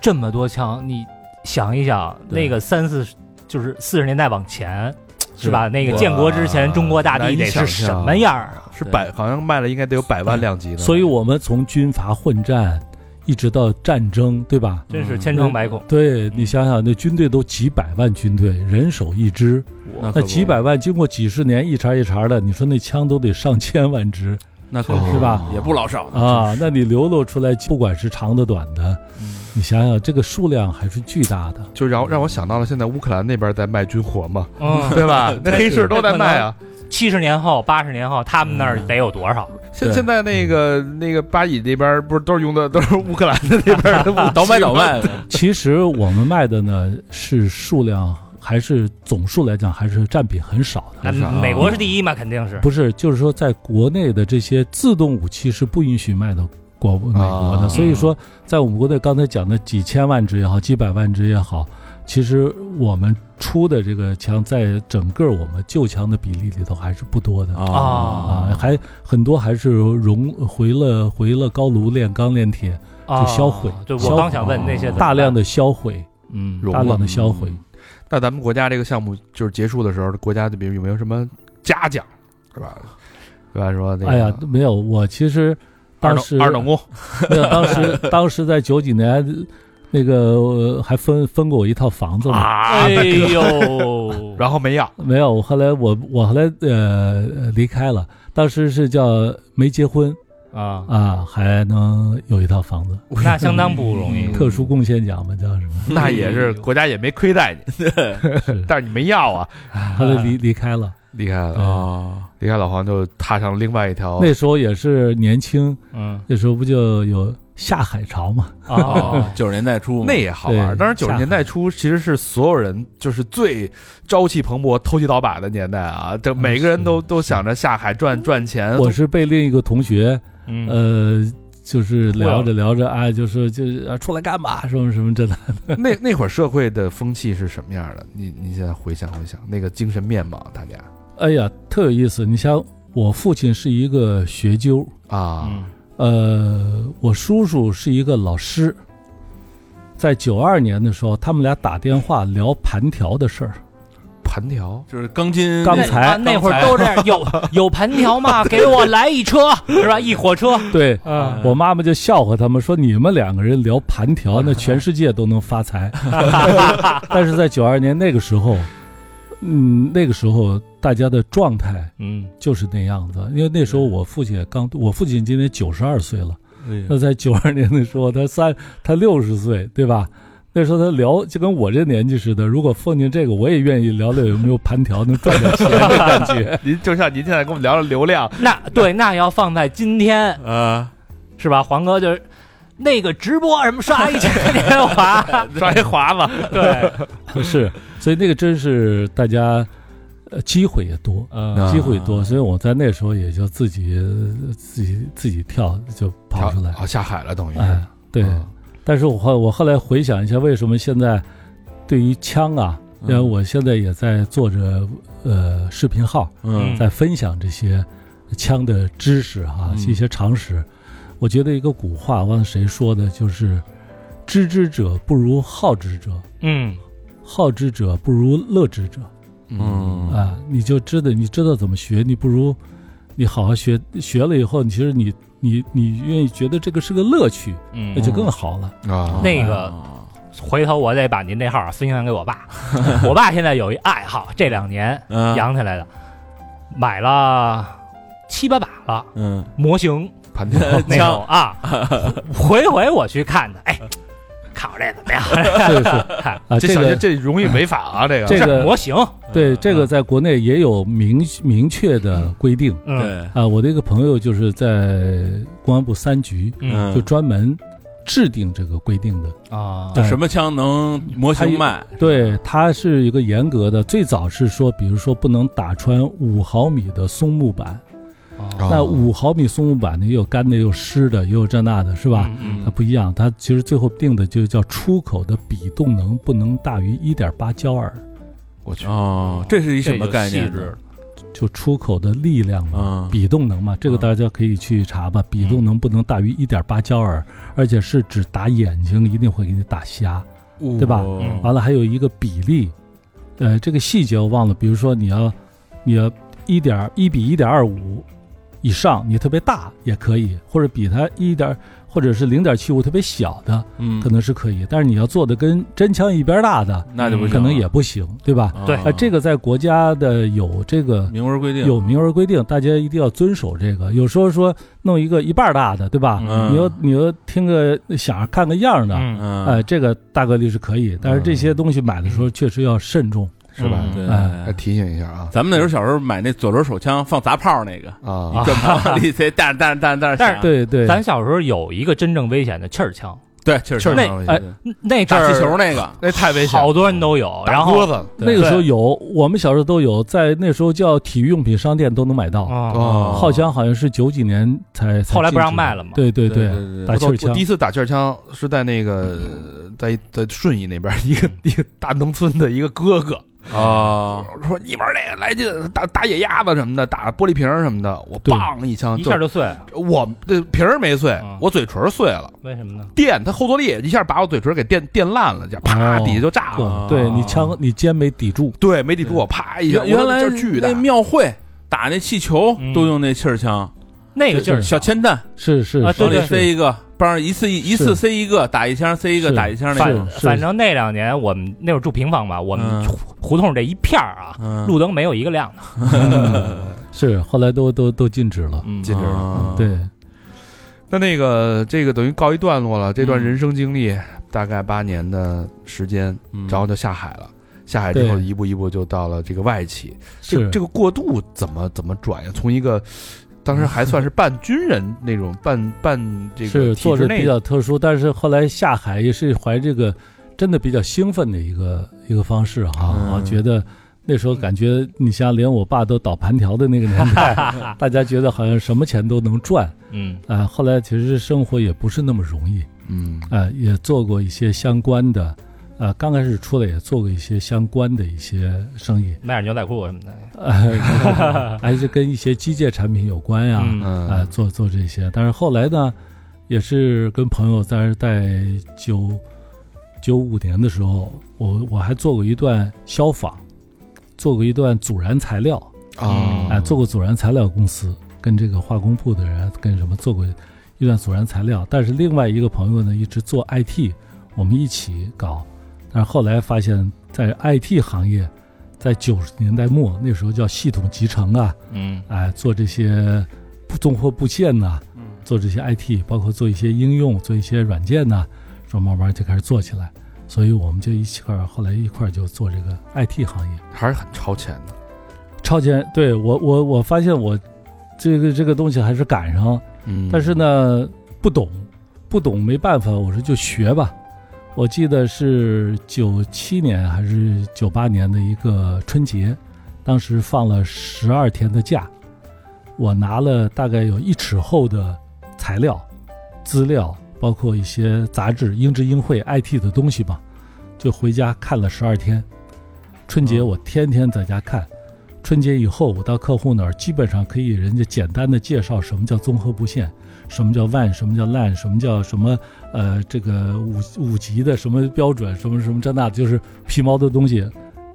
[SPEAKER 2] 这么多枪，你想一想，
[SPEAKER 6] 对
[SPEAKER 2] 那个三四十就是四十年代往前，是吧？那个
[SPEAKER 1] 哇
[SPEAKER 2] 建国之前，中国大地得是什么样儿啊？
[SPEAKER 1] 是百，好像卖了应该得有百万量级的。
[SPEAKER 4] 所以我们从军阀混战一直到战争，对吧？
[SPEAKER 2] 真是千疮百孔。
[SPEAKER 4] 对你想想，那军队都几百万军队，人手一支，
[SPEAKER 6] 那可
[SPEAKER 4] 那
[SPEAKER 6] 不
[SPEAKER 4] 几百万经过几十年一茬一茬的，你说那枪都得上千万支
[SPEAKER 6] 那可不
[SPEAKER 4] 是吧
[SPEAKER 6] 也不老少呢
[SPEAKER 4] 啊！那你流露出来，不管是长的短的，你想想这个数量还是巨大的。
[SPEAKER 1] 就让让我想到了现在乌克兰那边在卖军火 嘛，
[SPEAKER 2] 嗯，
[SPEAKER 1] 对吧？那黑市都在卖啊。
[SPEAKER 2] 七十年后、八十年后，他们那儿得有多少？
[SPEAKER 1] 现现在那个那个巴以那边不是都是用的都是乌克兰的那边 的武
[SPEAKER 6] 倒啊卖倒卖的，
[SPEAKER 4] 其实我们卖的呢是数量，还是总数来讲，还是占比很少的。
[SPEAKER 2] 那
[SPEAKER 1] 是啊
[SPEAKER 2] 美国是第一嘛，肯定是。
[SPEAKER 4] 不是，就是说在国内的这些自动武器是不允许卖到国美国的，
[SPEAKER 1] 啊
[SPEAKER 4] 所以说在我们国内刚才讲的几千万支也好，几百万支也好，其实我们出的这个枪在整个我们旧枪的比例里头还是不多的。
[SPEAKER 2] 啊
[SPEAKER 4] 啊，还很多还是熔回了回了高炉炼钢炼铁，
[SPEAKER 2] 啊
[SPEAKER 4] 就销毁
[SPEAKER 2] 对，
[SPEAKER 4] 销
[SPEAKER 2] 我
[SPEAKER 4] 毁
[SPEAKER 2] 刚想问那些怎么办
[SPEAKER 4] 大量的销毁，
[SPEAKER 6] 嗯
[SPEAKER 1] 容
[SPEAKER 4] 大量
[SPEAKER 1] 了。
[SPEAKER 4] 的销毁。
[SPEAKER 1] 那咱们国家这个项目就是结束的时候，国家就比如有没有什么嘉奖，是吧？对吧？说那个
[SPEAKER 4] 哎呀，没有，我其实
[SPEAKER 1] 二
[SPEAKER 4] 当时
[SPEAKER 1] 等二等功，
[SPEAKER 4] 没有，当时 当时在九几年，那个呃还分分过我一套房子嘛。
[SPEAKER 2] 哎呦，
[SPEAKER 1] 啊然后没要，
[SPEAKER 4] 没有，我后来我我后来呃呃离开了，当时是叫没结婚
[SPEAKER 2] 啊，
[SPEAKER 4] 啊，还能有一套房子，
[SPEAKER 2] 那相当不容易。
[SPEAKER 4] 特殊贡献奖嘛叫什么？
[SPEAKER 1] 那也是国家也没亏待你，
[SPEAKER 4] 是
[SPEAKER 1] 但是你没要啊，嗯
[SPEAKER 4] 后来离离开了，
[SPEAKER 1] 厉害了，
[SPEAKER 6] 啊，
[SPEAKER 1] 厉害，老黄就踏上另外一
[SPEAKER 2] 哦
[SPEAKER 1] 条
[SPEAKER 4] 那时候也是年轻，
[SPEAKER 2] 嗯
[SPEAKER 4] 那时候不就有下海潮嘛？
[SPEAKER 2] 啊，
[SPEAKER 6] 九十年代初嘛
[SPEAKER 1] 那也好玩儿。
[SPEAKER 4] 对
[SPEAKER 1] 啊当时九十年代初其实是所有人就是最朝气蓬勃、投机倒把的年代啊，这每个人都
[SPEAKER 4] 嗯是嗯
[SPEAKER 1] 都想着下海赚赚钱。
[SPEAKER 4] 我是被另一个同学
[SPEAKER 2] 嗯
[SPEAKER 4] 呃。就是聊
[SPEAKER 2] 忽
[SPEAKER 4] 着聊着啊，就说就是啊，出来干嘛？什么什么这的，
[SPEAKER 1] 那那会儿社会的风气是什么样的？你你现在回想回想那个精神面貌，大家
[SPEAKER 4] 哎呀，特有意思。你像我父亲是一个学究，
[SPEAKER 1] 啊，
[SPEAKER 2] 嗯
[SPEAKER 4] 呃，我叔叔是一个老师。在九二年的时候，他们俩打电话聊盘条的事儿。
[SPEAKER 1] 盘条
[SPEAKER 6] 就是钢筋
[SPEAKER 4] 钢材
[SPEAKER 2] 啊那会儿都这样，有 有盘条吗？给我来一车， 是吧？一火 车，
[SPEAKER 4] 对，
[SPEAKER 2] 嗯
[SPEAKER 4] 我妈妈就笑话他们说：“你们两个人聊盘条，那全世界都能发财。”但是在九二年那个时候，嗯，那个时候大家的状态
[SPEAKER 2] 嗯，
[SPEAKER 4] 就是那样子。因为那时候我父亲也刚，我父亲今年九十二岁了。
[SPEAKER 6] 哎
[SPEAKER 4] 那在九二年的时候，他三他六十岁，对吧？那时候他聊就跟我这年纪似的，如果奉进这个，我也愿意聊聊有没有盘条能赚点钱的感觉。
[SPEAKER 1] 您就像您现在跟我们聊聊流量，
[SPEAKER 2] 那对，那要放在今天
[SPEAKER 6] 呀啊，
[SPEAKER 2] 是吧？黄哥就是那个直播什么刷一千个年华，
[SPEAKER 1] 刷一华子，
[SPEAKER 2] 对，
[SPEAKER 4] 是， 所以那个真是大家，呃，机会也多，
[SPEAKER 2] 嗯
[SPEAKER 4] 机会多，所以我在那时候也就自己自己自己跳就跑出来，
[SPEAKER 1] 啊，下海了等于是。
[SPEAKER 4] 哎，对。
[SPEAKER 1] 嗯
[SPEAKER 4] 但是我后我后来回想一下，为什么现在对于枪啊，因为我现在也在做着呃视频号，
[SPEAKER 6] 嗯
[SPEAKER 4] 在分享这些枪的知识哈、
[SPEAKER 6] 嗯
[SPEAKER 4] 一些常识。我觉得一个古话，忘了谁说的，就是“知之者不如好之者，
[SPEAKER 2] 嗯，
[SPEAKER 4] 好之者不如乐之者”
[SPEAKER 6] 嗯
[SPEAKER 4] 啊，你就知道你知道怎么学，你不如你好好学，学了以后，你其实你你你愿意觉得这个是个乐趣，
[SPEAKER 2] 嗯
[SPEAKER 4] 那就更好 了。
[SPEAKER 1] 啊，
[SPEAKER 2] 那个回头我得把您这号分享给我爸， 我爸现在有一爱好，这两年
[SPEAKER 6] 嗯
[SPEAKER 2] 养起来的，买了七八把了
[SPEAKER 6] 嗯
[SPEAKER 2] 模型
[SPEAKER 1] 盘条
[SPEAKER 2] 那 种啊， 回回我去看他，哎，看我这怎么样？
[SPEAKER 4] 是是
[SPEAKER 2] 看
[SPEAKER 4] 啊，
[SPEAKER 1] 这
[SPEAKER 4] 这
[SPEAKER 1] 小
[SPEAKER 4] 个
[SPEAKER 1] 心这容易违法啊，这个
[SPEAKER 4] 这个
[SPEAKER 2] 模型，
[SPEAKER 4] 对这个在国内也有明明确的规定。
[SPEAKER 2] 嗯
[SPEAKER 6] 对
[SPEAKER 4] 啊，我的一个朋友就是在公安部三局，
[SPEAKER 2] 嗯
[SPEAKER 4] 就专门制定这个规定的。
[SPEAKER 2] 啊
[SPEAKER 4] 对
[SPEAKER 6] 什么枪能模型卖
[SPEAKER 4] 对，它是一个严格的，最早是说，比如说不能打穿五毫米的松木板。
[SPEAKER 1] 哦
[SPEAKER 4] 那五毫米松木板呢，也有干的，也有湿的，也有这那的，是吧？
[SPEAKER 2] 嗯
[SPEAKER 4] 它不一样，它其实最后定的就叫出口的比动能不能大于一点八焦耳，
[SPEAKER 1] 我去，
[SPEAKER 6] 哦，这是一
[SPEAKER 2] 这
[SPEAKER 6] 什么
[SPEAKER 2] 就
[SPEAKER 6] 概念
[SPEAKER 2] 细致
[SPEAKER 6] 呢？
[SPEAKER 2] 了
[SPEAKER 4] 就出口的力量
[SPEAKER 2] 哦
[SPEAKER 4] 嘛，
[SPEAKER 6] 啊，
[SPEAKER 4] 比动能嘛，这个大家可以去查
[SPEAKER 2] 嗯
[SPEAKER 4] 吧。比动能不能大于一点八焦耳，而且是只打眼睛，一定会给你打瞎。对吧嗯
[SPEAKER 6] 哦
[SPEAKER 4] 完了还有一个比例，呃，这个细节我忘了，比如说你要你要一点一比一点二五以上，你特别大也可以，或者比它一点或者是零点七五特别小的，
[SPEAKER 6] 嗯
[SPEAKER 4] 可能是可以。但是你要做的跟真枪一边大的，
[SPEAKER 6] 那就不行了
[SPEAKER 4] 可能也不行，对吧？
[SPEAKER 6] 啊
[SPEAKER 2] 对
[SPEAKER 4] 啊，这个在国家的有这个
[SPEAKER 6] 明文规定
[SPEAKER 4] 有明文规定，大家一定要遵守这个。有时候说弄一个一半儿大的，对吧？
[SPEAKER 6] 嗯
[SPEAKER 4] 你又你又听个响儿看个样儿的，
[SPEAKER 2] 嗯，
[SPEAKER 6] 嗯
[SPEAKER 4] 呃，这个大概率是可以，但是这些东西买的时候确实要慎重。
[SPEAKER 1] 是吧？
[SPEAKER 2] 嗯
[SPEAKER 6] 对
[SPEAKER 4] 哎
[SPEAKER 1] 还提醒一下啊
[SPEAKER 6] 咱们那时候小时候买那左轮手枪放砸炮那个，
[SPEAKER 1] 啊，
[SPEAKER 6] 就 往里塞弹弹弹弹
[SPEAKER 2] 但
[SPEAKER 6] 响，
[SPEAKER 4] 对对，
[SPEAKER 2] 咱小时候有一个真正危险的气儿枪，
[SPEAKER 6] 对，确实
[SPEAKER 2] 那哎
[SPEAKER 6] 对
[SPEAKER 2] 那阵
[SPEAKER 6] 打
[SPEAKER 2] 儿
[SPEAKER 6] 气球那个，
[SPEAKER 1] 那太危险了，
[SPEAKER 2] 好多人都有，
[SPEAKER 1] 打
[SPEAKER 2] 然
[SPEAKER 1] 鸽
[SPEAKER 2] 后
[SPEAKER 1] 子了
[SPEAKER 4] 那个时候有，我们小时候都有，在那时候叫体育用品商店都能买到。
[SPEAKER 2] 哦
[SPEAKER 1] 哦
[SPEAKER 4] 号枪好像是九几年才，才
[SPEAKER 2] 后来不
[SPEAKER 4] 禁止
[SPEAKER 2] 让卖
[SPEAKER 4] 的
[SPEAKER 2] 了嘛
[SPEAKER 4] 对对
[SPEAKER 6] 对
[SPEAKER 4] 对，
[SPEAKER 6] 对
[SPEAKER 1] 我
[SPEAKER 4] 打啊气
[SPEAKER 1] 操
[SPEAKER 4] 儿
[SPEAKER 1] 我
[SPEAKER 4] 枪
[SPEAKER 1] 第一次打气儿枪是在那个在在顺义那边一个一个大农村的一个哥哥
[SPEAKER 6] 啊，
[SPEAKER 1] 说你玩那个来劲，打打野鸭子什么的，打玻璃瓶儿什么的，我
[SPEAKER 4] 对
[SPEAKER 1] 梆一枪
[SPEAKER 2] 一
[SPEAKER 1] 就
[SPEAKER 2] 下就碎了，
[SPEAKER 1] 我这瓶儿没碎
[SPEAKER 2] 嗯，
[SPEAKER 1] 我嘴唇儿碎了，
[SPEAKER 2] 为什么呢？
[SPEAKER 1] 电它后坐力一下把我嘴唇儿给电电烂了，这样啪
[SPEAKER 4] 哦
[SPEAKER 1] 底下就炸了，
[SPEAKER 6] 啊
[SPEAKER 4] 对对你枪你肩没抵住，
[SPEAKER 1] 对，没抵住我，啪一下，
[SPEAKER 6] 原原
[SPEAKER 1] 我
[SPEAKER 6] 来
[SPEAKER 1] 这巨大
[SPEAKER 6] 那，庙会打那气球
[SPEAKER 2] 嗯
[SPEAKER 6] 都用那气儿枪，
[SPEAKER 2] 那个劲儿
[SPEAKER 4] 是
[SPEAKER 6] 小铅弹
[SPEAKER 4] 是是
[SPEAKER 2] 啊
[SPEAKER 4] 是
[SPEAKER 2] 对
[SPEAKER 6] 往里
[SPEAKER 2] 对
[SPEAKER 6] 塞一个，帮一次一次
[SPEAKER 4] 是
[SPEAKER 6] 塞一个，打一枪塞一个，
[SPEAKER 4] 是
[SPEAKER 6] 打一枪那
[SPEAKER 4] 是
[SPEAKER 6] 种，啊
[SPEAKER 4] 是
[SPEAKER 2] 反正那两年我们那会儿住平房嘛，我
[SPEAKER 6] 嗯
[SPEAKER 2] 们胡胡同这一片儿啊，
[SPEAKER 6] 嗯
[SPEAKER 2] 路灯没有一个亮的。
[SPEAKER 4] 是，后来都都都禁止了。
[SPEAKER 2] 嗯
[SPEAKER 1] 禁止了
[SPEAKER 6] 啊
[SPEAKER 4] 对，
[SPEAKER 1] 那那个这个等于告一段落了，这段
[SPEAKER 6] 嗯
[SPEAKER 1] 人生经历大概八年的时间，
[SPEAKER 6] 嗯
[SPEAKER 1] 然后就下海了。下海之后，
[SPEAKER 4] 对
[SPEAKER 1] 一步一步就到了这个外企。这
[SPEAKER 4] 是
[SPEAKER 1] 个这个过渡怎么怎么转呀？从一个当时还算是半军人那种，半半这个
[SPEAKER 4] 是
[SPEAKER 1] 体
[SPEAKER 4] 做
[SPEAKER 1] 制
[SPEAKER 4] 着
[SPEAKER 1] 内
[SPEAKER 4] 比较特殊，但是后来下海也是怀这个真的比较兴奋的一个一个方式哈、
[SPEAKER 6] 嗯
[SPEAKER 4] 我觉得那时候感觉，你像连我爸都倒盘条的那个年 代，大家觉得好像什么钱都能赚
[SPEAKER 2] 嗯
[SPEAKER 4] 啊、后来其实生活也不是那么容易
[SPEAKER 1] 嗯
[SPEAKER 4] 啊、也做过一些相关的，呃，刚开始出来也做过一些相关的一些生意，
[SPEAKER 2] 卖点牛仔裤什么的。
[SPEAKER 4] 呃、还是跟一些机械产品有关呀、
[SPEAKER 2] 嗯
[SPEAKER 4] 呃，
[SPEAKER 1] 啊嗯
[SPEAKER 4] 做做这些。但是后来呢，也是跟朋友在在九九五年的时候，我我还做过一段消防，做过一段阻燃材料，
[SPEAKER 1] 啊
[SPEAKER 4] 哎、做过阻燃材料公司，跟这个化工部的人跟什么做过一段阻燃材料。但是另外一个朋友呢，一直做 IT，我们一起搞。但是后来发现，在 IT 行业，在九十年代末那时候叫系统集成啊，
[SPEAKER 2] 嗯
[SPEAKER 4] 哎，做这些纵火部件呐、做这些 IT，包括做一些应用、做一些软件呐、说慢慢就开始做起来。所以我们就一起块儿，后来一块儿就做这个 IT 行业。
[SPEAKER 1] 还是很超前的。
[SPEAKER 4] 超前，对我我我发现我这个这个东西还是赶上，
[SPEAKER 1] 嗯
[SPEAKER 4] 但是，呢不懂，不懂没办法，我说就学吧。我记得是九七年还是九八年的一个春节，当时放了十二天的假，我拿了大概有一尺厚的材料、资料，包括一些杂志、英知英会 IT 的东西吧，就回家看了十二天。春节我天天在家看，春节以后我到客户那儿，基本上可以人家简单的介绍什么叫综合布线，什么叫 WAN，什么叫 LAN，什么叫什么呃这个五五级的什么标准，什么什么这那的，就是皮毛的东西，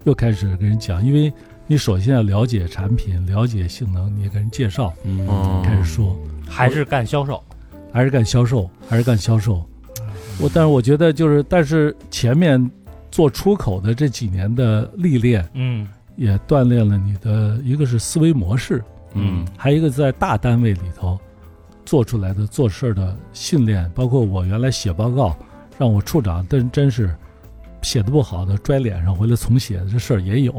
[SPEAKER 4] 又开始跟人讲，因为你首先要了解产品，了解性能，你也跟人介绍，
[SPEAKER 1] 嗯
[SPEAKER 4] 开始说，
[SPEAKER 2] 还是干销售。
[SPEAKER 4] 还是干销售，还是干销售。我但是我觉得就是，但是前面做出口的这几年的历练，
[SPEAKER 2] 嗯
[SPEAKER 4] 也锻炼了你的一个是思维模式，
[SPEAKER 6] 嗯，
[SPEAKER 4] 还有一个在大单位里头做出来的做事儿的训练，包括我原来写报告，让我处长真真是写的不好的拽脸上回来重写的这事儿也有，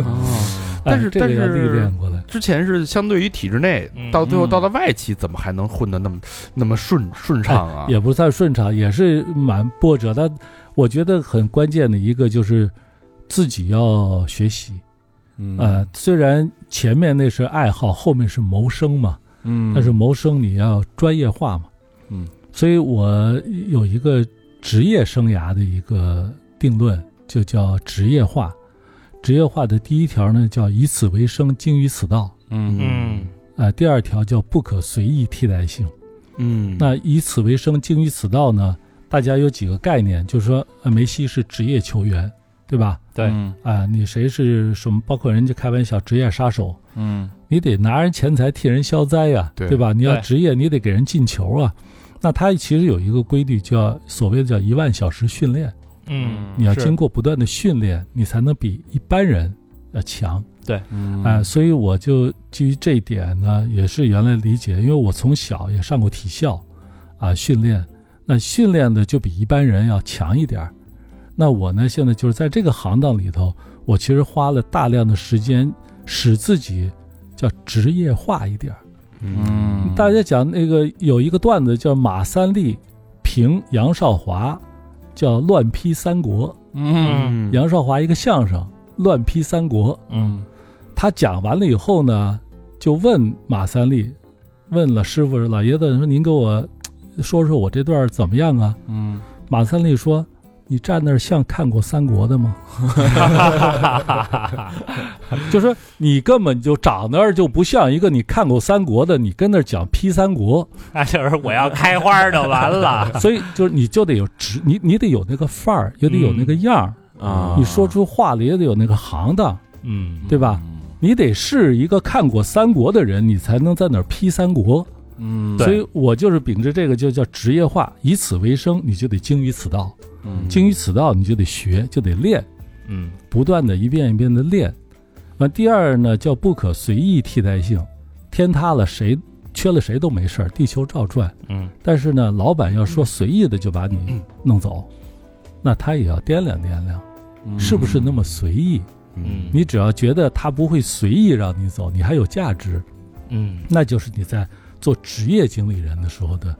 [SPEAKER 4] 哎
[SPEAKER 1] 嗯但是
[SPEAKER 4] 这个要
[SPEAKER 1] 但是
[SPEAKER 4] 历练过来。
[SPEAKER 1] 哦之前是相对于体制内，
[SPEAKER 2] 嗯
[SPEAKER 1] 到最后
[SPEAKER 6] 嗯
[SPEAKER 1] 到了外企，怎么还能混得那么那么顺顺畅啊？
[SPEAKER 4] 哎也不算顺畅，也是蛮波折。但我觉得很关键的一个就是自己要学习。
[SPEAKER 6] 嗯
[SPEAKER 4] 呃，虽然前面那是爱好，后面是谋生嘛，
[SPEAKER 6] 嗯，
[SPEAKER 4] 但是谋生你要专业化嘛。
[SPEAKER 6] 嗯，
[SPEAKER 4] 所以我有一个职业生涯的一个定论，就叫职业化。职业化的第一条呢叫以此为生，精于此道
[SPEAKER 6] 嗯
[SPEAKER 2] 嗯
[SPEAKER 4] 啊、第二条叫不可随意替代性。
[SPEAKER 1] 嗯，
[SPEAKER 4] 那以此为生，精于此道呢，大家有几个概念，就是说，呃，梅西是职业球员，对吧？
[SPEAKER 2] 对
[SPEAKER 6] 嗯
[SPEAKER 4] 啊、你谁是什么？包括人家开玩笑，职业杀手，
[SPEAKER 6] 嗯
[SPEAKER 4] 你得拿人钱财替人消灾呀、
[SPEAKER 1] 对
[SPEAKER 4] 吧？你要
[SPEAKER 2] 对
[SPEAKER 4] 职业，你得给人进球啊。那他其实有一个规律，叫所谓的叫一万小时训练，
[SPEAKER 2] 嗯
[SPEAKER 4] 你要
[SPEAKER 2] 是
[SPEAKER 4] 经过不断的训练，你才能比一般人要强。
[SPEAKER 6] 嗯
[SPEAKER 4] 啊、所以我就基于这一点呢，也是原来理解，因为我从小也上过体校，啊、训练，那训练的就比一般人要强一点儿。那我呢，现在就是在这个行当里头，我其实花了大量的时间，使自己叫职业化一点儿。
[SPEAKER 6] 嗯
[SPEAKER 4] 大家讲那个有一个段子叫马三立评杨少华，叫乱批三国。
[SPEAKER 6] 嗯
[SPEAKER 1] 嗯
[SPEAKER 4] 杨少华一个相声乱批三国，
[SPEAKER 6] 嗯
[SPEAKER 4] 他讲完了以后呢，就问马三立，问了师傅老爷子说：“您给我嘖说说我这段怎么样啊
[SPEAKER 6] 嗯？”
[SPEAKER 4] 马三立说：“你站那儿像看过三国的吗？就说你根本就长那儿就不像一个你看过三国的，你跟那儿讲批三国，
[SPEAKER 2] 那就是我要开花就完了。
[SPEAKER 4] 所以就是你就得有直，你你得有那个范儿，也得有那个样儿，
[SPEAKER 6] 啊
[SPEAKER 4] 你说出话来也得有那个行当，
[SPEAKER 2] 嗯
[SPEAKER 4] 对吧？你得是一个看过三国的人，你才能在那儿批三国。
[SPEAKER 6] 嗯
[SPEAKER 4] 所以我就是秉着这个，就叫职业化，以此为生，你就得精于此道，
[SPEAKER 6] 嗯
[SPEAKER 4] 精于此道，你就得学，就得练，
[SPEAKER 2] 嗯
[SPEAKER 4] 不断的一遍一遍的练。完，第二呢叫不可随意替代性，天塌了谁缺了谁都没事儿，地球照转。
[SPEAKER 2] 嗯
[SPEAKER 4] 但是呢，老板要说随意的就把你弄走，那他也要掂量掂量，
[SPEAKER 6] 嗯
[SPEAKER 4] 是不是那么随意？
[SPEAKER 2] 嗯
[SPEAKER 4] 你只要觉得他不会随意让你走，你还有价值，
[SPEAKER 2] 嗯
[SPEAKER 4] 那就是你在做职业经理人的时候的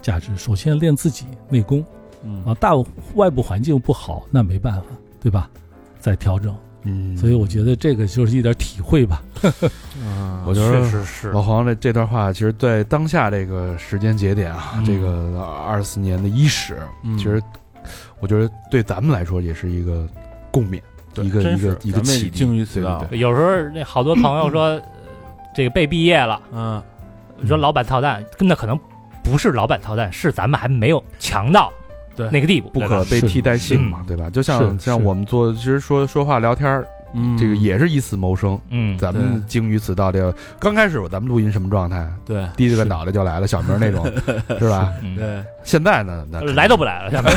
[SPEAKER 4] 价值。首先练自己内功
[SPEAKER 6] 嗯
[SPEAKER 4] 啊，大外部环境不好，那没办法，对吧？再调整。
[SPEAKER 1] 嗯，
[SPEAKER 4] 所以我觉得这个就是一点体会吧。
[SPEAKER 1] 嗯我觉
[SPEAKER 2] 确
[SPEAKER 1] 得
[SPEAKER 2] 实是
[SPEAKER 1] 老黄这这段话，其实在当下这个时间节点啊，
[SPEAKER 6] 嗯
[SPEAKER 1] 这个二四年的伊始，其实我觉得对咱们来说也是一个共勉，一个一个一个启迪。
[SPEAKER 6] 精于此道
[SPEAKER 1] 对对，
[SPEAKER 2] 有时候那好多朋友
[SPEAKER 1] 嗯
[SPEAKER 2] 说，呃这个被毕业了，
[SPEAKER 6] 嗯
[SPEAKER 2] 你说老板操蛋，那可能不是老板操蛋，是咱们还没有强到
[SPEAKER 6] 对
[SPEAKER 2] 那个地步，
[SPEAKER 1] 不可被
[SPEAKER 4] 是
[SPEAKER 1] 替代性嘛
[SPEAKER 2] 是，
[SPEAKER 1] 对吧？就像
[SPEAKER 4] 是
[SPEAKER 1] 像我们做，其实说说话聊天儿，
[SPEAKER 6] 嗯
[SPEAKER 1] 这个也是以此谋生。
[SPEAKER 2] 嗯
[SPEAKER 1] 咱们
[SPEAKER 6] 对
[SPEAKER 1] 精于此道，这个刚开始咱们录音什么状态？
[SPEAKER 6] 对
[SPEAKER 1] 低着个脑袋就来了，小明那种，是吧？
[SPEAKER 2] 嗯
[SPEAKER 6] 对
[SPEAKER 1] 现在呢，那
[SPEAKER 2] 来都不来 了，下面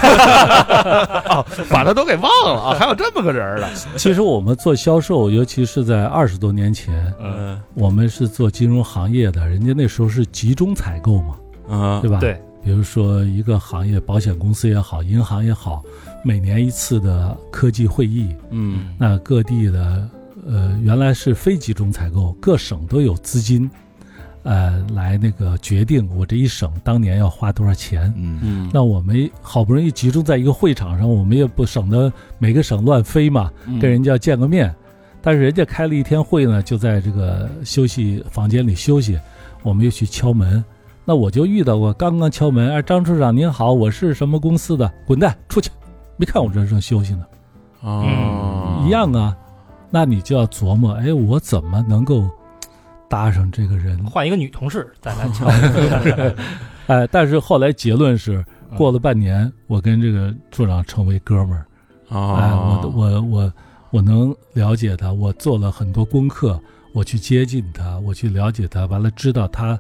[SPEAKER 1] 把他都给忘了啊，还有这么个人儿呢。
[SPEAKER 4] 其实我们做销售，尤其是在二十多年前，
[SPEAKER 6] 嗯
[SPEAKER 4] 我们是做金融行业的，人家那时候是集中采购嘛，
[SPEAKER 6] 嗯
[SPEAKER 4] 对吧？
[SPEAKER 2] 对，
[SPEAKER 4] 比如说一个行业，保险公司也好，银行也好，每年一次的科技会议，
[SPEAKER 6] 嗯
[SPEAKER 4] 那各地的呃，原来是非集中采购，各省都有资金，呃，来那个决定我这一省当年要花多少钱。
[SPEAKER 1] 嗯
[SPEAKER 6] 嗯
[SPEAKER 4] 那我们好不容易集中在一个会场上，我们也不省得每个省乱飞嘛，
[SPEAKER 6] 嗯
[SPEAKER 4] 跟人家见个面。但是人家开了一天会呢，就在这个休息房间里休息，我们又去敲门。那我就遇到过，刚刚敲门，哎，张处长您好，我是什么公司的，滚蛋出去！没看我这正休息呢，
[SPEAKER 6] 哦
[SPEAKER 4] 一样啊。那你就要琢磨，哎，我怎么能够搭上这个人？
[SPEAKER 2] 换一个女同事再来 敲，
[SPEAKER 4] 哎，但是后来结论是，过了半年，我跟这个处长成为哥们儿。哎，
[SPEAKER 6] 啊
[SPEAKER 4] 我我我我能了解他，我做了很多功课，我去接近他，我去了解他，完了知道他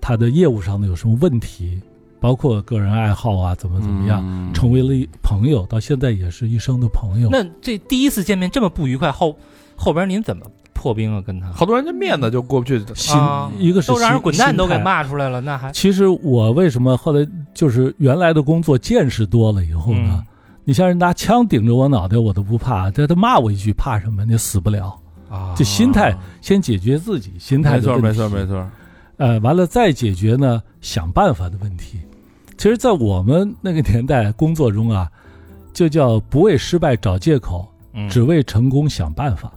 [SPEAKER 4] 他的业务上的有什么问题，包括个人爱好啊，怎么怎么样，
[SPEAKER 6] 样
[SPEAKER 4] 成为了一朋友，到现在也是一生的朋友。
[SPEAKER 2] 那这第一次见面这么不愉快，后后边您怎么破冰啊？跟他
[SPEAKER 1] 好多人这面子就过不去，
[SPEAKER 4] 心、
[SPEAKER 2] 啊
[SPEAKER 4] 一个是
[SPEAKER 2] 都让人
[SPEAKER 4] 心
[SPEAKER 2] 滚蛋都给。
[SPEAKER 4] 心态
[SPEAKER 2] 骂出来了，那还
[SPEAKER 4] 其实我为什么后来就是原来的工作见识多了以后呢？
[SPEAKER 2] 嗯
[SPEAKER 4] 你像人拿枪顶着我脑袋，我都不怕，但他骂我一句怕什么？你死不了。
[SPEAKER 1] 啊
[SPEAKER 4] 就心态，先解决自己心态
[SPEAKER 6] 哦没
[SPEAKER 4] 的
[SPEAKER 6] 错
[SPEAKER 4] 问题。
[SPEAKER 6] 没错没错，
[SPEAKER 4] 呃，完了再解决呢想办法的问题。其实，在我们那个年代工作中啊，就叫不为失败找借口，
[SPEAKER 2] 嗯
[SPEAKER 4] 只为成功想办法。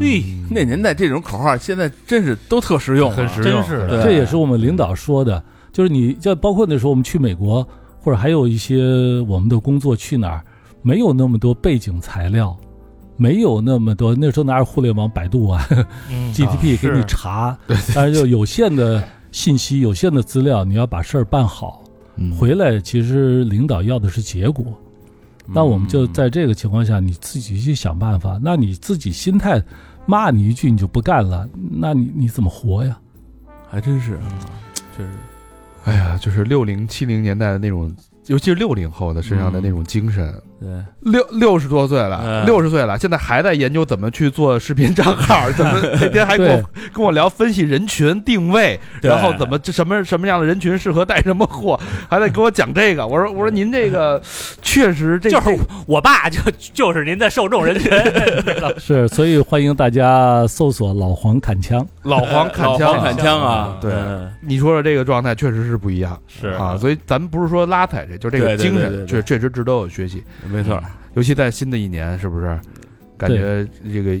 [SPEAKER 6] 嘿，那年代这种口号现在真是都特实用啊，
[SPEAKER 1] 很实
[SPEAKER 2] 真
[SPEAKER 1] 用
[SPEAKER 2] 是的
[SPEAKER 6] 对
[SPEAKER 4] 这也是我们领导说的，就是你就包括那时候我们去美国，或者还有一些我们的工作去哪儿，没有那么多背景材料，没有那么多，那时候拿着互联网百度啊、
[SPEAKER 2] 嗯
[SPEAKER 4] GDP 给
[SPEAKER 6] 是
[SPEAKER 4] 你查，但是就有限的信息、有限的资料，你要把事儿办好。
[SPEAKER 1] 嗯
[SPEAKER 4] 回来其实领导要的是结果，
[SPEAKER 6] 嗯
[SPEAKER 4] 那我们就在这个情况下，你自己去想办法。那你自己心态骂你一句你就不干了，那你你怎么活呀？
[SPEAKER 6] 还真是，确实
[SPEAKER 1] 哎呀，就是六零七零年代的那种，尤其是六零后的身上的那种精神。
[SPEAKER 6] 对，
[SPEAKER 1] 六六十多岁了，
[SPEAKER 6] 嗯
[SPEAKER 1] 六十岁了，现在还在研究怎么去做视频账号，怎么那天还跟我跟我聊分析人群定位，
[SPEAKER 6] 对
[SPEAKER 1] 然后怎么这什么什么样的人群适合带什么货， 还得给我讲这个。我说我说您这个确实这
[SPEAKER 2] 就是我爸就就是您的受众人群，
[SPEAKER 4] 是，所以欢迎大家搜索老黄砍枪。
[SPEAKER 1] 老黄砍
[SPEAKER 6] 老
[SPEAKER 1] 枪
[SPEAKER 6] 黄
[SPEAKER 1] 啊，
[SPEAKER 6] 砍枪啊，
[SPEAKER 1] 对
[SPEAKER 6] 嗯
[SPEAKER 1] 你说的这个状态确实是不一样
[SPEAKER 2] 是
[SPEAKER 1] 啊，所以咱们不是说拉踩这，就这个
[SPEAKER 6] 对对
[SPEAKER 1] 精
[SPEAKER 6] 对
[SPEAKER 1] 神
[SPEAKER 6] 对对
[SPEAKER 1] 确确实值得我学习。
[SPEAKER 6] 没错，
[SPEAKER 1] 尤其在新的一年，是不是？感觉这个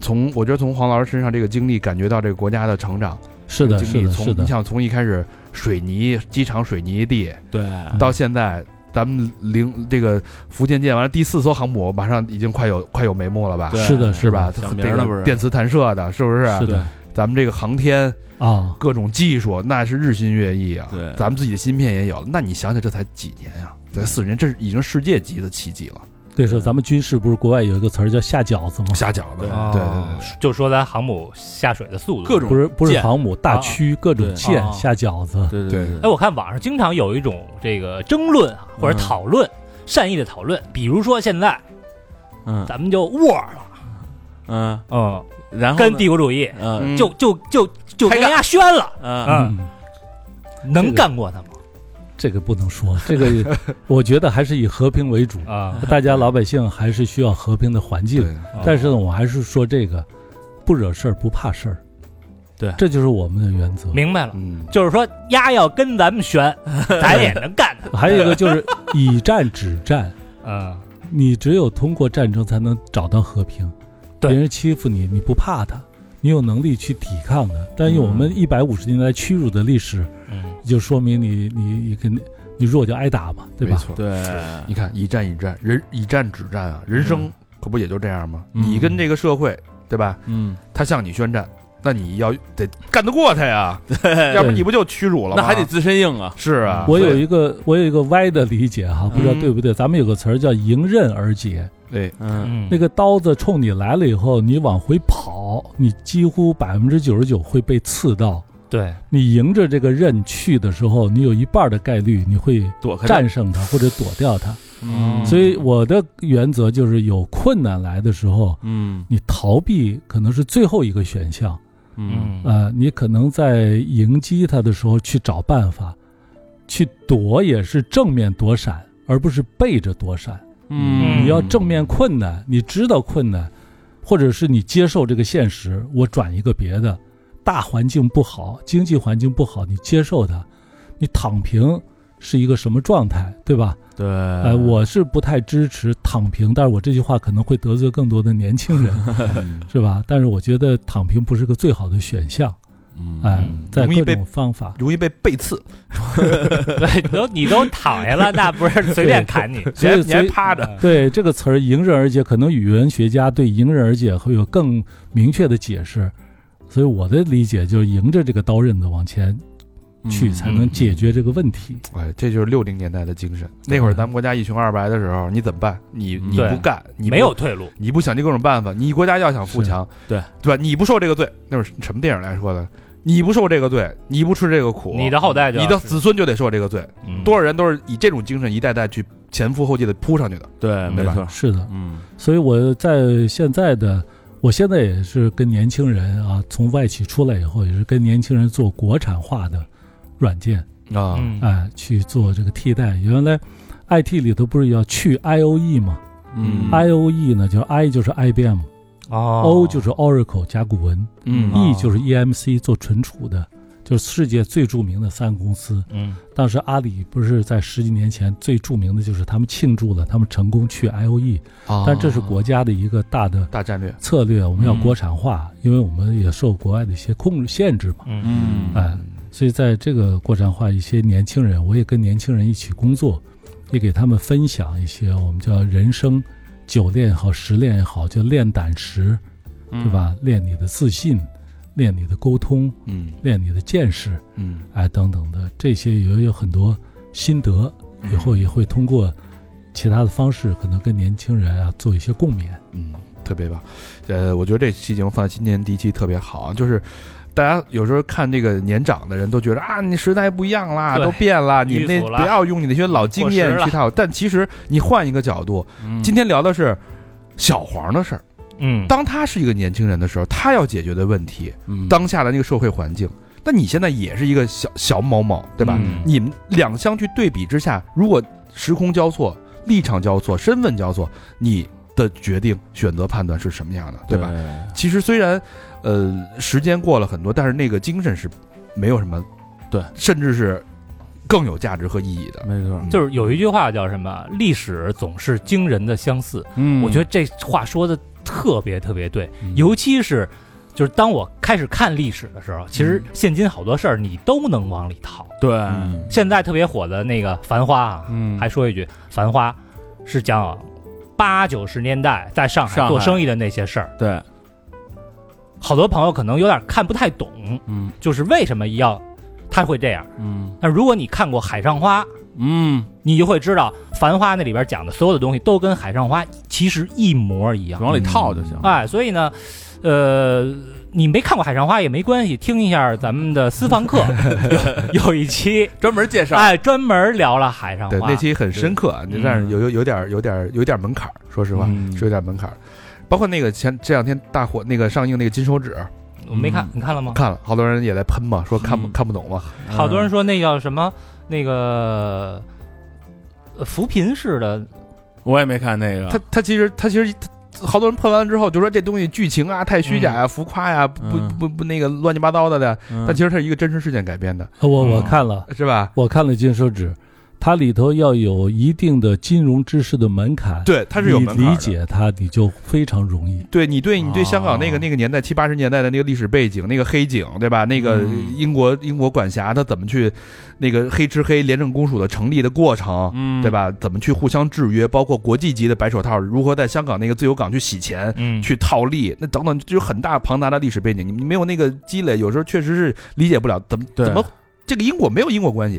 [SPEAKER 1] 从我觉得从黄老师身上这个经历，感觉到这个国家的成长。
[SPEAKER 4] 是
[SPEAKER 1] 这
[SPEAKER 4] 的，
[SPEAKER 1] 个
[SPEAKER 4] 是
[SPEAKER 1] 经历
[SPEAKER 4] 的，
[SPEAKER 1] 从
[SPEAKER 4] 是的
[SPEAKER 1] 你，想从一开始水泥机场水泥地，
[SPEAKER 6] 对，
[SPEAKER 2] 哦
[SPEAKER 1] 到现在咱们零这个福建建完了第四艘航母，马上已经快有快有眉目了吧？
[SPEAKER 6] 对
[SPEAKER 4] 是的，
[SPEAKER 1] 是
[SPEAKER 4] 是
[SPEAKER 1] 吧？
[SPEAKER 6] 想
[SPEAKER 1] 这
[SPEAKER 6] 明儿了不
[SPEAKER 1] 个
[SPEAKER 6] 是
[SPEAKER 1] 电磁弹射的，是不是？
[SPEAKER 4] 是的
[SPEAKER 1] 咱们这个航天
[SPEAKER 4] 啊，
[SPEAKER 1] 各种技术，那是日新月异啊。
[SPEAKER 6] 对
[SPEAKER 1] 咱们自己的芯片也有了。那你想想，这才几年呀、这四十年，这是已经世界级的奇迹了。
[SPEAKER 4] 对，是咱们军事不是国外有一个词儿叫下饺子吗？
[SPEAKER 1] 瞎讲的，
[SPEAKER 6] 对
[SPEAKER 1] 对对对，
[SPEAKER 2] 就说咱航母下水的速度，
[SPEAKER 6] 各种
[SPEAKER 4] 不是不是
[SPEAKER 6] 舰
[SPEAKER 4] 航母、大驱、各种
[SPEAKER 6] 对
[SPEAKER 4] 舰
[SPEAKER 2] 啊
[SPEAKER 4] 下饺子，
[SPEAKER 6] 对对
[SPEAKER 2] 哎，，我看网上经常有一种这个争论啊，或者
[SPEAKER 6] 嗯
[SPEAKER 2] 讨论，善意的讨论，比如说现在
[SPEAKER 6] 嗯
[SPEAKER 2] 咱们就 war 了，
[SPEAKER 6] 嗯，
[SPEAKER 2] 嗯，
[SPEAKER 6] 然后
[SPEAKER 2] 跟
[SPEAKER 6] 呢
[SPEAKER 2] 帝国主义
[SPEAKER 6] 嗯
[SPEAKER 2] 就就就就
[SPEAKER 6] 开
[SPEAKER 2] 跟
[SPEAKER 6] 干
[SPEAKER 2] 人家宣了，
[SPEAKER 6] 嗯
[SPEAKER 2] 啊
[SPEAKER 4] 嗯，这
[SPEAKER 2] 能
[SPEAKER 4] 个
[SPEAKER 2] 干过他吗？
[SPEAKER 4] 这个不能说，这个我觉得还是以和平为 主，
[SPEAKER 2] 啊，
[SPEAKER 4] 大家老百姓还是需要和平的环境。
[SPEAKER 1] 对
[SPEAKER 4] 但是呢，我还是说这个，不惹事儿不怕事儿，
[SPEAKER 6] 对
[SPEAKER 4] 这就是我们的原则。
[SPEAKER 2] 明白了，
[SPEAKER 1] 嗯，
[SPEAKER 2] 就是说丫要跟咱们宣，咱也能干
[SPEAKER 4] 还有一个就是以战止战，
[SPEAKER 2] 他，嗯，
[SPEAKER 4] 你只有通过战争才能找到和平。
[SPEAKER 2] 对
[SPEAKER 4] 别人欺负你，你不怕他，你有能力去抵抗他。但用我
[SPEAKER 1] 嗯
[SPEAKER 4] 们一百五十年来屈辱的历史，
[SPEAKER 2] 嗯
[SPEAKER 4] 就说明你你你跟你弱就挨打嘛，对
[SPEAKER 1] 没
[SPEAKER 4] 吧？
[SPEAKER 1] 错。
[SPEAKER 6] 对，
[SPEAKER 1] 你看，以战以战，人以战止战啊，人生可不也就这样吗？
[SPEAKER 6] 嗯
[SPEAKER 1] 你跟这个社会，对吧？
[SPEAKER 6] 嗯，
[SPEAKER 1] 他向你宣战，那你要得干得过他呀，要不然你不就屈辱了吗？
[SPEAKER 6] 那还得自身硬啊，
[SPEAKER 1] 是啊，
[SPEAKER 4] 嗯我有
[SPEAKER 1] 对
[SPEAKER 4] 一个我有一个歪的理解哈、不知道
[SPEAKER 1] 嗯
[SPEAKER 4] 对不对？咱们有个词儿叫迎刃而解，
[SPEAKER 1] 对
[SPEAKER 6] 嗯，
[SPEAKER 4] 那个刀子冲你来了以后，你往回跑，你几乎百分之九十九会被刺到。
[SPEAKER 2] 对，
[SPEAKER 4] 你迎着这个刃去的时候，你有一半的概率你会
[SPEAKER 6] 躲开它，
[SPEAKER 4] 战胜它或者躲掉它。
[SPEAKER 6] 嗯，
[SPEAKER 4] 所以我的原则就是，有困难来的时候，
[SPEAKER 6] 嗯
[SPEAKER 4] 你逃避可能是最后一个选项。
[SPEAKER 6] 嗯
[SPEAKER 2] 嗯
[SPEAKER 4] 呃，你可能在迎击它的时候去找办法，去躲也是正面躲闪，而不是背着躲闪。
[SPEAKER 6] 嗯，
[SPEAKER 4] 你要正面困难，你知道困难，或者是你接受这个现实，我转一个别的，大环境不好，经济环境不好，你接受它，你躺平是一个什么状态，对吧？
[SPEAKER 6] 对，
[SPEAKER 4] 呃，我是不太支持躺平，但是我这句话可能会得罪更多的年轻人，是吧？但是我觉得躺平不是个最好的选项，哎、
[SPEAKER 2] 嗯
[SPEAKER 4] 在
[SPEAKER 1] 容易
[SPEAKER 4] 各
[SPEAKER 1] 被
[SPEAKER 4] 种方法。
[SPEAKER 1] 容易被背刺，
[SPEAKER 2] 对，都 你都躺下了，那不是随便砍你，
[SPEAKER 4] 所以嗯
[SPEAKER 1] 你还
[SPEAKER 4] 所
[SPEAKER 1] 你
[SPEAKER 4] 以
[SPEAKER 1] 还趴着，
[SPEAKER 4] 对这个词儿“迎刃而解”，可能语文学家对“迎刃而解”会有更明确的解释。所以我的理解就是，迎着这个刀刃子往前
[SPEAKER 6] 嗯
[SPEAKER 4] 去，才能解决这个问题。
[SPEAKER 1] 哎，这就是六零年代的精神。那会儿咱们国家一穷二白的时候，你怎么办？你
[SPEAKER 6] 嗯
[SPEAKER 1] 你
[SPEAKER 2] 对
[SPEAKER 1] 不干，你不
[SPEAKER 2] 没有。退路，
[SPEAKER 1] 你不想尽各种办法，你国家要想富强，
[SPEAKER 6] 对
[SPEAKER 1] 对吧？你不受这个罪，那是什么电影来说的？你不受这个罪，你不吃这个苦，
[SPEAKER 2] 你的后代就
[SPEAKER 1] 你的子孙就得受这个罪。
[SPEAKER 2] 嗯
[SPEAKER 1] 多少人都是以这种精神一代代去前赴后继的扑上去的。
[SPEAKER 6] 对，没错，
[SPEAKER 4] 是的，
[SPEAKER 6] 嗯
[SPEAKER 4] 所以我在现在的，我现在也是跟年轻人啊，从外企出来以后，也是跟年轻人做国产化的软件，
[SPEAKER 1] 啊
[SPEAKER 2] 嗯
[SPEAKER 4] 哎、去做这个替代。原来 IT 里头不是要去 IOE 吗、
[SPEAKER 6] 嗯
[SPEAKER 4] i o e 呢，就是 I 就是 IBM，
[SPEAKER 2] 哦
[SPEAKER 4] O 就是 Oracle 甲骨文、
[SPEAKER 6] 嗯
[SPEAKER 4] e 就是 EMC 做存储的，就是世界最著名的三个公司。
[SPEAKER 2] 嗯
[SPEAKER 4] 当时阿里不是在十几年前最著名的就是他们庆祝了他们成功去 IOE，
[SPEAKER 6] 哦
[SPEAKER 1] 啊
[SPEAKER 4] 但这是国家的一个大的
[SPEAKER 1] 大战略，
[SPEAKER 4] 策略，我们要
[SPEAKER 2] 嗯
[SPEAKER 4] 国产化，因为我们也受国外的一些控制限制嘛，
[SPEAKER 2] 嗯
[SPEAKER 6] 嗯
[SPEAKER 4] 哎，所以在这个国产化，一些年轻人，我也跟年轻人一起工作，也给他们分享一些我们叫人生。九练也好，十练也好，就练胆识，
[SPEAKER 6] 对
[SPEAKER 4] 对？吧？练你的自信，练你的沟通，
[SPEAKER 1] 嗯
[SPEAKER 4] 练你的见识，
[SPEAKER 1] 嗯
[SPEAKER 4] 哎，等等的这些也有很多心得，
[SPEAKER 1] 嗯
[SPEAKER 4] 以后也会通过其他的方式，可能跟年轻人啊做一些共勉。
[SPEAKER 1] 嗯，特别棒。呃，我觉得这期节目放在今年第一期特别好啊，就是。大家有时候看这个年长的人都觉得啊，你时代不一样啦，
[SPEAKER 2] 对
[SPEAKER 1] 都变啦，你
[SPEAKER 2] 迂
[SPEAKER 1] 那
[SPEAKER 2] 腐了
[SPEAKER 1] 不要用你那些老经
[SPEAKER 2] 过
[SPEAKER 1] 验
[SPEAKER 2] 时了
[SPEAKER 1] 去套。但其实你换一个角度，今
[SPEAKER 6] 天
[SPEAKER 1] 天聊的是小黄的事儿。
[SPEAKER 2] 嗯，
[SPEAKER 1] 当他是一个年轻人的时候，他要解决的问题，
[SPEAKER 6] 嗯
[SPEAKER 1] 当下的那个社会环境。那你现在也是一个小小某某，对吧？
[SPEAKER 6] 嗯
[SPEAKER 1] 你们两相去对比之下，如果时空交错、立场交错、身份交错，你的决定、选择、判断是什么样的，对吧？？其实虽然，呃，时间过了很多，但是那个精神是没有什么，
[SPEAKER 6] 对，
[SPEAKER 1] 甚至是更有价值和意义的。
[SPEAKER 6] 没错，
[SPEAKER 2] 就是有一句话叫什么？历史总是惊人的相似。
[SPEAKER 6] 嗯
[SPEAKER 2] 我觉得这话说的特别特别对，尤其是就是当我开始看历史的时候，其实现今好多事儿你都能往里套。
[SPEAKER 6] 对，
[SPEAKER 1] 嗯
[SPEAKER 2] 现在特别火的那个《繁花》啊，
[SPEAKER 6] 嗯
[SPEAKER 2] 还说一句，《繁花》是讲八九十年代在上海
[SPEAKER 6] 上海
[SPEAKER 2] 做生意的那些事儿，
[SPEAKER 6] 对，
[SPEAKER 2] 好多朋友可能有点看不太懂，
[SPEAKER 6] 嗯
[SPEAKER 2] 就是为什么要他会这样。
[SPEAKER 6] 嗯
[SPEAKER 2] 但如果你看过《海上花》，
[SPEAKER 6] 嗯，
[SPEAKER 2] 你就会知道《繁花》那里边讲的所有的东西都跟《海上花》其实一模一样。
[SPEAKER 6] 往里套就行。啊
[SPEAKER 2] 哎，所以呢，呃，你没看过《海上花》也没关系，听一下咱们的私房 课，有有一期
[SPEAKER 6] 专门介绍，
[SPEAKER 2] 哎专门聊了《海上花
[SPEAKER 1] 对，》。那期很深刻，啊，但是有有有点儿有点儿有点儿门槛儿，说实话、
[SPEAKER 6] 嗯
[SPEAKER 1] 是有点儿门槛儿。包括那个前这两天大火那个上映那个金手指，
[SPEAKER 2] 我没看
[SPEAKER 6] 嗯，
[SPEAKER 2] 你看了吗？
[SPEAKER 1] 看了，好多人也在喷嘛，说看不、
[SPEAKER 6] 嗯
[SPEAKER 1] 看不懂嘛。
[SPEAKER 2] 好多人说那叫什么那个呃扶贫式的，
[SPEAKER 6] 我也没看那个，
[SPEAKER 1] 他他其实他其实他好多人喷完之后就说这东西剧情啊太虚假呀、浮夸呀、不
[SPEAKER 6] 嗯
[SPEAKER 1] 不不不那个乱七八糟的的。
[SPEAKER 6] 嗯
[SPEAKER 1] 但其实它是一个真实事件改编的，
[SPEAKER 4] 呃我我
[SPEAKER 6] 嗯
[SPEAKER 4] 看了，
[SPEAKER 1] 是吧？
[SPEAKER 4] 我看了《金手指》，它里头要有一定的金融知识的门槛，
[SPEAKER 1] 对，它是有
[SPEAKER 4] 你
[SPEAKER 1] 门槛
[SPEAKER 4] 理
[SPEAKER 1] 的。
[SPEAKER 4] 解它，你就非常容易。
[SPEAKER 1] 对你对你对香港那个
[SPEAKER 6] 哦
[SPEAKER 1] 那个年代七八十年代的那个历史背景，那个黑警对吧？那个
[SPEAKER 6] 嗯
[SPEAKER 1] 英国英国管辖他怎么去那个黑吃黑廉政公署的成立的过程，
[SPEAKER 6] 嗯，
[SPEAKER 1] 对？吧？怎么去互相制约，包括国际级的白手套如何在香港那个自由港去洗钱。
[SPEAKER 2] 嗯，
[SPEAKER 1] 去套利，那等等，就有很大庞大的历史背景，你你没有那个积累，有时候确实是理解不了怎么
[SPEAKER 6] 对
[SPEAKER 1] 怎么这个因果没有因果关系，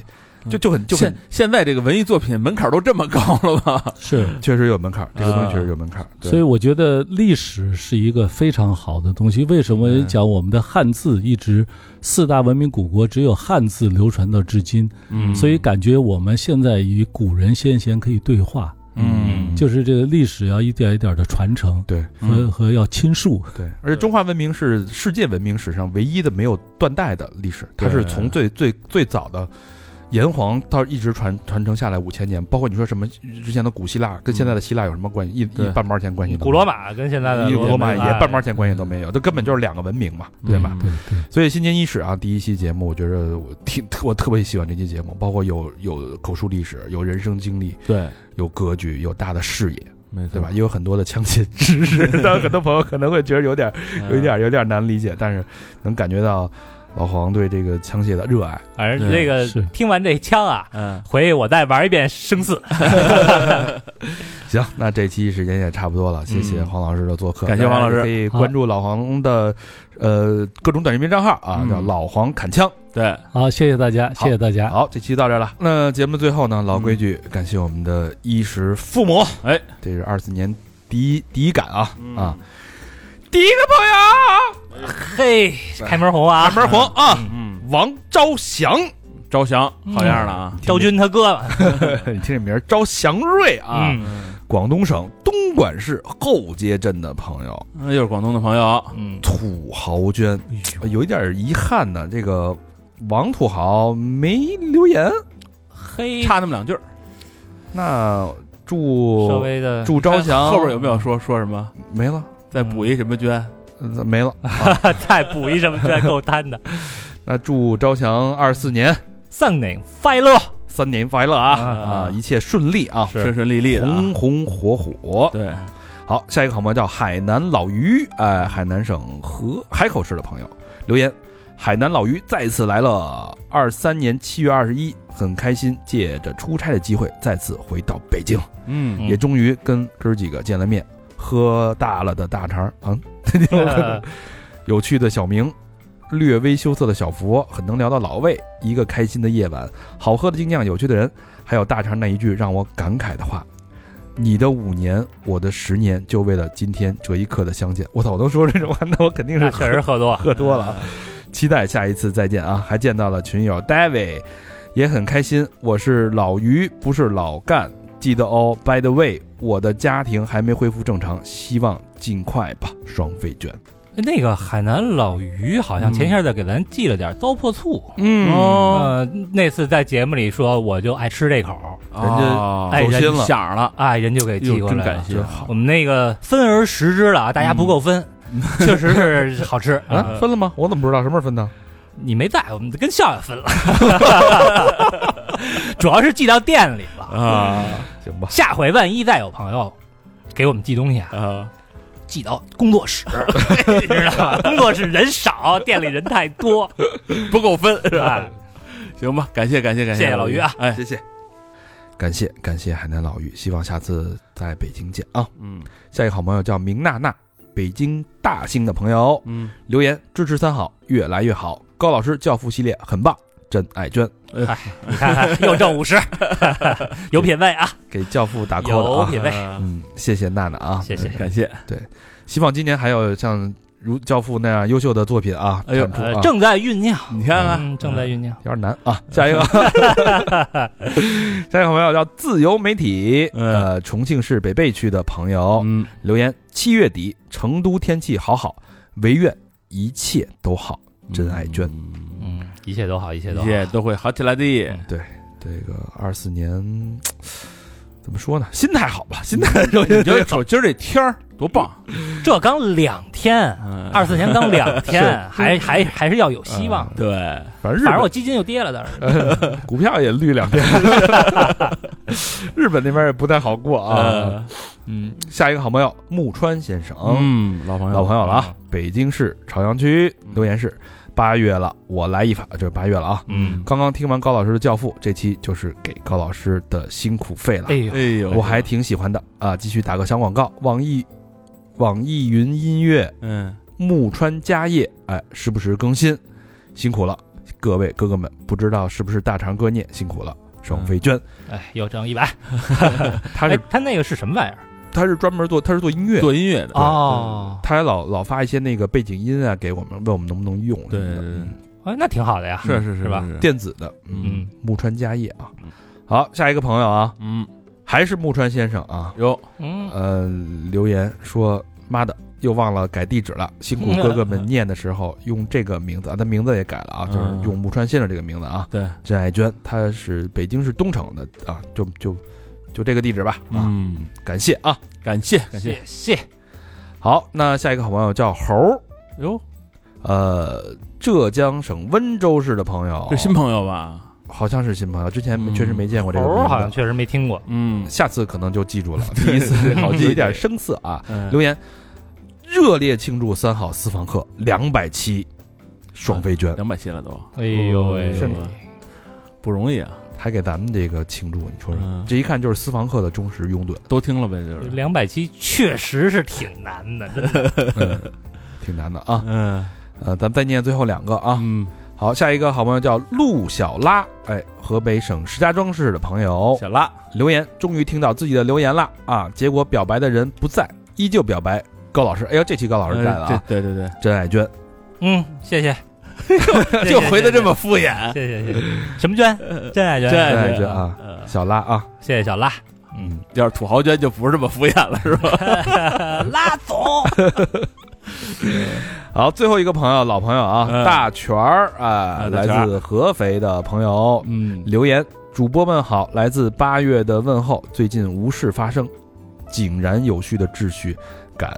[SPEAKER 1] 就
[SPEAKER 6] 嗯
[SPEAKER 1] 就很就很
[SPEAKER 6] 现现在这个文艺作品门槛都这么高了吗？
[SPEAKER 4] 是，
[SPEAKER 1] 确实有门槛儿，这个东西
[SPEAKER 6] 啊
[SPEAKER 1] 确实有门槛儿，对
[SPEAKER 4] 所以我觉得历史是一个非常好的东西。为什么
[SPEAKER 6] 嗯
[SPEAKER 4] 讲我们的汉字一直四大文明古国只有汉字流传到至今？
[SPEAKER 6] 嗯
[SPEAKER 4] 所以感觉我们现在与古人先贤可以对话，
[SPEAKER 6] 嗯
[SPEAKER 4] 就是这个历史要一点一点的传承
[SPEAKER 1] 对嗯
[SPEAKER 4] 和和要亲述。
[SPEAKER 1] 对，而且中华文明是世界文明史上唯一的没有断代的历史，它
[SPEAKER 6] 对
[SPEAKER 1] 是从最最最早的炎黄到一直传传承下来五千年，包括你说什么之前的古希腊跟现在的希腊有什么关系？一
[SPEAKER 6] 对
[SPEAKER 1] 一半毛钱关系都没有，
[SPEAKER 2] 古罗马跟现在的
[SPEAKER 1] 嗯一古罗马也
[SPEAKER 2] 哎
[SPEAKER 1] 半毛钱关系都没有，这根本就是两个文明嘛，对吧？
[SPEAKER 6] 嗯
[SPEAKER 4] 对对，
[SPEAKER 1] 所以新年伊始啊，第一期节目我觉得我挺我特别喜欢这期节目，包括有有口述历史，有人生经历，
[SPEAKER 6] 对，嗯
[SPEAKER 1] 有格局，有大的视野，
[SPEAKER 6] 没错，
[SPEAKER 1] 对吧？？也有很多的枪械知 识，但很多朋友可能会觉得有点。
[SPEAKER 6] 嗯
[SPEAKER 1] 有一点儿有一点儿难理解，但是能感觉到老黄对这个枪械的热爱。
[SPEAKER 2] 反正这个
[SPEAKER 4] 是
[SPEAKER 2] 听完这枪啊，
[SPEAKER 6] 嗯，
[SPEAKER 2] 回去我再玩一遍生死。
[SPEAKER 1] 行，那这期时间也差不多了，谢谢
[SPEAKER 6] 嗯
[SPEAKER 1] 黄老师的做客，
[SPEAKER 6] 感谢黄老师
[SPEAKER 1] 大家也可以关注老黄的呃各种短视频账号啊，
[SPEAKER 6] 嗯
[SPEAKER 1] 叫老黄砍枪。
[SPEAKER 6] 对，
[SPEAKER 4] 好，谢谢大家，谢谢大
[SPEAKER 6] 哎
[SPEAKER 4] 家。
[SPEAKER 1] 好，这期到这儿
[SPEAKER 6] 嗯
[SPEAKER 1] 了。那节目最后呢，老规矩，感谢我们的衣食父母，
[SPEAKER 6] 哎，嗯
[SPEAKER 1] 这是二四年第一第一感啊啊，
[SPEAKER 2] 第一个朋友，嘿，开门红啊，
[SPEAKER 1] 开门红啊，
[SPEAKER 6] 嗯，
[SPEAKER 1] 王昭 祥，
[SPEAKER 6] 招降，好样的啊！
[SPEAKER 2] 赵军他哥，
[SPEAKER 1] 你听这名儿，昭祥瑞啊，
[SPEAKER 2] 嗯
[SPEAKER 1] 广东省东莞市后街镇的朋友。
[SPEAKER 6] 嗯又是广东的朋友，
[SPEAKER 2] 嗯，
[SPEAKER 1] 土豪捐，
[SPEAKER 6] 哎
[SPEAKER 1] 有一点遗憾呢。这个王土豪没留言，
[SPEAKER 2] 嘿，
[SPEAKER 6] 差那么两句儿。
[SPEAKER 1] 那
[SPEAKER 2] 稍
[SPEAKER 1] 祝
[SPEAKER 2] 微的
[SPEAKER 1] 祝招
[SPEAKER 6] 看
[SPEAKER 1] 祥
[SPEAKER 6] 哎后边有没有说说什么？
[SPEAKER 1] 没了？
[SPEAKER 6] 再补一什么捐？
[SPEAKER 1] 呃没了。
[SPEAKER 2] 再补一什么，这够贪的。
[SPEAKER 1] 那祝招祥二四年
[SPEAKER 2] 丧年快乐，
[SPEAKER 1] 三年快乐啊啊，一切顺利啊，
[SPEAKER 6] 顺顺利利的啊。
[SPEAKER 1] 红红火火。
[SPEAKER 6] 对，
[SPEAKER 1] 好，下一个好朋友叫海南老于，哎，海南省河海口市的朋友留言。海南老于再次来了。二三年七月二十一，很开心，借着出差的机会再次回到北京，
[SPEAKER 6] 嗯，
[SPEAKER 1] 也终于跟哥儿几个见了面，喝大了的大肠啊，嗯
[SPEAKER 2] 呃
[SPEAKER 1] 有趣的小明，嗯略微羞涩的小佛，很能聊的老魏，一个开心的夜晚，好喝的精酿，有趣的人，还有大肠那一句让我感慨的话：“你的五年，我的十年，就为了今天这一刻的相见。”我操，我都说这种话，那我肯定是
[SPEAKER 2] 那确实喝多，
[SPEAKER 1] 喝多了啊。期待下一次再见啊！还见到了群友 David，也很开心。我是老于，不是老干，记得哦。By the way，我的家庭还没恢复正常，希望尽快吧。双飞卷，
[SPEAKER 2] 那个海南老于好像前些日子给咱寄了点糟粕醋，
[SPEAKER 1] 嗯
[SPEAKER 6] 哦
[SPEAKER 2] 呃，那次在节目里说我就爱吃这口儿，
[SPEAKER 6] 人
[SPEAKER 1] 家
[SPEAKER 2] 哎
[SPEAKER 6] 走
[SPEAKER 2] 人
[SPEAKER 6] 心
[SPEAKER 2] 家
[SPEAKER 6] 了，想了，
[SPEAKER 2] 哎，人就给寄
[SPEAKER 6] 哟，
[SPEAKER 2] 过
[SPEAKER 6] 真
[SPEAKER 2] 来
[SPEAKER 6] 感
[SPEAKER 2] 了。
[SPEAKER 6] 谢，啊
[SPEAKER 1] 真好
[SPEAKER 2] 我们那个分而食之了啊，大家不够分，
[SPEAKER 6] 嗯
[SPEAKER 2] 确实是好吃
[SPEAKER 1] 啊，
[SPEAKER 2] 啊。
[SPEAKER 1] 分了吗？我怎么不知道什么时候分的？
[SPEAKER 2] 你没在，我们跟笑笑分了， 主要是寄到店里了。
[SPEAKER 6] 啊
[SPEAKER 1] 行吧，
[SPEAKER 2] 下回万一再有朋友给我们寄东西啊，
[SPEAKER 6] 啊，
[SPEAKER 2] 寄到工作室， 你知道吧？工作室人少，店里人太多，
[SPEAKER 6] 不够分是吧
[SPEAKER 2] 哎？
[SPEAKER 6] 行吧，感谢感谢感
[SPEAKER 2] 谢谢老于啊，
[SPEAKER 6] 哎，
[SPEAKER 1] 谢谢，感谢感谢海南老于，希望下次在北京见啊。
[SPEAKER 6] 嗯
[SPEAKER 1] 下一个好朋友叫明娜娜，北京大兴的朋友
[SPEAKER 6] 嗯，
[SPEAKER 1] 留言支持三好，越来越好。高老师教父系列很棒，真爱娟
[SPEAKER 2] 你看看又挣五十， 有品位啊，
[SPEAKER 1] 给教父打 call 了
[SPEAKER 2] 有
[SPEAKER 1] 啊。
[SPEAKER 2] 品位，
[SPEAKER 1] 嗯，谢谢娜娜啊，
[SPEAKER 2] 谢谢。
[SPEAKER 6] 感谢，
[SPEAKER 1] 希望今年还有像如教父那样优秀的作品啊，
[SPEAKER 6] 哎呦
[SPEAKER 1] 产出
[SPEAKER 2] 呃
[SPEAKER 1] 啊，
[SPEAKER 2] 正在酝酿，
[SPEAKER 6] 你看看
[SPEAKER 2] 嗯正在酝酿。
[SPEAKER 1] 有点难啊。下一个，下一个朋友叫自由媒体，
[SPEAKER 6] 嗯
[SPEAKER 1] 呃，重庆市北碚区的朋友
[SPEAKER 6] 嗯，
[SPEAKER 1] 留言：七月底成都天气好好，唯愿一切都好。真爱娟
[SPEAKER 6] 嗯
[SPEAKER 2] 嗯，一切都好，一切都
[SPEAKER 6] 一
[SPEAKER 2] 好。
[SPEAKER 6] 切都会好起来的。
[SPEAKER 1] 这个二四年怎么说呢？心态好吧，心态首
[SPEAKER 6] 你
[SPEAKER 1] 先
[SPEAKER 6] 就瞅今儿这天儿多棒，啊
[SPEAKER 2] 这刚两天，
[SPEAKER 6] 嗯，
[SPEAKER 2] 二四年刚两天，还还还是要有希望的。
[SPEAKER 6] 对，
[SPEAKER 1] 反正日
[SPEAKER 2] 反正我
[SPEAKER 1] 本
[SPEAKER 2] 基金又跌了，倒是。
[SPEAKER 1] 股票也绿两天，日本那边也不太好过啊。
[SPEAKER 6] 呃
[SPEAKER 1] 嗯，下一个好朋友木川先生，
[SPEAKER 6] 嗯，老朋友
[SPEAKER 1] 老朋友了啊，嗯北京市朝阳区留言是八月了，我来一发，这是八月了啊。
[SPEAKER 6] 嗯，
[SPEAKER 1] 刚刚听完高老师的《教父》，这期就是给高老师的辛苦费了
[SPEAKER 2] 哎，呦
[SPEAKER 6] 哎，呦，
[SPEAKER 1] 我还挺喜欢的啊。继续打个小广告，网易网易云音乐
[SPEAKER 6] 嗯，
[SPEAKER 1] 木川家业，哎，时不时更新，辛苦了，各位哥哥们，不知道是不是大肠哥聂辛苦了，双飞娟，
[SPEAKER 2] 哎，又挣一百。
[SPEAKER 1] 他
[SPEAKER 2] 哎
[SPEAKER 1] 是，
[SPEAKER 2] 他那个是什么玩意儿？
[SPEAKER 1] 他是专门做他是做音乐，
[SPEAKER 6] 做音乐的，
[SPEAKER 2] 哦，
[SPEAKER 1] 他还老老发一些那个背景音啊给我们，问我们能不能用，
[SPEAKER 6] 对对对
[SPEAKER 1] 嗯
[SPEAKER 2] 哎，那挺好的呀。
[SPEAKER 6] 是是
[SPEAKER 2] 是吧
[SPEAKER 6] 吧？
[SPEAKER 1] 电子的，
[SPEAKER 2] 嗯，
[SPEAKER 1] 木川家业啊
[SPEAKER 6] 嗯。
[SPEAKER 1] 好，下一个朋友啊，
[SPEAKER 6] 嗯，
[SPEAKER 1] 还是木川先生啊，
[SPEAKER 6] 哟，
[SPEAKER 2] 嗯，
[SPEAKER 1] 呃，留言说妈的。又忘了改地址了，辛苦哥哥们念的时候用这个名字啊，他名字也改了啊，就是
[SPEAKER 6] 嗯
[SPEAKER 1] 用木川先生这个名字啊。
[SPEAKER 6] 对，
[SPEAKER 1] 郑爱娟，她是北京市东城的啊，就就就这个地址吧啊，
[SPEAKER 6] 嗯，
[SPEAKER 1] 感谢啊。
[SPEAKER 6] 感谢感谢，
[SPEAKER 2] 谢谢。
[SPEAKER 1] 好，那下一个好朋友叫猴儿，
[SPEAKER 6] 哟，
[SPEAKER 1] 呃，浙江省温州市的朋友，
[SPEAKER 6] 这新朋友吧，
[SPEAKER 1] 好像是新朋友，之前没
[SPEAKER 6] 嗯
[SPEAKER 1] 确实没见过这
[SPEAKER 2] 猴
[SPEAKER 1] 个名字，
[SPEAKER 2] 儿好像确实没听过。
[SPEAKER 6] 嗯
[SPEAKER 1] 下次可能就记 住了，第一次好记一点生涩啊。
[SPEAKER 6] 嗯，
[SPEAKER 1] 留言热烈庆祝三好私房课两百期，双飞娟
[SPEAKER 6] 两百期了都，哦
[SPEAKER 2] 哎呦喂，
[SPEAKER 1] 是吗
[SPEAKER 6] 不容易啊，
[SPEAKER 1] 还给咱们这个庆祝，你说说
[SPEAKER 6] 嗯，
[SPEAKER 1] 这一看就是私房课的忠实拥趸，
[SPEAKER 6] 都听了呗，就是，
[SPEAKER 2] 两百期确实是挺难的，真的。
[SPEAKER 1] 挺难的啊。
[SPEAKER 6] 嗯
[SPEAKER 1] 呃，咱们再念最后两个啊。
[SPEAKER 6] 嗯，
[SPEAKER 1] 好，下一个好朋友叫陆小拉，哎，河北省石家庄市的朋友
[SPEAKER 6] 小拉，
[SPEAKER 1] 留言，终于听到自己的留言了啊！结果表白的人不在，依旧表白高老师。哎呦，这期高老师在了
[SPEAKER 6] 哎
[SPEAKER 1] 啊！
[SPEAKER 6] 对对对
[SPEAKER 1] 真爱 娟，
[SPEAKER 2] 嗯，谢谢。
[SPEAKER 6] 对，
[SPEAKER 2] 谢谢
[SPEAKER 6] 就回的这么敷衍，
[SPEAKER 2] 谢谢谢谢，什么娟？真爱娟，
[SPEAKER 6] 真
[SPEAKER 1] 真爱
[SPEAKER 6] 爱
[SPEAKER 1] 娟啊
[SPEAKER 6] 嗯
[SPEAKER 1] 小拉啊，
[SPEAKER 2] 谢谢小拉，
[SPEAKER 1] 嗯，
[SPEAKER 6] 要是土豪娟就不是这么敷衍了，是吧？
[SPEAKER 2] 拉总，
[SPEAKER 1] 好，最后一个朋友，老朋友啊，
[SPEAKER 6] 嗯
[SPEAKER 1] 大全儿啊，
[SPEAKER 6] 啊大
[SPEAKER 1] 来
[SPEAKER 6] 全儿
[SPEAKER 1] 自合肥的朋友
[SPEAKER 6] 嗯，
[SPEAKER 1] 留言，主播们好，来自八月的问候，最近无事发生，井然有序的秩序感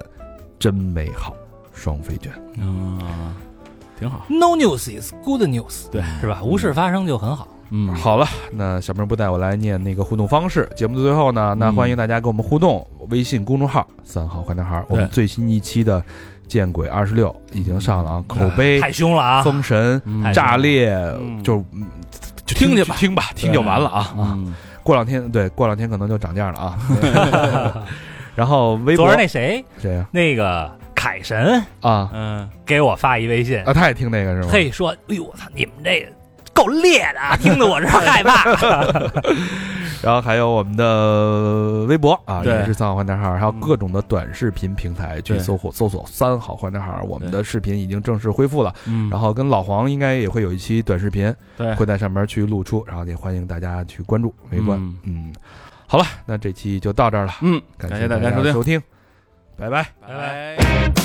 [SPEAKER 1] 真美好，双飞卷。
[SPEAKER 6] 嗯，挺好，
[SPEAKER 2] No news is good news，
[SPEAKER 6] 对，
[SPEAKER 2] 是吧？无事发生就很好。
[SPEAKER 6] 嗯，
[SPEAKER 1] 好了，那小明不带我来念那个互动方式。节目的最后呢，那
[SPEAKER 6] 嗯
[SPEAKER 1] 欢迎大家跟我们互动，微信公众号“三好坏男孩”，我们
[SPEAKER 6] 对
[SPEAKER 1] 最新一期的《见鬼二十六》已经上了啊，口碑、
[SPEAKER 2] 太凶了啊！
[SPEAKER 1] 封神、
[SPEAKER 6] 嗯，
[SPEAKER 2] 太
[SPEAKER 1] 炸裂，
[SPEAKER 6] 嗯
[SPEAKER 1] 就嗯就
[SPEAKER 6] 听
[SPEAKER 1] 听
[SPEAKER 6] 去吧
[SPEAKER 1] 听吧，听就完了啊。
[SPEAKER 6] 嗯，
[SPEAKER 1] 过两天对，过两天可能就涨价了啊。然后微博
[SPEAKER 2] 昨儿那谁
[SPEAKER 1] 谁呀
[SPEAKER 2] 那个凯神
[SPEAKER 1] 啊
[SPEAKER 6] 嗯，
[SPEAKER 2] 给我发一微信，
[SPEAKER 1] 啊，他也听那个是吗？
[SPEAKER 2] 嘿说，哎呦我操，你们这个够烈的啊，听得我这害怕。
[SPEAKER 1] 然后还有我们的微博啊，
[SPEAKER 6] 对
[SPEAKER 1] 也是三好坏男孩儿，还有
[SPEAKER 6] 嗯
[SPEAKER 1] 各种的短视频平台去
[SPEAKER 6] 对
[SPEAKER 1] 搜索搜索“三好坏男孩儿”，我们
[SPEAKER 6] 对
[SPEAKER 1] 的视频已经正式恢复了。
[SPEAKER 6] 嗯
[SPEAKER 1] 然后跟老黄应该也会有一期短视频
[SPEAKER 6] 对，
[SPEAKER 1] 会在上面去露出，然后也欢迎大家去关注围观。
[SPEAKER 6] 嗯
[SPEAKER 1] 嗯，好了，那这期就到这儿了，
[SPEAKER 6] 嗯，
[SPEAKER 1] 感
[SPEAKER 6] 感谢大家
[SPEAKER 1] 收
[SPEAKER 6] 收听，
[SPEAKER 1] 收听，拜拜。
[SPEAKER 6] 拜拜。